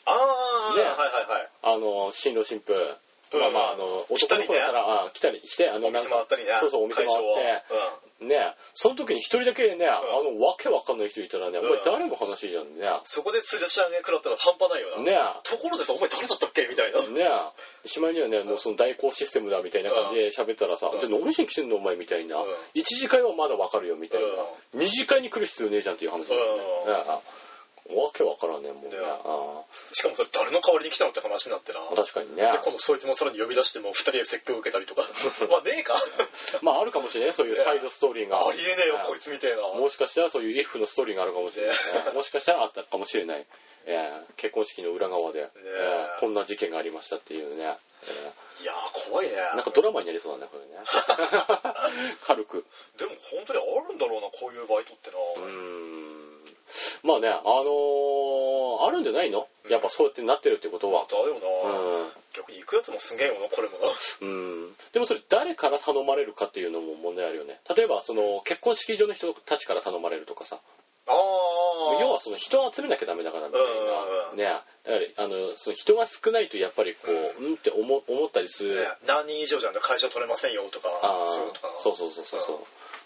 Speaker 2: ああ、
Speaker 1: ね
Speaker 2: はいはいはい
Speaker 1: あの新郎新婦、
Speaker 2: うん
Speaker 1: まあまああの
Speaker 2: 来
Speaker 1: 男
Speaker 2: たり
Speaker 1: の子
Speaker 2: ね
Speaker 1: だったら、あ来たりしてあの
Speaker 2: お店回ったりね
Speaker 1: そうそうお店回っ
Speaker 2: 会場をうん
Speaker 1: てねその時に一人だけね、あのわけわかんない人いたらね、
Speaker 2: ん
Speaker 1: お前誰の話じゃんね
Speaker 2: そこですれ違い食らったら半端ないよな、
Speaker 1: ね
Speaker 2: ところでさお前誰だったっけみたいな
Speaker 1: ねしまいにはねもうその代行システムだみたいな感じで喋ったらさ「
Speaker 2: うん
Speaker 1: で飲みしに来てんのお前」みたいな、
Speaker 2: うん
Speaker 1: 一次会はまだわかるよみたいな、二次会に来る必要ねえじゃんっていう話だよね、
Speaker 2: うん
Speaker 1: ねわけわからんねもうね
Speaker 2: ね
Speaker 1: あ
Speaker 2: しかもそれ誰の代わりに来たのって話になってな
Speaker 1: あ確かにね
Speaker 2: で今度そいつもさらに呼び出しても2人で説教受けたり とかまあねえか
Speaker 1: まああるかもしれないそういうサイドストーリーが
Speaker 2: ありえねえよこいつみたいな
Speaker 1: もしかしたらそういうイフのストーリーがあるかもしれないですね。もしかしたらあったかもしれない。えー結婚式の裏側で、えーこんな事件がありましたっていうね。え
Speaker 2: いやー怖いね
Speaker 1: ーなんかドラマになりそうだね、これね。 軽く。
Speaker 2: でも本当にあるんだろうなこういうバイトってな、
Speaker 1: うーん。まあね、あのーあるんじゃないのやっぱそうやってなってるってことは。
Speaker 2: だよ
Speaker 1: うん。
Speaker 2: な、逆に行くやつもすげえよなこれもな
Speaker 1: うん。でもそれ誰から頼まれるかっていうのも問題あるよね。例えば、その結婚式場の人たちから頼まれるとかさ。
Speaker 2: ああ
Speaker 1: 要はその人を集めなきゃダメだからみた
Speaker 2: うんうんうん
Speaker 1: いな、ね、やはりあのその人が少ないとやっぱりこう、うん、って思思ったりする、
Speaker 2: 何人以上じゃんと会社取れませんよとか
Speaker 1: あー
Speaker 2: そういうことかな
Speaker 1: そうそうそうそうそ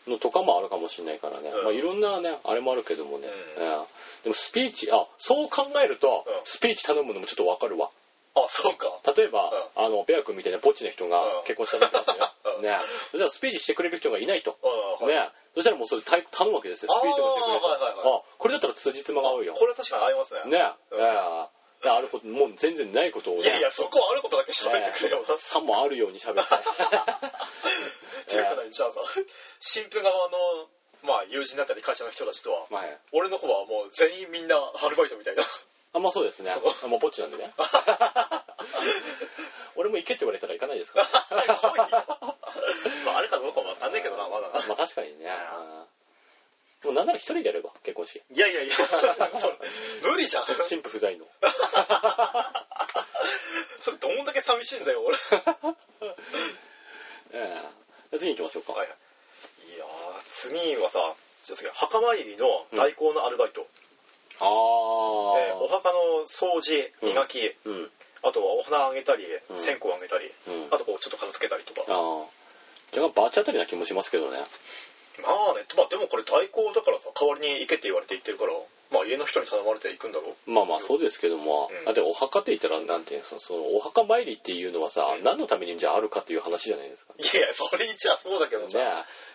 Speaker 1: うのとかもあるかもしれないからね、
Speaker 2: うん
Speaker 1: まあ、いろんなねあれもあるけどもね、
Speaker 2: うん
Speaker 1: ええでもスピーチあそう考えると、
Speaker 2: うん
Speaker 1: スピーチ頼むのもちょっとわかるわ
Speaker 2: あそうか
Speaker 1: 例えば、あのベア君みたいなぼっちな人が
Speaker 2: うん
Speaker 1: 結婚したとしますよ、
Speaker 2: うん
Speaker 1: ねそしたらスピーチしてくれる人がいないと、
Speaker 2: うん、はい
Speaker 1: ねそしたらもうそれ頼むわけですよスピーチもしてくれる人
Speaker 2: あーはいはいはい
Speaker 1: あこれだったら辻褄が合うよ
Speaker 2: これは確かに合いますね
Speaker 1: ねえ、
Speaker 2: うん
Speaker 1: ええあることもう全然ないことをね
Speaker 2: いやいやそこはあることだけ喋ってくれよな、
Speaker 1: さもあるように喋って
Speaker 2: っていうかねじゃあさ新婦側のまあ友人だったり会社の人たちとは、
Speaker 1: まあはい
Speaker 2: 俺の方はもう全員みんなアルバイトみたい な
Speaker 1: あまあそうですね
Speaker 2: そう
Speaker 1: あまあぼっちなんで ね俺も行けって言われたら行かないですから、
Speaker 2: まああれかどうかもわかんないけどなまだな
Speaker 1: まあ確かにねでもなんなら一人でやれば結婚式
Speaker 2: いやいやいや無理じゃん
Speaker 1: 神父不在の
Speaker 2: それどんだけ寂しいんだよ俺
Speaker 1: ええ次行きましょうか、
Speaker 2: はいいやー次はさちょっと次墓参りの代行のアルバイト、
Speaker 1: ああ、
Speaker 2: えーお墓の掃除磨き、
Speaker 1: うん
Speaker 2: あとはお花あげたり
Speaker 1: うん
Speaker 2: 線香あげたり、
Speaker 1: うん
Speaker 2: あとこうちょっと片付けたりとか、
Speaker 1: ああじゃあバーチ当たりな気もしますけどね
Speaker 2: まあねまあでもこれ代行だからさ代わりに行けって言われて行ってるからまあ家の人に頼まれて行くんだろう
Speaker 1: まあまあそうですけども、
Speaker 2: うん
Speaker 1: だってお墓って言ったらなんていうのそのそのお墓参りっていうのはさ、
Speaker 2: うん
Speaker 1: 何のためにじゃああるかっていう話じゃないですか。
Speaker 2: いやいやそれじゃそうだけど
Speaker 1: ね
Speaker 2: さ、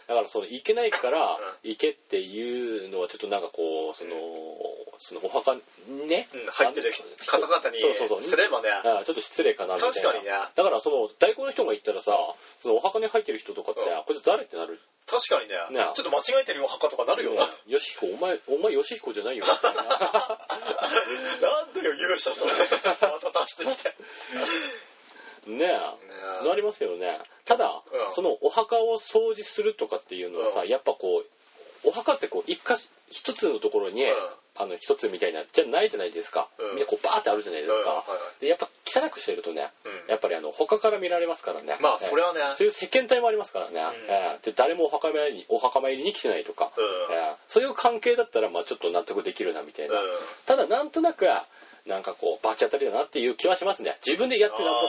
Speaker 1: だからその行けないから
Speaker 2: う
Speaker 1: 行けっていうのはちょっとなんかこうその,、そのお墓にね、
Speaker 2: うん、入ってる方々に
Speaker 1: そうそうそう
Speaker 2: すればね
Speaker 1: あちょっと失礼かなみたいな
Speaker 2: 確かにね
Speaker 1: だからその代行の人が行ったらさそのお墓に入ってる人とかって、
Speaker 2: うん
Speaker 1: あこいつ誰ってなる
Speaker 2: 確かにね
Speaker 1: ね
Speaker 2: ちょっと間違えてるよ墓とかなるよな、
Speaker 1: よしひこお前お前よしひこじゃないよみたいな
Speaker 2: なんでよ勇者 それまた出してきてね
Speaker 1: ねえなりますよねただ、
Speaker 2: うん
Speaker 1: そのお墓を掃除するとかっていうのはさ、
Speaker 2: うん
Speaker 1: やっぱこうお墓ってこう一箇所一つのところに、
Speaker 2: うん
Speaker 1: あの一つみたいなじゃないじゃないですか、
Speaker 2: うん
Speaker 1: みんなこうバーってあるじゃないですか、
Speaker 2: うんはいはい
Speaker 1: でやっぱ汚くしてるとね、
Speaker 2: うん
Speaker 1: やっぱりあの他から見られますからね
Speaker 2: まあそれはね
Speaker 1: そういう世間体もありますからね、
Speaker 2: ん
Speaker 1: ええで誰もお墓参りにお墓参りに来てないとか、
Speaker 2: うん
Speaker 1: ええそういう関係だったらまあちょっと納得できるなみたいな、
Speaker 2: うん
Speaker 1: ただなんとなくなんかこうバチ当たりだなっていう気はしますね自分でやってなんぼ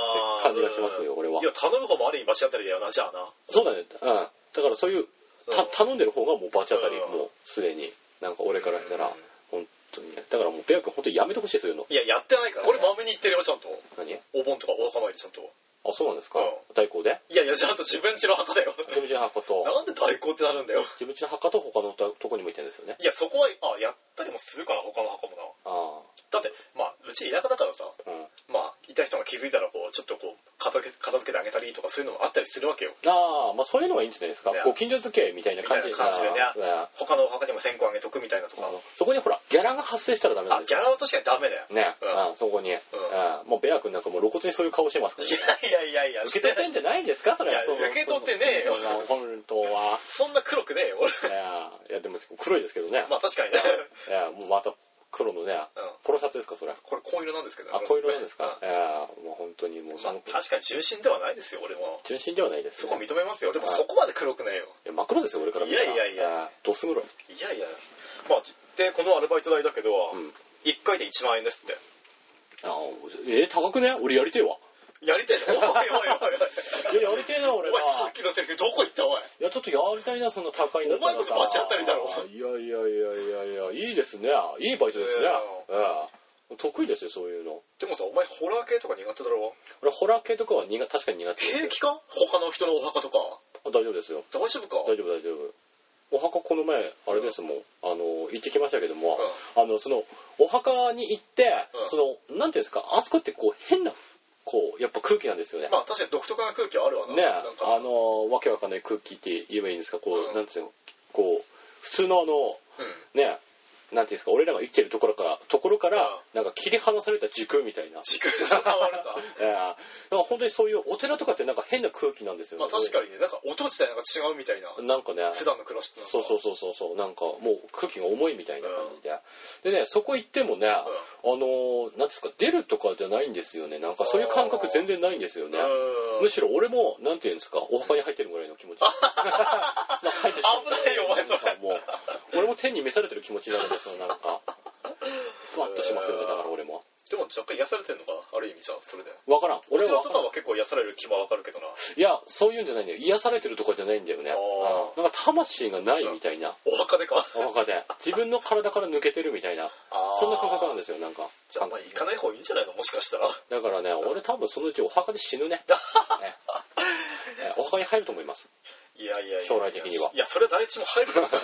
Speaker 1: って感じがしますよ俺はい
Speaker 2: や頼む方もある意味罰当たりだよなじゃあな
Speaker 1: そうだねうんだからそういうた
Speaker 2: うん
Speaker 1: 頼んでる方がもうバチ当たり
Speaker 2: うん
Speaker 1: もうすでになんか俺からした
Speaker 2: う
Speaker 1: ら
Speaker 2: ん
Speaker 1: 本当にねだからもうペア君本当にやめてほしいそういうの
Speaker 2: いややってないから俺まめに言ってるよちゃんと
Speaker 1: 何あ
Speaker 2: お盆とかお墓参りちゃんと
Speaker 1: そうなんですか
Speaker 2: うん
Speaker 1: 代行で
Speaker 2: いやいやちゃんと自分家の墓だよ
Speaker 1: 自分ちの墓と
Speaker 2: なんで代行ってなるんだよ
Speaker 1: 自分ちの墓と他のとこにも行ってるんですよね
Speaker 2: いやそこはあやったりもするから他の墓もな
Speaker 1: あ
Speaker 2: だってまあうち田舎だからさ
Speaker 1: あうん
Speaker 2: まあいた人が気づいたらこうちょっとこう片付け片付けてあげたりとかそういうのもあったりするわけよ
Speaker 1: ああまあそういうのがいいんじゃないですか
Speaker 2: ね
Speaker 1: ご近所付き合いみたいな感じ
Speaker 2: みたいな感じでね
Speaker 1: ああ
Speaker 2: 他のお墓にも線香あげとくみたいなと
Speaker 1: あ
Speaker 2: か
Speaker 1: のそこにほらギャラが発生したらダメなん
Speaker 2: あ
Speaker 1: です
Speaker 2: ギ
Speaker 1: よ
Speaker 2: ャラは確かにダメだよ
Speaker 1: ね、
Speaker 2: うん
Speaker 1: うんそこに、うんもうベア君なんかもう露骨にそういう顔してますから、
Speaker 2: い
Speaker 1: ね、
Speaker 2: やいやいやいや
Speaker 1: 受け取ってんじゃないんですかそれ
Speaker 2: いや
Speaker 1: その
Speaker 2: 受け取ってねえよ
Speaker 1: その本当 は
Speaker 2: そんな黒くねえよ俺
Speaker 1: いやいやでも黒いですけどね、
Speaker 2: まあ確かにね
Speaker 1: いやもうまた黒のね、ポロシャツですかそれあ
Speaker 2: これ紺色なんですけどね
Speaker 1: 紺色なんです
Speaker 2: うん
Speaker 1: かいやもう本当にもう
Speaker 2: ま
Speaker 1: そ
Speaker 2: あ
Speaker 1: の、
Speaker 2: 確かに純真ではないですよ俺も
Speaker 1: 純真ではないです、
Speaker 2: そ
Speaker 1: ね、
Speaker 2: こ認めますよでも
Speaker 1: はい
Speaker 2: そこまで黒くないよ
Speaker 1: いや真っ黒ですよ俺から見たら
Speaker 2: いやいやいや
Speaker 1: やドス黒い
Speaker 2: いやいやまあでこのアルバイト代だけど、
Speaker 1: うん
Speaker 2: 一1回で1万円ですって
Speaker 1: あえー、高くね俺やりてえわ
Speaker 2: やりたい じゃんおいおいおい
Speaker 1: いややりてえな
Speaker 2: おい
Speaker 1: 俺
Speaker 2: お
Speaker 1: は
Speaker 2: 前さっきのセリフどこ行ったおい
Speaker 1: いやちょっとやりたいなそんな高いんだったらさ
Speaker 2: お前こそ罰当たりだろ
Speaker 1: いやいやいやいやいやいいですねいいバイトですね、ええ得意ですよそういうの
Speaker 2: でもさお前ホラー系とか苦手だろ
Speaker 1: 俺ホラー系とかは苦確かに苦手です
Speaker 2: 平気か他の人のお墓とか
Speaker 1: あ大丈夫ですよ
Speaker 2: 大丈夫か
Speaker 1: 大丈夫大丈夫お墓この前あれですもん、あの行ってきましたけども、あのそのお墓に行って、
Speaker 2: うん
Speaker 1: そのなんていうんですかあそこってこう変なこうやっぱ空気なんですよね、
Speaker 2: まあ確かに独特な空気はあるわな
Speaker 1: ね
Speaker 2: なんか
Speaker 1: あのわけわかんない空気って言えばいいんですかこう、
Speaker 2: うん
Speaker 1: なんていうのこう普通のあの
Speaker 2: うん
Speaker 1: ねなんていうんですか俺らが生きてるところからところから、
Speaker 2: うん
Speaker 1: なんか切り離された時空みたい な、
Speaker 2: 時空が変わるか
Speaker 1: ええなんか本当にそういうお寺とかってなんか変な空気なんですよ
Speaker 2: ま
Speaker 1: ね
Speaker 2: あ確かにねなんか音自体なんか違うみたいな
Speaker 1: なんかね
Speaker 2: 普段の暮らしとなんか
Speaker 1: そうそうそうそうそうなんかもう空気が重いみたいな感じで、でねそこ行ってもね、あのーなんですか出るとかじゃないんですよねなんかそういう感覚全然ないんですよね
Speaker 2: うん
Speaker 1: むしろ俺もなんていうんですかお墓に入ってるぐらいの気持ち まあ入ってしまう
Speaker 2: 危ないよお前それ
Speaker 1: なんかもう俺も天に召されてる気持ちになるんですよなんかふわっとしますよねだから俺も
Speaker 2: でも若干癒されてんのかなある意味じゃあそれで
Speaker 1: わからん
Speaker 2: 俺
Speaker 1: 俺は
Speaker 2: ら
Speaker 1: わ
Speaker 2: と
Speaker 1: から
Speaker 2: か
Speaker 1: ん
Speaker 2: は結構癒される気はわかるけどなお
Speaker 1: いやそういうんじゃないんだよ癒されてるとかじゃないんだよね
Speaker 2: あー
Speaker 1: うんなんか魂がないみたいな
Speaker 2: 墓でか
Speaker 1: お墓で自分の体から抜けてるみたいなそんな感覚なんですすよ、なんか。
Speaker 2: じゃあまあ行かない方がいいんじゃないのもしかしたら
Speaker 1: だからね、俺多分そのうちお墓で死 ぬね。ねえお墓に入ると思います。
Speaker 2: いやいやいや
Speaker 1: 将来的にはい
Speaker 2: やそれは誰しも 入るからさ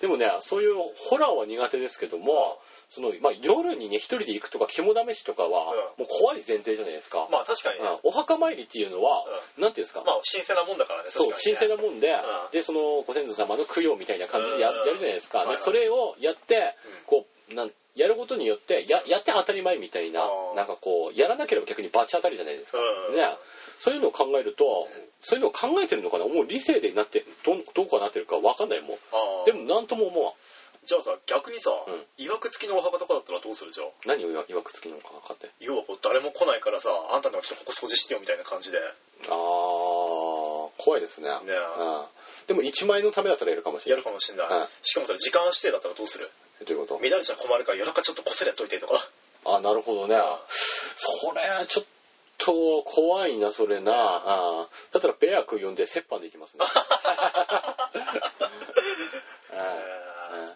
Speaker 1: でもね、そういうホラーは苦手ですけども、その、まあ、夜にね、一人で行くとか肝試しとかは、もう怖い前提じゃないですか。
Speaker 2: まあ確かにね
Speaker 1: うんお墓参りっていうのは、なんていうんですか、
Speaker 2: まあ神聖なもんだからね
Speaker 1: そう、
Speaker 2: 確かに
Speaker 1: 神聖
Speaker 2: ね
Speaker 1: なもんで、
Speaker 2: うん
Speaker 1: で、その、ご先祖様の供養みたいな感じでや,、
Speaker 2: うんうん
Speaker 1: やるじゃないですか。
Speaker 2: はいはい
Speaker 1: で、それをやって、
Speaker 2: うん
Speaker 1: こう、なんやることによってや、やって当たり前みたいな
Speaker 2: あ、ー
Speaker 1: なんかこう、やらなければ逆に罰当たりじゃないですか。
Speaker 2: うん
Speaker 1: ね、そういうのを考えると、そういうのを考えてるのかなもう理性でなってどんどうかなってるか分かんないもん
Speaker 2: あー
Speaker 1: でも何とも思わん
Speaker 2: じゃあさ逆にさ、
Speaker 1: うん
Speaker 2: いわくつきのお墓とかだったらどうするじゃん
Speaker 1: 何をいわいわくつきなのかなかって
Speaker 2: 要はこう誰も来ないからさあんたの人ここ掃除してよみたいな感じで
Speaker 1: あー怖いですね
Speaker 2: え
Speaker 1: うん、でも1万円のためだったらやるかもしれな
Speaker 2: やる
Speaker 1: い
Speaker 2: かもしれない、
Speaker 1: はい
Speaker 2: しかもさ時間指定だったらどうする
Speaker 1: ということ
Speaker 2: 乱れちゃ困るから夜中ちょっとこすれといてとか
Speaker 1: あなるほどねそれちょっと怖いなそれなあーだったらベア君呼んで折半でいきますねうん
Speaker 2: え
Speaker 1: うん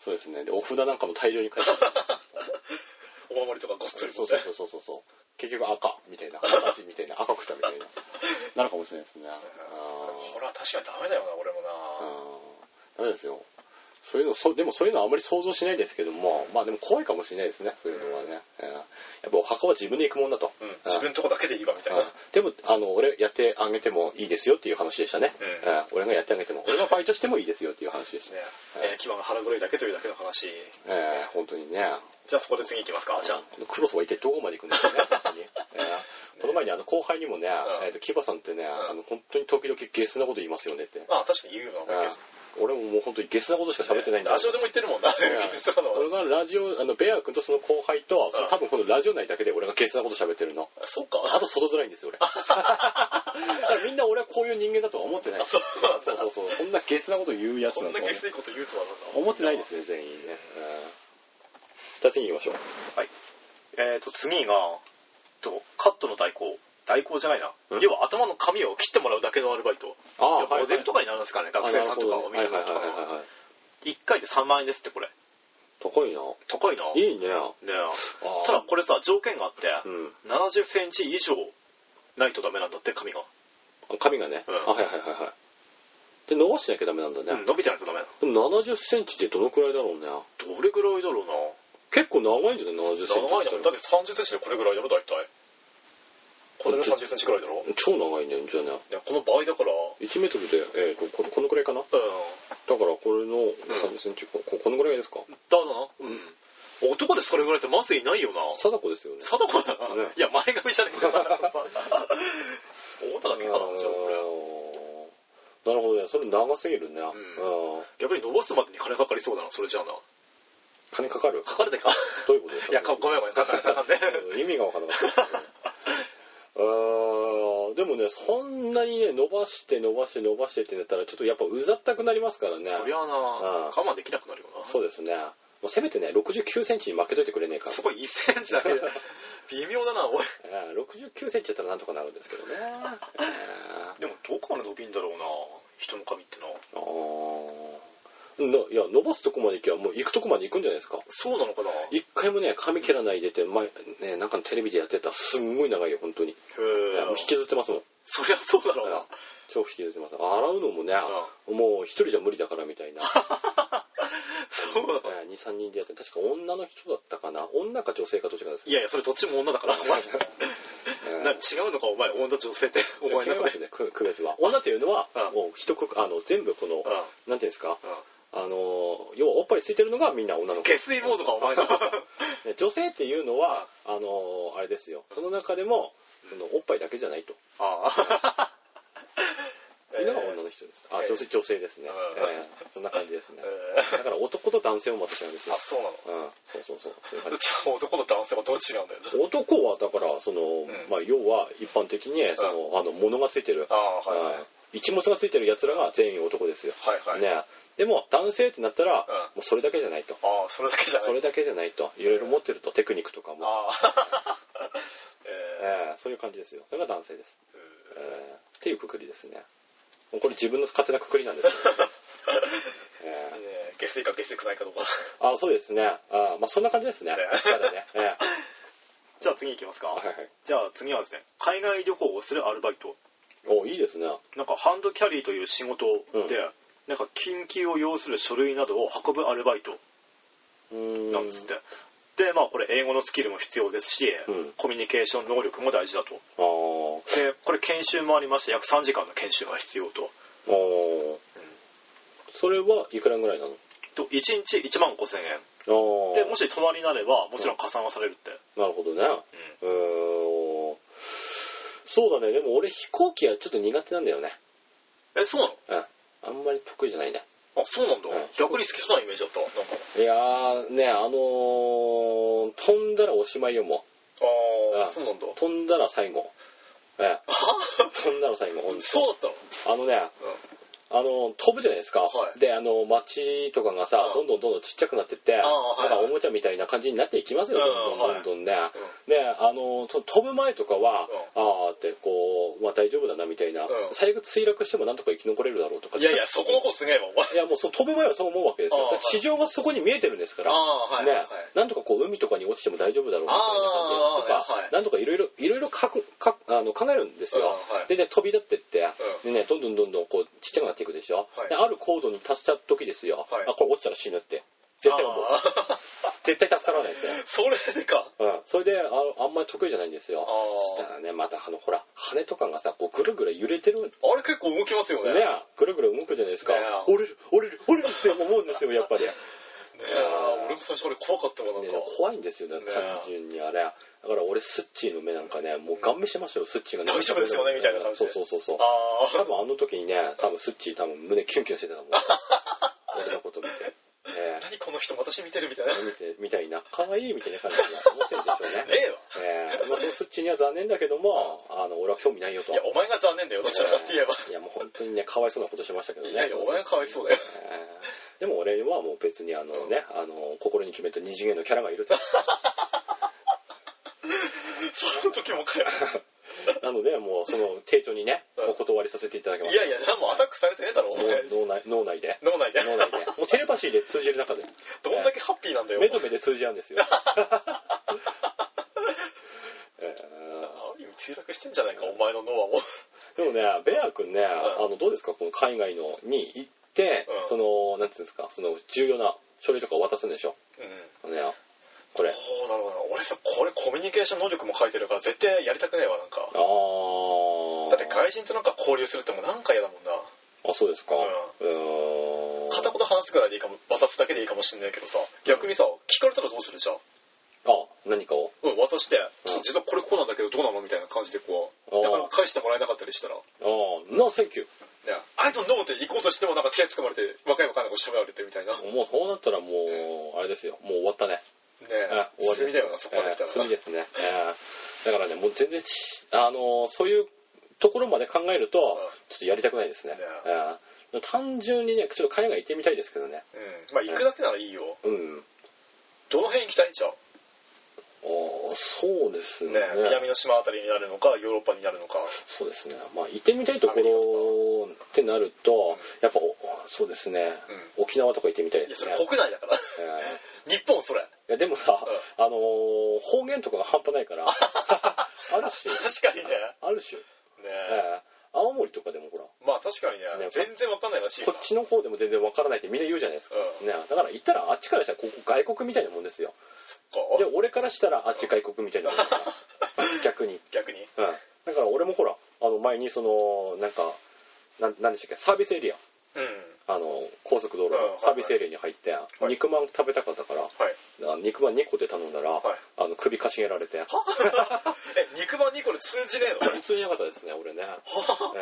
Speaker 1: そうですねでお札なんかも大量に書いてある
Speaker 2: ーお守りとかごっそ
Speaker 1: そう
Speaker 2: り
Speaker 1: そ
Speaker 2: 持
Speaker 1: う
Speaker 2: って
Speaker 1: そうそうそうそう結局赤みたいな形みたいな赤くしたみたいななるかもしれないですね
Speaker 2: ほら確かにダメだよな俺も
Speaker 1: あーあーダ
Speaker 2: な、
Speaker 1: メですよそういうのそうでもそういうのはあまり想像しないですけどもまあでも怖いかもしれないですねそういうのはね、うんやっぱお墓は自分で行くもんだと、
Speaker 2: うん自分とこだけでいいわみたいな、
Speaker 1: うんでもあの俺やってあげてもいいですよっていう話でしたね、
Speaker 2: うん
Speaker 1: うん俺がやってあげても俺がバイトしてもいいですよっていう話でした
Speaker 2: ね
Speaker 1: ね、
Speaker 2: えー牙が腹黒いだけというだけの話
Speaker 1: えー本当にね
Speaker 2: じゃあそこで次行きますかじゃあ
Speaker 1: このクロスは一体どこまで行くん ですかね、本当にえーこの前にあの後輩にもね、えー、とキバさんってね、あの本当に時々ゲスなこと言いますよねって、
Speaker 2: まあ確かに言うような思いです
Speaker 1: うん俺ももう本当にゲスなことしか喋ってないんだ
Speaker 2: ラジオでも言ってるもんな
Speaker 1: えー
Speaker 2: そうなの
Speaker 1: 俺がラジオあのベア君とその後輩と、
Speaker 2: うん
Speaker 1: 多分このラジオ内だけで俺がゲスなこと喋ってるの
Speaker 2: そうか
Speaker 1: あと外づらいんですよ 俺だからみんな俺はこういう人間だとは思ってない
Speaker 2: そうなんだ
Speaker 1: そうそうそうこんなゲスなこと言うやつ
Speaker 2: こ
Speaker 1: なんんだ
Speaker 2: なゲスいこと言うとはなんだ
Speaker 1: 思ってないですね全員ね、うん、じゃあ次行きましょう
Speaker 2: えー、と次がとカットの代行代行じゃないな、
Speaker 1: うん
Speaker 2: 要は頭の髪を切ってもらうだけのアルバイト
Speaker 1: ああ
Speaker 2: いやモデルとかになるんですかね学生さんとかお
Speaker 1: はい
Speaker 2: 店
Speaker 1: はい
Speaker 2: の
Speaker 1: はい
Speaker 2: とか
Speaker 1: はいはいはい
Speaker 2: 1回で3万円ですってこれ
Speaker 1: 高いな
Speaker 2: 高いない
Speaker 1: いね
Speaker 2: ね
Speaker 1: あ
Speaker 2: ただこれさ条件があって、
Speaker 1: うん
Speaker 2: 7 0ンチ以上ないとダメなんだって髪が、
Speaker 1: 髪がね、
Speaker 2: うん
Speaker 1: あはいはいはいはいで伸ばしなきゃダメなんだね、
Speaker 2: 伸びてないとダメなの
Speaker 1: でも7 0センチってどのくらいだろうね
Speaker 2: どれぐらいだろうな
Speaker 1: 結構長いんじゃない7 0センチ
Speaker 2: 長いなだ
Speaker 1: だ
Speaker 2: っ
Speaker 1: ら
Speaker 2: て3 0ンチでこれぐらいだろ大体これが3 0ンチぐらいだろ
Speaker 1: 超長いんだよじゃあね
Speaker 2: いやこの倍だからう
Speaker 1: 1メートルで、えー、とここのくらいかなだか
Speaker 2: ん
Speaker 1: らこれの3 0センチ、こここのくらいですか
Speaker 2: だなうん男でそれぐらいってまずいないよな
Speaker 1: 貞子ですよね
Speaker 2: 貞子だな、
Speaker 1: ね
Speaker 2: いや前髪じゃねえか思っただけかなじゃあこ
Speaker 1: な
Speaker 2: れ
Speaker 1: るほどねそれ長すぎるね、
Speaker 2: ん
Speaker 1: うん
Speaker 2: 逆に伸ばすまでに金かかりそうだなそ れじゃあな
Speaker 1: 金かかる
Speaker 2: かかれてか
Speaker 1: どういうことですか
Speaker 2: いやかごめんごめんかかれて かんで、
Speaker 1: 意味が分からなかったですねあーでもねそんなにね伸ばして伸ばして伸ばしてってなったらちょっとやっぱうざったくなりますからね
Speaker 2: そりゃあな
Speaker 1: うん
Speaker 2: 我慢できなくなるよな
Speaker 1: そうですねもうせめてね6 9センチに負けといてくれねえか
Speaker 2: そこ1センチ だけで微妙だな俺
Speaker 1: えー69センチだったらなんとかなるんです けどね。えー
Speaker 2: でもどこまで伸びんだろうな人の髪ってな
Speaker 1: あーのいや伸ばすとこまで行けばもう行くとこまで行くんじゃないですか
Speaker 2: そうなのかなへ
Speaker 1: 一回もね髪切らないでて前ねなんかのテレビでやってたすんごい長いよ本当にいやもう引
Speaker 2: え
Speaker 1: きずってますもん
Speaker 2: そりゃそうだろうな
Speaker 1: 超引きずってます洗うのもねもう一人じゃ無理だからみ たいな
Speaker 2: そうだな
Speaker 1: 23人でやって確か女の人だったかな女か女性かどっちかです
Speaker 2: いやいやそれどっちも女だからお前
Speaker 1: うん
Speaker 2: な違うのかお前女女性ってお前 の
Speaker 1: 違いま
Speaker 2: 中
Speaker 1: す
Speaker 2: で
Speaker 1: ね区区別は女というのは
Speaker 2: うん
Speaker 1: もう一くあの全部この
Speaker 2: う
Speaker 1: なんていうんですか
Speaker 2: んうん
Speaker 1: あの要はおっぱいついてるのがみんな女の子
Speaker 2: 下水モードかお前の
Speaker 1: で女性っていうのはあのあれですよその中でもそのおっぱいだけじゃないと
Speaker 2: ああ
Speaker 1: いうのが女の人ですあ
Speaker 2: えー
Speaker 1: 女性女性ですね
Speaker 2: うん
Speaker 1: えーそんな感じですね
Speaker 2: えー
Speaker 1: だから男と男性もまた違うんですよ
Speaker 2: あそうなの
Speaker 1: うんそうそうそうそういう感じ
Speaker 2: じゃあ男と男性はどう違うんだよじゃ
Speaker 1: 男はだからその、
Speaker 2: ん
Speaker 1: まあ、要は一般的にその、あの物がついてる
Speaker 2: ああはいはいはい
Speaker 1: うん一物がついてるやつらが全員男ですよ、
Speaker 2: あはいはい
Speaker 1: ね、でも男性ってなったら、
Speaker 2: うん
Speaker 1: もうそれだけじゃないと
Speaker 2: ああそれだけじゃない
Speaker 1: それだけじゃないといろいろ持ってるとテクニックとかも、
Speaker 2: ああ え
Speaker 1: えーそういう感じですよそれが男性です、えーっていうくくりですねもうこれ自分の勝手なくくりなんですけ ど、
Speaker 2: ー
Speaker 1: え
Speaker 2: ねえ下水か下水臭いかどうか
Speaker 1: ーあそうですねあーまあそんな感じですね
Speaker 2: ね
Speaker 1: ただね、えー
Speaker 2: じゃあ次行きますか
Speaker 1: はいはい
Speaker 2: じゃあ次はですね海外旅行をするアルバイト
Speaker 1: おいいですね
Speaker 2: なんかハンドキャリーという仕事で、
Speaker 1: うん
Speaker 2: なんか緊急を要する書類などを運ぶアルバイト
Speaker 1: うーん
Speaker 2: なんですって、でまあこれ英語のスキルも必要ですし、
Speaker 1: うん
Speaker 2: コミュニケーション能力も大事だと
Speaker 1: あー
Speaker 2: でこれ研修もありまして約3時間の研修が必要と
Speaker 1: あーそれはいくらぐらいなの
Speaker 2: と1日1万5000円
Speaker 1: ああ
Speaker 2: でもし泊まりになればもちろん加算はされるって、
Speaker 1: なるほどねうーんそうだねでも俺飛行機はちょっと苦手なんだよね
Speaker 2: えそうな
Speaker 1: う
Speaker 2: の
Speaker 1: んあんまり得意じゃないね
Speaker 2: あそうなんだ、
Speaker 1: はい
Speaker 2: 逆に好きそうなイメージだったなんか
Speaker 1: いやーねあのー、飛んだらおしまいよも
Speaker 2: あ
Speaker 1: あ
Speaker 2: そうなんだ
Speaker 1: う飛んだら最後ええ飛んだら最後ほんと
Speaker 2: そうだったの
Speaker 1: あのねあの飛ぶじゃないですか、
Speaker 2: はい
Speaker 1: であの街とかがさ
Speaker 2: うん
Speaker 1: どんどんどんどんちっちゃくなってって
Speaker 2: あはいはい
Speaker 1: なんかおもちゃみたいな感じになっていきますよどんどん
Speaker 2: う
Speaker 1: どん
Speaker 2: ん
Speaker 1: どんね、であのその飛ぶ前とかは、
Speaker 2: う
Speaker 1: ああってこう、まあ、大丈夫だなみたいな、
Speaker 2: ん
Speaker 1: 最悪墜落してもなんとか生き残れるだろうとか
Speaker 2: いやいやそこの方すげえわお前
Speaker 1: いやもうその飛ぶ前はそう思うわけですよ
Speaker 2: ああはい
Speaker 1: 地上がそこに見えてるんですから
Speaker 2: ああはい
Speaker 1: ね
Speaker 2: はいはい
Speaker 1: なんとかこう海とかに落ちても大丈夫だろうみたいな
Speaker 2: ああ
Speaker 1: 感じとか、
Speaker 2: はい
Speaker 1: なんとかいろいろいろいろかくかあの考えるんですよ、
Speaker 2: うんはい
Speaker 1: でね飛び立ってって、
Speaker 2: う
Speaker 1: でねどんどんどんどんこうちっちゃくなっていくでしょ、
Speaker 2: はい
Speaker 1: である高度に達した時ですよ、
Speaker 2: はい
Speaker 1: あこれ落ちたら死ぬって絶対思う
Speaker 2: あー
Speaker 1: 絶対助からないですよ
Speaker 2: それでか
Speaker 1: うん、それであのあんまり得意じゃないんですよ
Speaker 2: あー
Speaker 1: そしたらねまたあのほら羽とかがさこうぐるぐる揺れてるね
Speaker 2: あれ結構動きますよねね
Speaker 1: ぐるぐる動くじゃないですか
Speaker 2: ね
Speaker 1: 折れる折れる折れるって思うんですよやっぱり
Speaker 2: え俺も最初あれ怖かったわなん
Speaker 1: で
Speaker 2: か
Speaker 1: ね怖いんですよね
Speaker 2: ね
Speaker 1: 単純にあれだから俺スッチーの目なんかねもうガン見してましたよスッチーが、ね、
Speaker 2: 大丈夫ですよねみたいな感じ
Speaker 1: そ
Speaker 2: で
Speaker 1: うそうそうそう
Speaker 2: あ
Speaker 1: 多分あの時にね多分スッチー多分胸キュンキュンしてたと思う俺のこと見て、
Speaker 2: あ
Speaker 1: え
Speaker 2: 何この人私見てるみたいなね
Speaker 1: え見てみたいな可愛いみたいな感じで思ってるでしょうね
Speaker 2: えわ
Speaker 1: えーまあ、そのスッチには残念だけども、あの俺は興味ないよと。
Speaker 2: いやお前が残念だよどちらかって言えば
Speaker 1: いやもう本当にね、かわいそうなことしましたけどね。
Speaker 2: いやいやお前がかわいそうだよ
Speaker 1: えーでも俺はもう別にあのね、あの心に決めた二次元のキャラがいると。
Speaker 2: その時もかよ
Speaker 1: なので、もうその丁重にね、
Speaker 2: うん
Speaker 1: お断りさせていただきま
Speaker 2: い
Speaker 1: し
Speaker 2: やいや何もアタックされてねえだろお
Speaker 1: た。
Speaker 2: 前
Speaker 1: 脳脳内脳内で。
Speaker 2: 脳内で
Speaker 1: 脳 内で。もうテレパシーで通じる中で、
Speaker 2: どんだけハッピーなんだよ
Speaker 1: 目と目で通じ合うん ですよ。え
Speaker 2: ある意味墜落してんじゃないかお前の脳はもう
Speaker 1: ーでもね、ベア君ね、あのどうですか、この海外のに行って、
Speaker 2: うん
Speaker 1: その、なんていうんですか、その重要な書類とかを渡すんでしょ。
Speaker 2: うん
Speaker 1: ね、これ。
Speaker 2: そうなるほど俺さこれコミュニケーション能力も書いてるから絶対やりたくねえわなんか
Speaker 1: ああ。
Speaker 2: だって外人となんか交流するってもうなんか嫌だもんな
Speaker 1: あ、そうですか。う
Speaker 2: う
Speaker 1: ーん。
Speaker 2: 片言話すぐらいでいいかも渡すだけでいいかもしんないけどさ逆にさ聞かれたらどうするじゃん
Speaker 1: あ、何かを。
Speaker 2: うん渡して
Speaker 1: うん
Speaker 2: ちょっと実はこれこうなんだけどどうなのみたいな感じでこ
Speaker 1: あー
Speaker 2: うなかなか返してもらえなかったりしたら「
Speaker 1: ああ、No, thank you。
Speaker 2: ね、I don't know」って行こうとしてもなんか手掴まれて若い若いの子喋られてみたいなね
Speaker 1: もうそうなったらもう、あれですよ。もう終わったね。え
Speaker 2: え
Speaker 1: 終わり
Speaker 2: 罪だよなそこまで来た
Speaker 1: えー罪
Speaker 2: らな
Speaker 1: ですね。えーだからね、もう全然し、あのーそういうところまで考えると、ちょっとやりたくないですね。
Speaker 2: ね
Speaker 1: えー単純にね、ちょっと海外行ってみたいですけどね。
Speaker 2: うんまあ行くだけならいいよ
Speaker 1: うん。
Speaker 2: どの辺行きたいんじゃん
Speaker 1: ああ、そうですね
Speaker 2: ね南の島あたりになるのかヨーロッパになるのか
Speaker 1: そうですねまあ行ってみたいところそうってなるとやっぱおそうですね、沖縄とか行ってみたい
Speaker 2: い
Speaker 1: で
Speaker 2: や
Speaker 1: す
Speaker 2: そ
Speaker 1: ね
Speaker 2: れ国内だから
Speaker 1: えー
Speaker 2: 日本それ
Speaker 1: いやでもさ、あのー方言とかが半端ないから ある種
Speaker 2: 確かにねね
Speaker 1: ある種、えー
Speaker 2: え
Speaker 1: 青森とかでもほら
Speaker 2: まあ確かにね
Speaker 1: ね
Speaker 2: 全然わかんないらしい
Speaker 1: こっちの方でも全然わからないってみんな言うじゃないですか、
Speaker 2: うん
Speaker 1: ね、だから行ったらあっちからしたらここ外国みたいなもんですよ
Speaker 2: か
Speaker 1: で俺からしたらあっち外国みたいなもんですから逆に、
Speaker 2: 逆に
Speaker 1: うん、だから俺もほらあの前にそのなんかなんなんでしたっけサービスエリア
Speaker 2: うん
Speaker 1: あの高速道路
Speaker 2: うんはい
Speaker 1: のサービスエリアに入って、
Speaker 2: い
Speaker 1: 肉まん食べたかったから、
Speaker 2: はい
Speaker 1: あ肉まん2個で頼んだら、あの首かしげられて
Speaker 2: え肉まんにこれ通じねえの
Speaker 1: 普通になかったですね俺ねいやー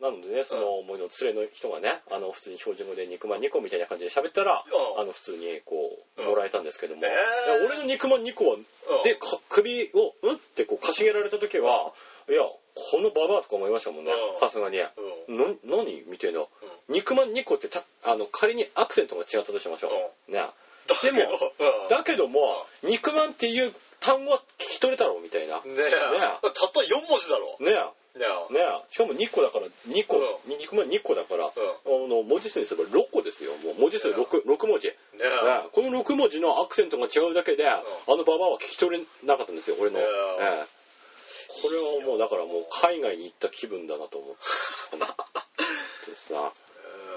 Speaker 1: なのでねその思いの連れの人がねあの普通に標準語で肉まん2個みたいな感じで喋ったら
Speaker 2: うん
Speaker 1: あの普通にこう
Speaker 2: うん
Speaker 1: もらえたんですけども、
Speaker 2: えー
Speaker 1: いや俺の肉まん2個は
Speaker 2: うん
Speaker 1: でか首をうんってこうかしげられた時はいやこのババアとか思いましたもんね
Speaker 2: うん
Speaker 1: さすがに。な
Speaker 2: うん
Speaker 1: 何みたいな肉まん2個ってたあの仮にアクセントが違ったとしましょう、ね、
Speaker 2: だけど
Speaker 1: でも
Speaker 2: うん
Speaker 1: だけども肉まんっていう単語は聞き取れたろうみたいなね
Speaker 2: ねえたった4文字だろ
Speaker 1: えね
Speaker 2: ねえ
Speaker 1: えしかも2個だから2個、
Speaker 2: う
Speaker 1: 肉まん2個だから、
Speaker 2: う
Speaker 1: あの文字数にすれば6個ですよもう文字数 6, 6文字、ね
Speaker 2: んねえ
Speaker 1: この6文字のアクセントが違うだけで、あのババアは聞き取れなかったんですよ俺の、
Speaker 2: ねえ
Speaker 1: ええこれはもうだからもう海外に行った気分だなと思って さ、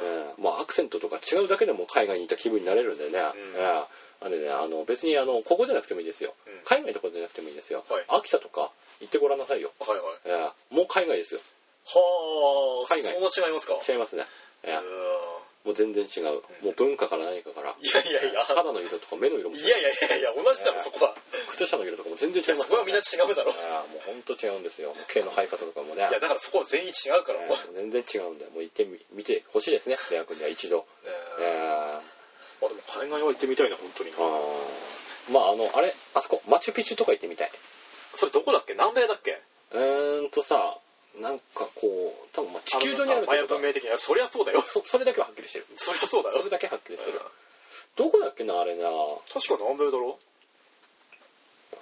Speaker 2: うん
Speaker 1: ええまあアクセントとか違うだけでも海外に行った気分になれるんでね、
Speaker 2: ん
Speaker 1: ええあれねあの別にあのここじゃなくてもいいですよ、
Speaker 2: うん
Speaker 1: 海外とかじゃなくてもいいですよ、
Speaker 2: はい
Speaker 1: 秋田とか行ってごらんなさいよ、
Speaker 2: はいはい
Speaker 1: ええもう海外ですよ
Speaker 2: はあ
Speaker 1: 海外
Speaker 2: そんな違いますか
Speaker 1: 違いますね、ええ
Speaker 2: う
Speaker 1: もう全然違うもう文化から何かから
Speaker 2: んいやいやいや
Speaker 1: 肌の色とか目の色も違う
Speaker 2: いやいやいやいや同じだろそこは
Speaker 1: 靴下の色とかも全然違いま
Speaker 2: そ
Speaker 1: す
Speaker 2: こはみんな違うだろ
Speaker 1: ああもうほんと違うんですよもう毛の生え方とかもね
Speaker 2: いやだからそこは全員違うから
Speaker 1: え
Speaker 2: も
Speaker 1: えも
Speaker 2: う
Speaker 1: う全然違うんでもう行ってみ見てほしいですね大学には一度、
Speaker 2: ね
Speaker 1: え
Speaker 2: え
Speaker 1: え
Speaker 2: まあでも海外は行ってみたいな本当に
Speaker 1: あーまああのあれあそこマチュピチュとか行ってみたい
Speaker 2: それどこだっけ南米だっけ
Speaker 1: うーんとさなんかこう多分まあ地球上にある
Speaker 2: マヤ
Speaker 1: とこ
Speaker 2: 文明的なそりゃそうだよ
Speaker 1: そそれだけははっきりしてる
Speaker 2: そりゃそうだよ
Speaker 1: それだけはっきりしてるどこだっけなあれない
Speaker 2: 確か南米だろ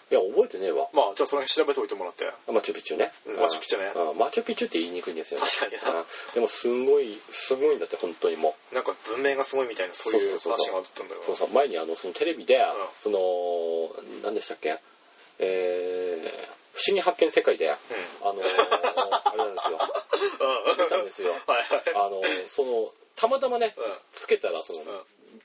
Speaker 1: や覚えてねえわ
Speaker 2: まあじゃあその辺調べておいてもらって
Speaker 1: マチュピチュね。
Speaker 2: うんマチュピチュね
Speaker 1: うん。マチュピチュって言いにくいんですよね。
Speaker 2: 確かにな
Speaker 1: うんでもすごい、すごいんだって、本当にも
Speaker 2: なんか文明がすごいみたいなそういう
Speaker 1: そうそうそうそ
Speaker 2: 話
Speaker 1: う
Speaker 2: があったんだよ
Speaker 1: う。そうそう、前にあの、そのテレビで、その、何でしたっけ、えー、不思議発見世界で、あ
Speaker 2: うん
Speaker 1: の、あれなんですよ。
Speaker 2: うん
Speaker 1: 見たんですよ
Speaker 2: はいはい
Speaker 1: あの、その、たまたまね、
Speaker 2: うん
Speaker 1: つけたら、その、
Speaker 2: ん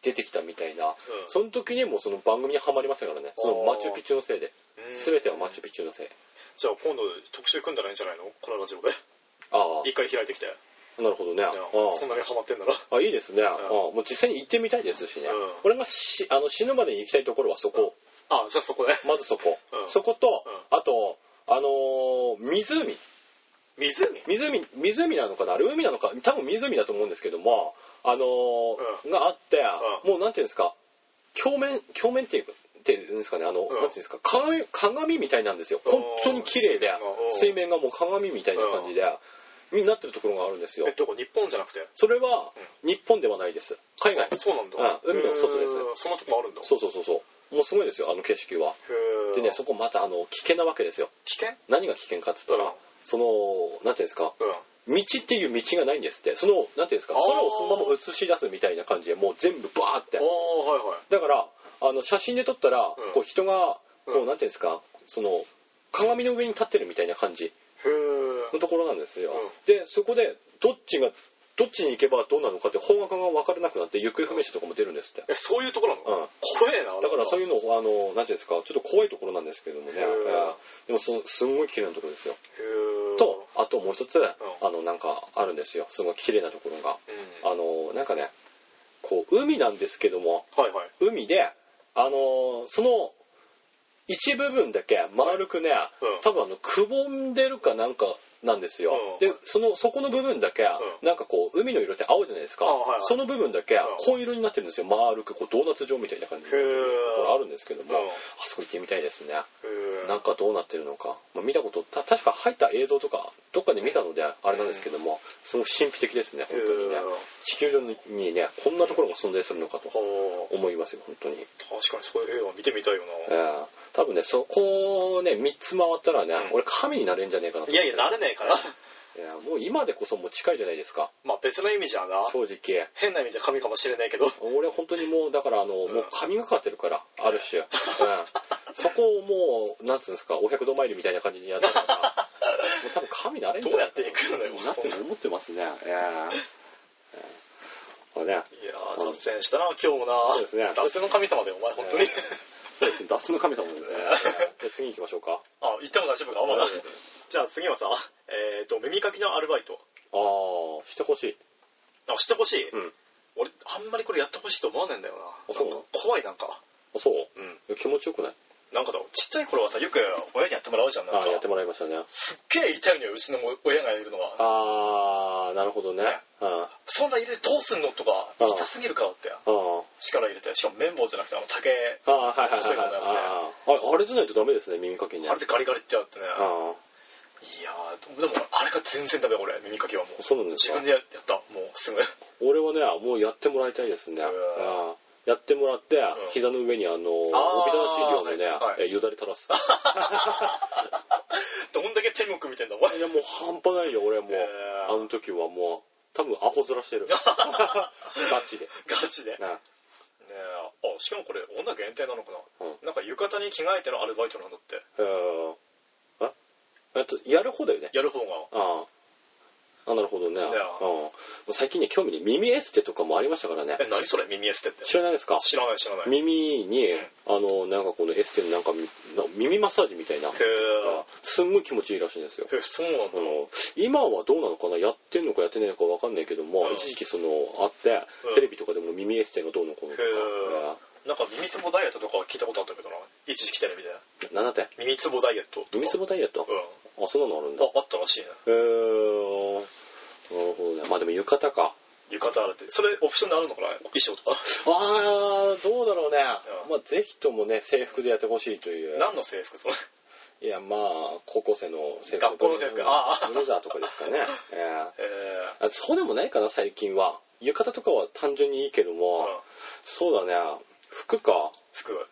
Speaker 1: 出てきたみたいな、その時にもうその番組にはまりましたからね、そのマチュピチュのせいで、
Speaker 2: うん
Speaker 1: 全てはマチュピチュのせい。
Speaker 2: じゃあ今度特集組んだらいいんじゃないのこのラジオで
Speaker 1: あ
Speaker 2: 一回開いてきて
Speaker 1: あ、なるほどね。ああ
Speaker 2: そんなにハマってんなら
Speaker 1: あいいですね、うんもう実際に行ってみたいですしね、
Speaker 2: うん
Speaker 1: 俺がしあの死ぬまでに行きたいところはそこ、
Speaker 2: あじゃあそこで
Speaker 1: まずそこ、
Speaker 2: うん
Speaker 1: そこと、
Speaker 2: う
Speaker 1: あとあのー湖湖
Speaker 2: 湖
Speaker 1: 湖なのかなあれ海なのか多分湖だと思うんですけどもあのーがあって、
Speaker 2: うん
Speaker 1: もうなんていうんですか鏡面鏡面っていうかっていうんですかねあの、な
Speaker 2: ん
Speaker 1: んていうんですか鏡鏡みたいなんですよ
Speaker 2: おー
Speaker 1: 本当に綺麗で
Speaker 2: 水
Speaker 1: 水面がもう鏡みたいな感じで、になってるところがあるんですよ
Speaker 2: えどこ日本じゃなくて
Speaker 1: それは日本ではないです海外
Speaker 2: あそうなんだ
Speaker 1: うん海の外です
Speaker 2: へーそんなとこあるんだ
Speaker 1: そうそうそうそうもうすごいですよあの景色は
Speaker 2: へー
Speaker 1: でねそこまたあの危険なわけですよ
Speaker 2: 危険
Speaker 1: 何が危険かっつったら、
Speaker 2: うん
Speaker 1: そのなんていうんですか
Speaker 2: うん
Speaker 1: 道っていう道がないんですってそのなんていうんですか
Speaker 2: あー
Speaker 1: 空をそのまま映し出すみたいな感じでもう全部バーって
Speaker 2: おーはいはい
Speaker 1: だからあの写真で撮ったら、
Speaker 2: うん
Speaker 1: こう人がこ
Speaker 2: うん
Speaker 1: うなんていうんですかその鏡の上に立ってるみたいな感じ
Speaker 2: へー
Speaker 1: のところなんですよ、
Speaker 2: うん
Speaker 1: でそこでどっちがどっちに行けばどうなのかって方角が分からなくなって行方不明者とかも出るんですって
Speaker 2: えそういうとこなの
Speaker 1: うん
Speaker 2: 怖えな
Speaker 1: だからそう
Speaker 2: いう
Speaker 1: いうのをあのなんていうんですかちょっと怖いところなんですけどもね、
Speaker 2: へー
Speaker 1: えーでもそすんごい綺麗なところですよ
Speaker 2: へー
Speaker 1: とあともう一つ、
Speaker 2: ん
Speaker 1: あのなんかあるんですよすごい綺麗なところが、あ
Speaker 2: うん
Speaker 1: のなんかねこう海なんですけども
Speaker 2: はいはい
Speaker 1: 海であのその一部分だけ丸くね、
Speaker 2: うん
Speaker 1: 多分あのくぼんでるかなんかなんですよ、
Speaker 2: うん
Speaker 1: でそのそこの部分だけ、
Speaker 2: ん
Speaker 1: なんかこう海の色って青じゃないですか、
Speaker 2: あはいはい
Speaker 1: その部分だけ
Speaker 2: ん
Speaker 1: 紺色になってるんですよ丸くこうドーナツ状みたいな感じのと
Speaker 2: へー
Speaker 1: ころあるんですけども、
Speaker 2: うん
Speaker 1: あそこ行ってみたいですね
Speaker 2: へー
Speaker 1: なんかどうなってるのか、まあ、見たことた確か入った映像とかどっかで見たのであれなんですけども、すごく神秘的ですね本当にね
Speaker 2: へー
Speaker 1: 地球上にねこんなところが存在するのかと
Speaker 2: は
Speaker 1: 思いますよ本当に、
Speaker 2: あ確かにそういう映画見てみたいよ
Speaker 1: えー多分ねそこをね3つ回ったらね、
Speaker 2: うん
Speaker 1: 俺神になれんじゃねえかなと
Speaker 2: な
Speaker 1: 思
Speaker 2: いやいやなれねえから
Speaker 1: いやもう今でこそもう近いじゃないですか
Speaker 2: まあ別の意味じゃな
Speaker 1: 正直
Speaker 2: 変な意味じゃ神かもしれないけど
Speaker 1: 俺本当にもうだからあの、もう神がかってるからある種、うん、そこをもうなんつうんですかお百度参りみたいな感じにやってたからさもう多分神なれんじゃ
Speaker 2: どう
Speaker 1: ない
Speaker 2: やっ
Speaker 1: か
Speaker 2: て
Speaker 1: ない
Speaker 2: くのよ
Speaker 1: なって思ってますねええええこれね
Speaker 2: いやー脱線したな今日もな
Speaker 1: そうですね
Speaker 2: 脱線の神様だよお前本当に、
Speaker 1: えそうですね脱出の神様ですねじゃあ次行きましょうか
Speaker 2: あ言っても大丈夫かあんま
Speaker 1: あ
Speaker 2: なじゃあ次はさえっ、と耳かきのアルバイト
Speaker 1: あしてほしい
Speaker 2: あしてほしい、
Speaker 1: うん
Speaker 2: 俺あんまりこれやってほしいと思わないんだよな
Speaker 1: そう
Speaker 2: なんか怖いなんか
Speaker 1: あそう
Speaker 2: うん
Speaker 1: 気持ちよくない
Speaker 2: なんかさちっちゃい頃はさよく親にやってもらうじゃんなん
Speaker 1: あ
Speaker 2: か
Speaker 1: あやってもらいましたね
Speaker 2: すっげえ痛いのようちの親がいるのは
Speaker 1: ああなるほどね
Speaker 2: ね
Speaker 1: うんあ
Speaker 2: そんな入れてどうすんのとか
Speaker 1: うん
Speaker 2: 痛すぎるからって
Speaker 1: あ
Speaker 2: 力入れてしかも綿棒じゃなくてあの竹
Speaker 1: ああはいはいはい
Speaker 2: そういう
Speaker 1: は
Speaker 2: こ
Speaker 1: い
Speaker 2: とですね
Speaker 1: あああれあれじゃないとダメですね耳かきね
Speaker 2: あれでガリガリってやってね
Speaker 1: あ
Speaker 2: いやーでもあれが全然ダメ俺耳かきはもう
Speaker 1: あそうなんです
Speaker 2: 自
Speaker 1: か
Speaker 2: 分でやったもうすぐ
Speaker 1: 俺はねもうやってもらいたいですね
Speaker 2: うわ
Speaker 1: ああやってもらって
Speaker 2: ん
Speaker 1: 膝の上にあの
Speaker 2: あー
Speaker 1: おびただしい量でね
Speaker 2: はい
Speaker 1: えよだれ垂らす
Speaker 2: どんだけ天国見てんだお前
Speaker 1: いやもう半端ないよ俺もう
Speaker 2: へー
Speaker 1: あの時はもう多分アホ面して るガチで
Speaker 2: ガチでね
Speaker 1: な
Speaker 2: えあしかもこれ女限定なのかな、
Speaker 1: うん
Speaker 2: なんか浴衣に着替えてのアルバイトなんだって
Speaker 1: うんああとやる方だよね
Speaker 2: やる方が
Speaker 1: あああなるほどね、うん、
Speaker 2: や
Speaker 1: 最近ね興味に耳エステとかもありましたからね
Speaker 2: え何それ耳エステって
Speaker 1: 知らないですか
Speaker 2: 知らない知らないへ
Speaker 1: 耳に
Speaker 2: うん
Speaker 1: あのなんかこのエステのなんかみな耳マッサージみたいな
Speaker 2: え
Speaker 1: すんごい気持ちいいらしいんですよ
Speaker 2: へえそうなん
Speaker 1: あ
Speaker 2: だ
Speaker 1: の今はどうなのかなやってんのかやってないのかわかんないけども、
Speaker 2: うん
Speaker 1: 一時期そのあって、
Speaker 2: うん
Speaker 1: テレビとかでも耳エステがどうのこうのとか、
Speaker 2: なんか耳つぼダイエットとかは聞いたことあったけどな一時期テレビで
Speaker 1: うんなんだって
Speaker 2: 耳つぼダイエットとか
Speaker 1: 耳つぼダイエット
Speaker 2: う、ん
Speaker 1: あそんなのあるんだ
Speaker 2: ああったらしいね
Speaker 1: へえなるほどねまあでも浴衣か
Speaker 2: 浴衣あるってそれオプションであるのかな衣装とか
Speaker 1: あーどうだろうね
Speaker 2: う、ん
Speaker 1: まあ、ぜひともね制服でやってほしいという
Speaker 2: 何の制服それ
Speaker 1: いやまあ高校生の制服
Speaker 2: 学校の制服ああ
Speaker 1: ブレザーとかですか ね、え
Speaker 2: ええ
Speaker 1: えあそうでもないかな最近は浴衣とかは単純にいいけども、
Speaker 2: うん
Speaker 1: そうだね服か
Speaker 2: 服
Speaker 1: う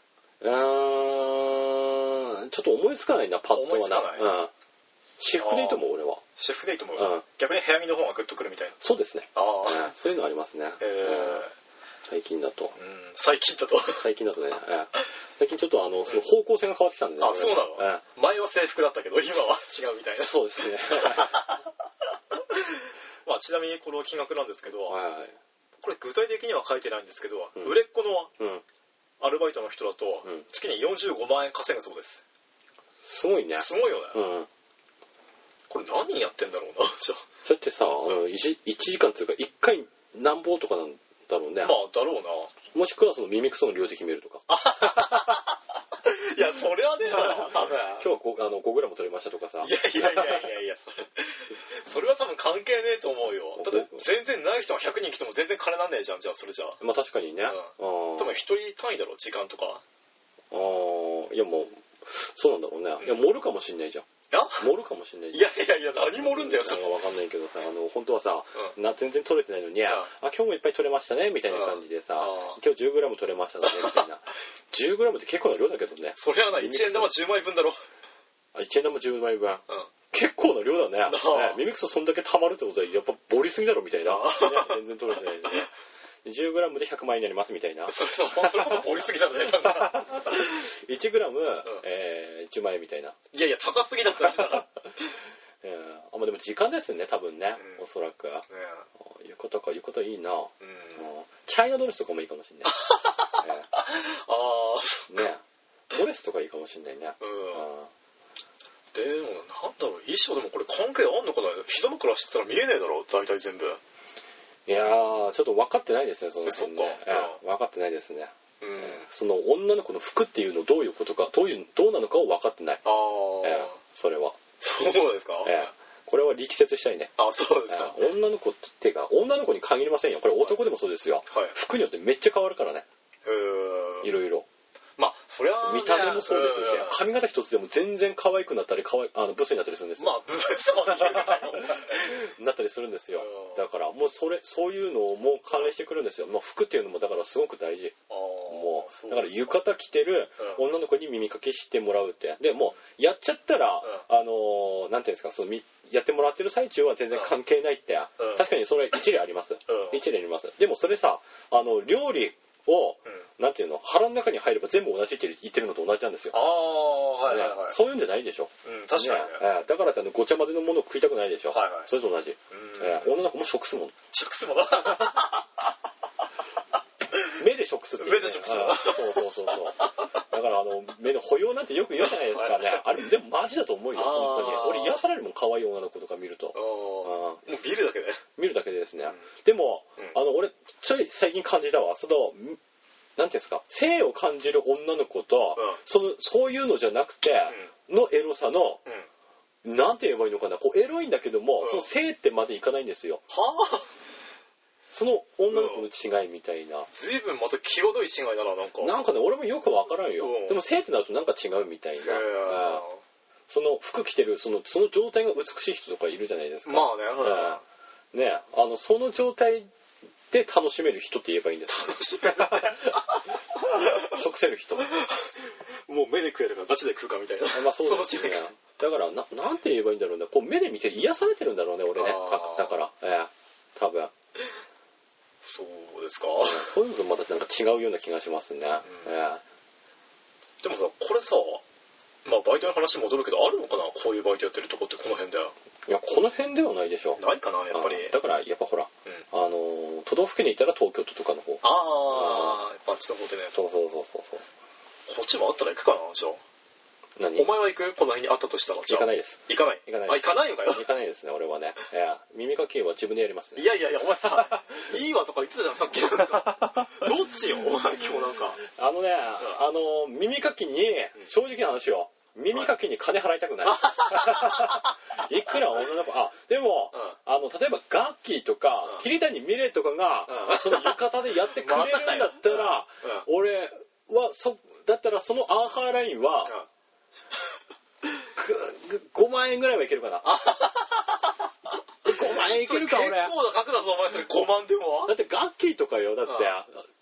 Speaker 1: ーんちょっと思いつかないなパッとはな
Speaker 2: 思いつかない
Speaker 1: うん、私服でいいと思う俺は
Speaker 2: 私服でいいと思う、
Speaker 1: うん
Speaker 2: 逆に部屋着の方がグッとくるみたいな
Speaker 1: そうですね、
Speaker 2: あ
Speaker 1: うんそういうのありますね、
Speaker 2: え
Speaker 1: うん最近だと
Speaker 2: ーうん、最近だと
Speaker 1: 最近だとね、ええ最近ちょっとあのその方向性が変わってきたんでね
Speaker 2: あそうなの、
Speaker 1: ええ
Speaker 2: 前は制服だったけど今は違うみたいな、
Speaker 1: そう ですね。
Speaker 2: まあ、ちなみにこの金額なんですけど、
Speaker 1: は
Speaker 2: これ具体的には書いてないんですけど、
Speaker 1: うん
Speaker 2: 売れっ子の
Speaker 1: い。うん。
Speaker 2: アルバイトの人だと
Speaker 1: うん
Speaker 2: 月に45万円稼ぐそうです
Speaker 1: すごいね。
Speaker 2: すごいよね、
Speaker 1: うん。
Speaker 2: これ何人やってんだろうな じゃ
Speaker 1: それってさ、あの、1, 時間っていうか、1回何本とかなんだろうね。
Speaker 2: あまあだろうな
Speaker 1: もしくはその耳くその量で決めるとか。
Speaker 2: いやそれはねえだろ多分
Speaker 1: 今日は 5, あの5グラム取りましたとかさ
Speaker 2: い。やいやいやいやいやそれそれは多分関係ねえと思うよだって全然ない人が100人来ても全然金なんねえじゃんじゃあそれじゃあ
Speaker 1: まあ確かにね。うん。
Speaker 2: う多分1人単位だろ時間とか
Speaker 1: あーいやもう、そうなんだろうね。いや、盛るかもしんないじゃん。
Speaker 2: いや
Speaker 1: 盛るかもしんない
Speaker 2: い
Speaker 1: じゃん。
Speaker 2: やいやいや何盛るんだよそ
Speaker 1: なん
Speaker 2: れ
Speaker 1: かわかんないけどさ、あの、本当はさ、
Speaker 2: う
Speaker 1: な全然取れてないのに、あ、今日もいっぱい取れましたね、みたいな感じでさ、
Speaker 2: うん
Speaker 1: 今日 10g 取れましたね、み たいな。10g って結構な量だけどね。
Speaker 2: それはな1円玉10枚分だろ
Speaker 1: あ1円玉10枚分
Speaker 2: うん
Speaker 1: 結構な量だね
Speaker 2: あ
Speaker 1: ね耳くそそんだけ溜まるってことはやっぱボリすぎだろみたいな、ね全然取れてないでね 10g で100万円になりますみたい な
Speaker 2: それさそれほど盛りすぎだろ ねなんか
Speaker 1: 1g、えー1万円みたいな、
Speaker 2: いやいや高すぎだったらね
Speaker 1: えーあまあでも時間ですね多分ね、
Speaker 2: うん
Speaker 1: おそらくあ
Speaker 2: え
Speaker 1: 浴衣か浴衣いいな、
Speaker 2: うん
Speaker 1: もうチャイナドレスとかもいいかもしん ない
Speaker 2: ああそ
Speaker 1: ねねドレスとかいいかもしんないね、
Speaker 2: う
Speaker 1: うん
Speaker 2: んでもなんだろう衣装でもこれ関係あんのかな膝枕してたら見えねえだろ大体全部
Speaker 1: いやーちょっと分かってないですねその辺ね
Speaker 2: そっか
Speaker 1: うん分かってないですね
Speaker 2: うん
Speaker 1: その女の子の服っていうのどういうことかどういうどうなのかを分かってない、
Speaker 2: あ
Speaker 1: ええ
Speaker 2: あ
Speaker 1: それは、
Speaker 2: そうですか
Speaker 1: ええこれは力説したいね、
Speaker 2: あそうですか
Speaker 1: ええ女の子っていうか女の子に限りませんよこれ男でもそうですよ、
Speaker 2: はい
Speaker 1: 服によってめっちゃ変わるからね
Speaker 2: うーん
Speaker 1: いろいろ
Speaker 2: まあそりゃあね
Speaker 1: 見た目もそうですし、
Speaker 2: ん
Speaker 1: 髪型一つでも全然可愛くなったり可愛いあのブスになったりするんですよ、
Speaker 2: まあブスは言うなよ
Speaker 1: なったりするんですよ
Speaker 2: うん
Speaker 1: だからもうそれそういうのも関連してくるんですよ、まあ、服っていうのもだからすごく大事
Speaker 2: あ
Speaker 1: も
Speaker 2: ーそうう
Speaker 1: だから浴衣着てる
Speaker 2: うん
Speaker 1: 女の子に耳かきしてもらうってでもうやっちゃったら、
Speaker 2: う
Speaker 1: あのーなんていうんですかそのみやってもらってる最中は全然関係ないって、
Speaker 2: うん
Speaker 1: 確かにそれ一理あります、
Speaker 2: うん
Speaker 1: 一理ありますでもそれさあの料理を、なんていうの腹の中に入れば全部同じって言ってるのと同じなんですよ
Speaker 2: あ、あはいはい
Speaker 1: ね
Speaker 2: はい、
Speaker 1: そういうんじゃないでしょ
Speaker 2: うん、確かにね
Speaker 1: ねええだからってあのごちゃ混ぜのものを食いたくないでしょ、
Speaker 2: はいはい
Speaker 1: それと同じ、
Speaker 2: うん
Speaker 1: ええ女の子も食すもの
Speaker 2: 食すもんあ
Speaker 1: 目で食すっていうね、
Speaker 2: 目で食す
Speaker 1: ああそうそう そうそうだからあの目の保養なんてよく言うじゃないですか ねあれでもマジだと思うよ
Speaker 2: あー
Speaker 1: 本当に俺癒されるもん可愛い女の子とか見ると
Speaker 2: ーもうビールだけで
Speaker 1: 見るだけでですね、
Speaker 2: ん
Speaker 1: でも、
Speaker 2: うん
Speaker 1: あの俺ちょい最近感じたわそのんなんていうんですか性を感じる女の子と、
Speaker 2: うん
Speaker 1: そのそういうのじゃなくて、のエロさの
Speaker 2: うん
Speaker 1: なんて言えばいいのかなこうエロいんだけども、
Speaker 2: うん
Speaker 1: その性ってまでいかないんですよ
Speaker 2: はあ
Speaker 1: その女の子の違いみたいな、
Speaker 2: 随分また際どい違いだななんか
Speaker 1: なんかね俺もよくわからんよ、
Speaker 2: うん
Speaker 1: でも性ってなるとなんか違うみたいな、
Speaker 2: へー
Speaker 1: うんその服着てるそのその状態が美しい人とかいるじゃないですか、
Speaker 2: まあね、うん
Speaker 1: うんねあのその状態で楽しめる人って言えばいいんです
Speaker 2: 楽しめない
Speaker 1: 食せる人ま
Speaker 2: もう目で食えるかガチで食うかみたいな
Speaker 1: あそうです
Speaker 2: その
Speaker 1: ね
Speaker 2: 違いか
Speaker 1: だからななんて言えばいいんだろうねこう目で見て癒されてるんだろうね俺ね
Speaker 2: あー
Speaker 1: ただから、ええ多分
Speaker 2: そうですか
Speaker 1: そういうのとまたなんか違うような気がしますね、
Speaker 2: うん
Speaker 1: ええ
Speaker 2: でもさこれさまあバイトの話戻るけどあるのかなこういうバイトやってるとこってこの辺で
Speaker 1: いやこの辺ではないでしょ
Speaker 2: ないかなやっぱり
Speaker 1: あだからやっぱほら、
Speaker 2: うん
Speaker 1: あのー都道府県にいたら東京都とかの方
Speaker 2: ああーやっぱあっちの方でね
Speaker 1: そうそうそうそうそう
Speaker 2: こっちもあったら行くかなじゃあ
Speaker 1: 何
Speaker 2: お前は行くこの辺にあったとしたら
Speaker 1: 行
Speaker 2: じゃあ
Speaker 1: かないです
Speaker 2: 行かない
Speaker 1: 行かないです
Speaker 2: あ行かないのかよ
Speaker 1: 行かないですね俺はね、ええ耳かきは自分でやりますね
Speaker 2: いやいやいやお前さ いいわとか言ってたじゃんさ っきなんかどっちよお前今日なんか
Speaker 1: あのね、あのー耳かきに正直な話よ耳かきに金払いたくない、 い、くら女の子あでも、あの例えばガッキーとか、
Speaker 2: うん
Speaker 1: 桐谷美玲とかが、
Speaker 2: うん
Speaker 1: その浴衣でやってくれるんだった ら、俺はそだったらそのアーハーラインは、く5万円ぐらいはいけるか な5万円い
Speaker 2: そ
Speaker 1: け
Speaker 2: れ
Speaker 1: る
Speaker 2: 結
Speaker 1: か
Speaker 2: 構
Speaker 1: 俺
Speaker 2: な
Speaker 1: だ
Speaker 2: 額だぞお前それ5万でも
Speaker 1: ってガッキーとかよだって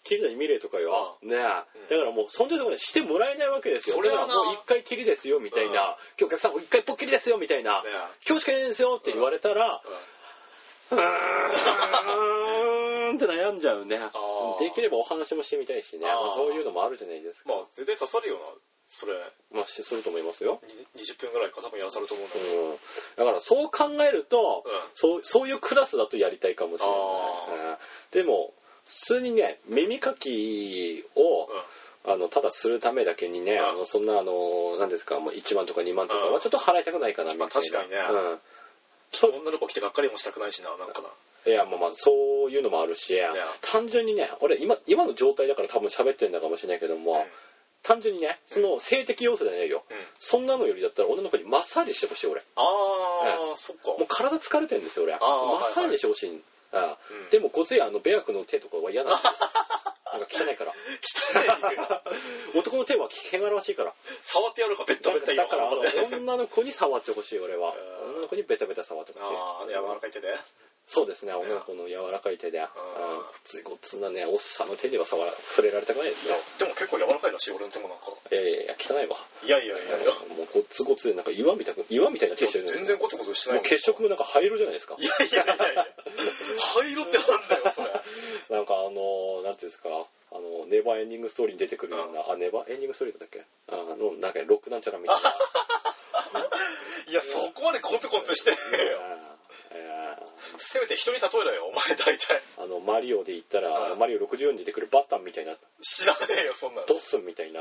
Speaker 1: 桐谷美玲とかよ、ねえ
Speaker 2: うん
Speaker 1: だからもうそんなところでしてもらえないわけですよ
Speaker 2: それは
Speaker 1: だ
Speaker 2: な
Speaker 1: からもう一回きりですよみたいな、
Speaker 2: うん
Speaker 1: 今日お客さんもう一回ぽっきりですよみたいな、
Speaker 2: ね
Speaker 1: 今日しかいないですよって言われたら、うーんって悩んじゃうね
Speaker 2: ー
Speaker 1: できればお話もしてみたいしね、
Speaker 2: あー
Speaker 1: まあそういうのもあるじゃないですか
Speaker 2: まあ絶対刺さるよなそれ
Speaker 1: まあしすると思いますよ
Speaker 2: に20分ぐらいか多分やらされると思うんだ
Speaker 1: う
Speaker 2: けど
Speaker 1: んだからそう考えると、
Speaker 2: うん
Speaker 1: そうそういうクラスだとやりたいかもしれないうん、でも普通にね耳かきを、あのただするためだけにね、
Speaker 2: うん
Speaker 1: あのそんなあの何ですかもう1万とか2万とか
Speaker 2: う
Speaker 1: は
Speaker 2: ん
Speaker 1: ちょっと払いたくないかなみたいな、
Speaker 2: まあ確かにね
Speaker 1: そう
Speaker 2: うん女の子来てがっかりもしたくないしななんかな
Speaker 1: うん、いやまあまあそういうのもあるし、単純にね俺今今の状態だから多分喋ってるんだかもしれないけども、単純にねその性的要素じゃないよ、
Speaker 2: うん
Speaker 1: そんなのよりだったら女の子にマッサージしてほしい俺
Speaker 2: ああそっか
Speaker 1: もう体疲れてるんですよ俺マ
Speaker 2: あー
Speaker 1: ッサージしてほしい、あー
Speaker 2: うん
Speaker 1: でもごついあのベアクの手とかは 嫌なんですよなんか汚いから
Speaker 2: 汚い
Speaker 1: 男の手は汚らわしいから
Speaker 2: 触ってやるかベッタ
Speaker 1: だ
Speaker 2: ベタ
Speaker 1: か
Speaker 2: 言
Speaker 1: だ
Speaker 2: わ
Speaker 1: からあ
Speaker 2: あ
Speaker 1: の女の子に触ってほしい俺は
Speaker 2: うん
Speaker 1: 女の子にベタベタ触ってほしい
Speaker 2: あー柔らかい手で
Speaker 1: そうですね女の子の柔らかい手であーごついごつなねおっさんの手には触ら触れられたくないですね
Speaker 2: でも結構柔らかいらしい俺の手もなんか
Speaker 1: いやいやいや汚いわ
Speaker 2: いやいやいやいや
Speaker 1: もうごつごつでなんか岩みたく岩みたいな手してるじゃない
Speaker 2: 全
Speaker 1: ですか
Speaker 2: 然ゴツゴツしてな
Speaker 1: も
Speaker 2: いう
Speaker 1: 血色もなんか灰色じゃないですか
Speaker 2: いやいやいやいや灰色ってなんだよそれ
Speaker 1: なんかあのーなんていうんですかあのネバーエンディングストーリーに出てくるようなあネバーエンディングストーリーだったっけあのなんかロックなんちゃらみたいない
Speaker 2: やそこまでゴツゴツしてねえよ
Speaker 1: えーえー
Speaker 2: せめて人に例えろよお前大体
Speaker 1: あのマリオで言ったら、あの
Speaker 2: うん
Speaker 1: マリオ64に出てくるバッタンみたいな
Speaker 2: 知らねえよそんなの
Speaker 1: ドッスンみた いな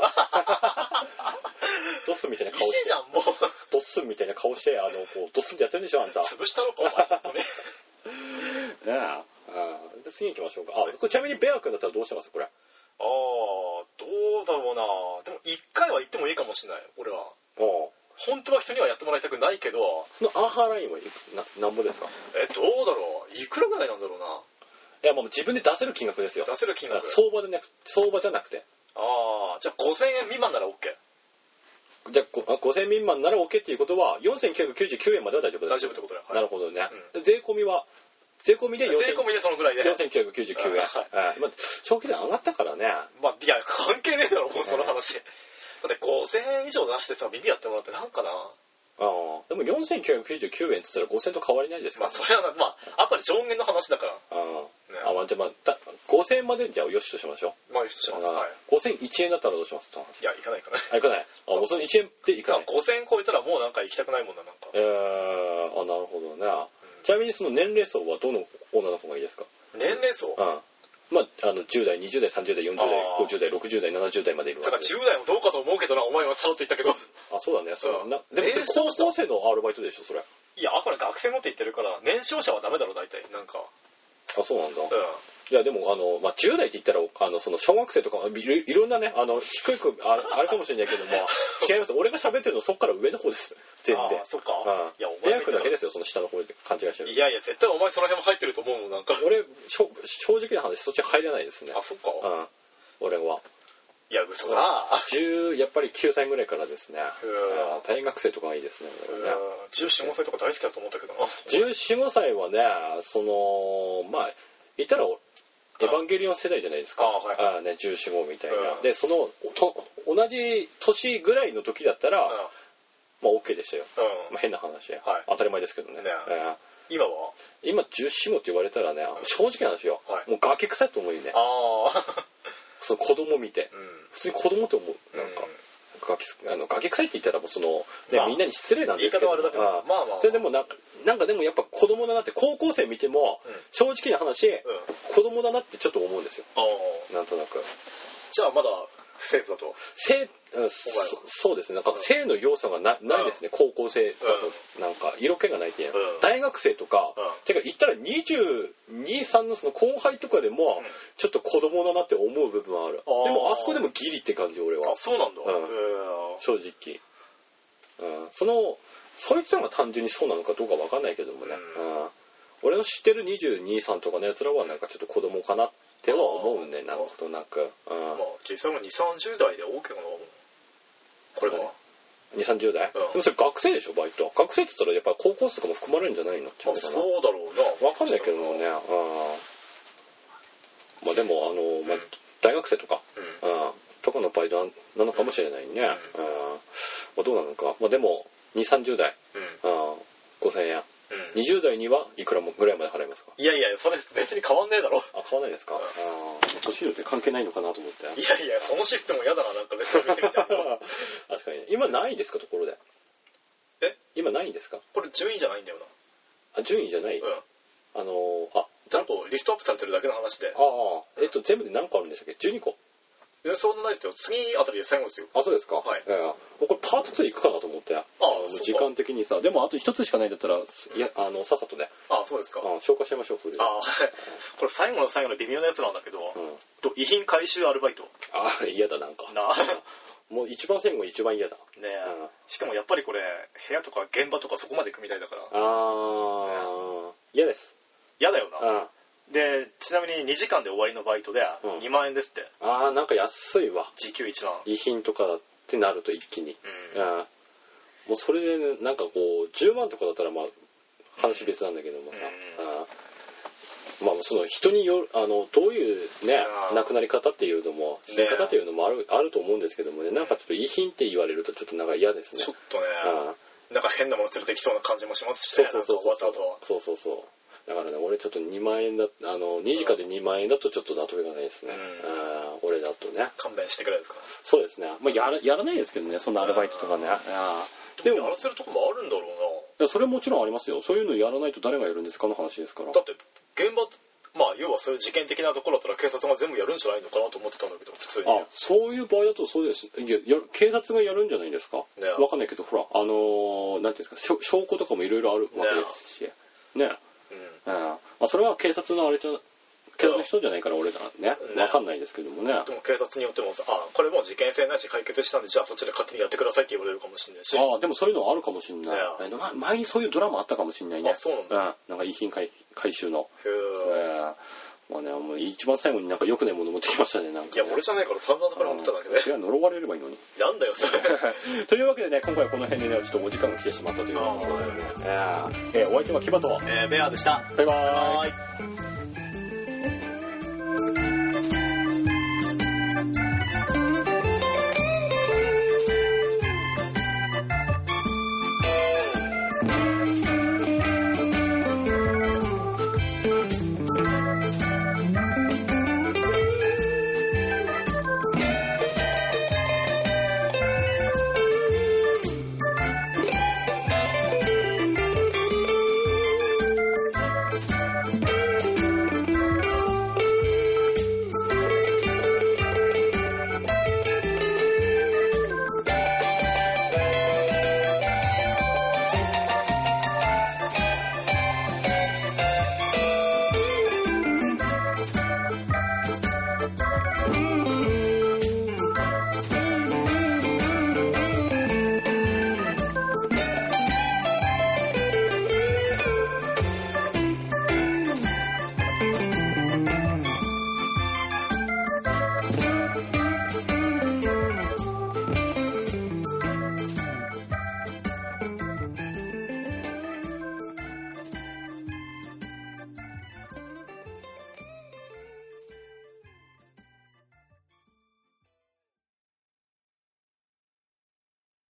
Speaker 1: ドッスンみたいな顔し
Speaker 2: 石
Speaker 1: て
Speaker 2: じゃんもう
Speaker 1: ドッスンみたいな顔してあのこうドッスンってやってるんでしょあんた、ね
Speaker 2: 潰したろかお前本当に
Speaker 1: えうんで次行きましょうかあこれちなみにベア君だったらどうしてますこれ
Speaker 2: ああどうだろうなでも一回は行ってもいいかもしれない俺は
Speaker 1: お
Speaker 2: 本当は人にはやってもらいたくないけど
Speaker 1: そのアーハーラインはいくななんぼですか
Speaker 2: えどうだろういくらぐらいなんだろうない
Speaker 1: やもう自分で出せる金額ですよ
Speaker 2: 出せる金額
Speaker 1: 相場でなく相場じゃなくて
Speaker 2: ああじゃあ5000円未満なら OK
Speaker 1: じゃあこあ5000未満なら OK っていうことは4999円までは大丈夫だ
Speaker 2: 大丈夫ってことだはい
Speaker 1: なるほどね、税込みは税込みで4000
Speaker 2: 税込みでそのぐらいで
Speaker 1: 4999円、
Speaker 2: はい
Speaker 1: はいまあ、消費税上がったからね
Speaker 2: まあいや関係ねえだろもうその話、だって5000円以上出してさ耳やってもらってなんかな
Speaker 1: あーでも4999円っつったら5000と変わりないですか
Speaker 2: まあ
Speaker 1: ら、
Speaker 2: それはなまああくまで上限の話だから
Speaker 1: あー、
Speaker 2: ね
Speaker 1: あまあじゃあ、まあ、だ5000円までじゃあよしとしましょ
Speaker 2: まあいう人し
Speaker 1: う、
Speaker 2: ます
Speaker 1: あー
Speaker 2: はい
Speaker 1: 5001円だったらどうしますって話
Speaker 2: いや行かないかな
Speaker 1: あいかないあもうその1円でいかない
Speaker 2: 5000円超えたらもうなんか行きたくないもんななんか
Speaker 1: えー、あなるほどね、ちなみにその年齢層はどの女の子がいいですか
Speaker 2: 年齢層
Speaker 1: うんまああの10代20代30代40代
Speaker 2: あー
Speaker 1: 50代60代70代までいるわ
Speaker 2: だ
Speaker 1: け
Speaker 2: から10代もどうかと思うけどなお前はさらっと言ったけど
Speaker 1: あそうだねそううんなでもそれ
Speaker 2: 年少
Speaker 1: 高校生のアルバイトでしょそれあ
Speaker 2: いやあこれ学生のって言ってるから年少者はダメだろ大体なんか
Speaker 1: そうなんだ、
Speaker 2: うん
Speaker 1: いやでもあの、まあ、10代って言ったらあのその小学生とかいろいろんなねあの低いくあれあれかもしれないけ ども違います俺が喋ってるのそっから上の方です全然
Speaker 2: あーそっか
Speaker 1: うん
Speaker 2: いやお
Speaker 1: ペ
Speaker 2: 前
Speaker 1: ア
Speaker 2: み
Speaker 1: ク
Speaker 2: たいな
Speaker 1: だけですよその下の方で勘違いしてる
Speaker 2: いやいや絶対お前その辺も入ってると思うもんなんか
Speaker 1: 俺しょ正直な話そっち入れないですね
Speaker 2: あそっか
Speaker 1: うん俺はい
Speaker 2: や嘘だ
Speaker 1: 10やっぱり9歳ぐらいからですね
Speaker 2: ん
Speaker 1: あー大学生とかがいいですね俺はね
Speaker 2: 1415歳とか大好きだと思ったけどな
Speaker 1: 1415歳はねそのまあ言ったらおエヴァンゲリオン世代じゃないですか
Speaker 2: あはいは
Speaker 1: あーね、14号みたいな、
Speaker 2: うん
Speaker 1: でそのと同じ年ぐらいの時だったら、
Speaker 2: うん
Speaker 1: まあ OK でしたよ、
Speaker 2: うん
Speaker 1: まあ、変な話、
Speaker 2: はい
Speaker 1: 当たり前ですけどね
Speaker 2: ね
Speaker 1: え
Speaker 2: 今は
Speaker 1: ー今14号って言われたらね正直なんですよ、
Speaker 2: はい
Speaker 1: もう崖臭いと思うよね
Speaker 2: あ あ
Speaker 1: その子供見て
Speaker 2: うん
Speaker 1: 普通に子供って思うなんか、ガキあのガキ臭いって言ったらもうその、ね
Speaker 2: まあ
Speaker 1: みんなに失礼なんですけど
Speaker 2: 言い方はあれだけどまあまあまあ
Speaker 1: それでもなんかなんかでもやっぱ子供だなって高校生見ても、
Speaker 2: うん
Speaker 1: 正直な話、子供だなってちょっと思うんですよ
Speaker 2: ああ
Speaker 1: なんとなく
Speaker 2: じゃあまだ不セーフだと
Speaker 1: 性うんそそうですねなんか
Speaker 2: うん
Speaker 1: 性の要素がなないですね、高校生だとなんか色気がないっていうの、
Speaker 2: うん
Speaker 1: 大学生とか、
Speaker 2: うん
Speaker 1: てか言ったら223のその後輩とかでも、
Speaker 2: うん
Speaker 1: ちょっと子供だなって思う部分はある
Speaker 2: あー
Speaker 1: でもあそこでもギリって感じ俺は
Speaker 2: あそうなんだ
Speaker 1: うん
Speaker 2: へえ
Speaker 1: 正直、うん、そのそいつらが単純にそうなのかどうか分かんないけどもね、
Speaker 2: う
Speaker 1: うん俺の知ってる22さんとかのやつらはなんかちょっと子供かなっては思うね
Speaker 2: あ
Speaker 1: な
Speaker 2: ー
Speaker 1: んとなく、う
Speaker 2: まあ実際も2 3 0代で OK かなこれが
Speaker 1: はいん、2 3 0代、
Speaker 2: うん
Speaker 1: でもそれ学生でしょバイト学生って言ったらやっぱ高校生とかも含まれるんじゃないのって
Speaker 2: ま
Speaker 1: 言
Speaker 2: あ
Speaker 1: うのか
Speaker 2: そ
Speaker 1: な分かん
Speaker 2: うだろうな
Speaker 1: ないけどもね、うん、まあでもあの、まあ
Speaker 2: うん
Speaker 1: 大学生とか
Speaker 2: うん
Speaker 1: うんとかのバイトなのかもしれないね、うんまあ、どうなのか、まあ、でも2 3 0代
Speaker 2: うん
Speaker 1: ああ5000円
Speaker 2: うん
Speaker 1: 20代にはいくらもぐらいまで払いますか
Speaker 2: いやいやそれ別に変わんねえだろ
Speaker 1: あ買わないですかああ年寄って関係ないのかなと 思って
Speaker 2: いやいやそのシステム嫌だななんか別の店みた いな
Speaker 1: 確かにね今ないですかところで
Speaker 2: え
Speaker 1: 今ないんですか
Speaker 2: これ順位じゃないんだよな
Speaker 1: あ順位じゃない、
Speaker 2: うん
Speaker 1: あのーあ
Speaker 2: ちゃんとリストアップされてるだけの話で
Speaker 1: ああえっと全部で何個あるんでしたっけ12個
Speaker 2: えそんなないですよ次あたりで最後ですよ
Speaker 1: あそうですか
Speaker 2: はい
Speaker 1: ええもうこれパート2いくかなと思ってあの
Speaker 2: そうか
Speaker 1: 時間的にさでもあと一つしかないんだったらいやあのさっさとね
Speaker 2: あそうですか
Speaker 1: あ消化しましょうそれで
Speaker 2: あはい これ最後の最後の微妙なやつなんだけど
Speaker 1: うん、
Speaker 2: と遺品回収アルバイト
Speaker 1: あ嫌だなんか
Speaker 2: な
Speaker 1: もう一番最後が一番嫌だう
Speaker 2: ね
Speaker 1: ん
Speaker 2: えしかもやっぱりこれ部屋とか現場とかそこまで行くみたいだから
Speaker 1: ああ嫌です
Speaker 2: 嫌だよな
Speaker 1: あ
Speaker 2: でちなみに2時間で終わりのバイトで
Speaker 1: うん
Speaker 2: 2万円ですって
Speaker 1: あーなんか安いわ
Speaker 2: 時給1万
Speaker 1: 遺品とかってなると一気に、
Speaker 2: うん
Speaker 1: あーもうそれでねなんかこう10万とかだったらまあ話別なんだけどもさ、
Speaker 2: うん
Speaker 1: あーまあその人によるあのどういうね
Speaker 2: うん
Speaker 1: 亡くなり方っていうのも死に方っていうのもある,、あると思うんですけどもねなんかちょっと遺品って言われるとちょっとなんか嫌ですね
Speaker 2: ちょっとね
Speaker 1: あー
Speaker 2: なんか変なもの連れてきそうな感じもしますし
Speaker 1: そう
Speaker 2: ね
Speaker 1: そうそうそうそ
Speaker 2: なん
Speaker 1: う
Speaker 2: か終わっ
Speaker 1: そうそうそうだからね俺ちょっと2万円だあの2時間で2万円だとちょっと納得がないですね、
Speaker 2: うん
Speaker 1: あー俺だとね
Speaker 2: た後は勘弁してくれですか
Speaker 1: そうですね、まあ、やらやらないですけどねそんなアルバイトとかね、あーで
Speaker 2: でもや
Speaker 1: も
Speaker 2: らせるとこもあるんだろう
Speaker 1: いやそれもちろんありますよそういうのやらないと誰がやるんですかの話ですから
Speaker 2: なだって現場まあ要はそういう事件的なところだったら警察が全部やるんじゃないのかなと思ってたんだけど普通に
Speaker 1: あそういう場合だとそうですいややる警察がやるんじゃないですかわ
Speaker 2: ね
Speaker 1: かんないけどほらあのーなんていうんですかしょ証拠とかもいろいろあるわけですしね
Speaker 2: うん
Speaker 1: うんまあ、それは警察のあれじゃ警察の人じゃないから俺だね
Speaker 2: ね
Speaker 1: わかんないですけどもね
Speaker 2: でも警察によってもさあこれもう事件性ないし解決したんでじゃあそっちで勝手にやってくださいって言われるかもしれないし
Speaker 1: ああでもそういうのはあるかもしれない
Speaker 2: ね
Speaker 1: あのま前にそういうドラマあったかもしれないね
Speaker 2: あそうなんだ
Speaker 1: んなんか遺品回回収の
Speaker 2: へえ
Speaker 1: えーまあね、もう一番最後になんか良くないもの持ってきましたね、なんか、
Speaker 2: いや俺じゃないから散々とから持ってたんだけどね
Speaker 1: いや、呪われればいいのに。
Speaker 2: なんだよそれ
Speaker 1: というわけでね、今回はこの辺でね、ちょっとお時間が来てしまったということでね、えーえーお相手はキバと、
Speaker 2: えーベアでした
Speaker 1: バイバーイ。
Speaker 2: はーい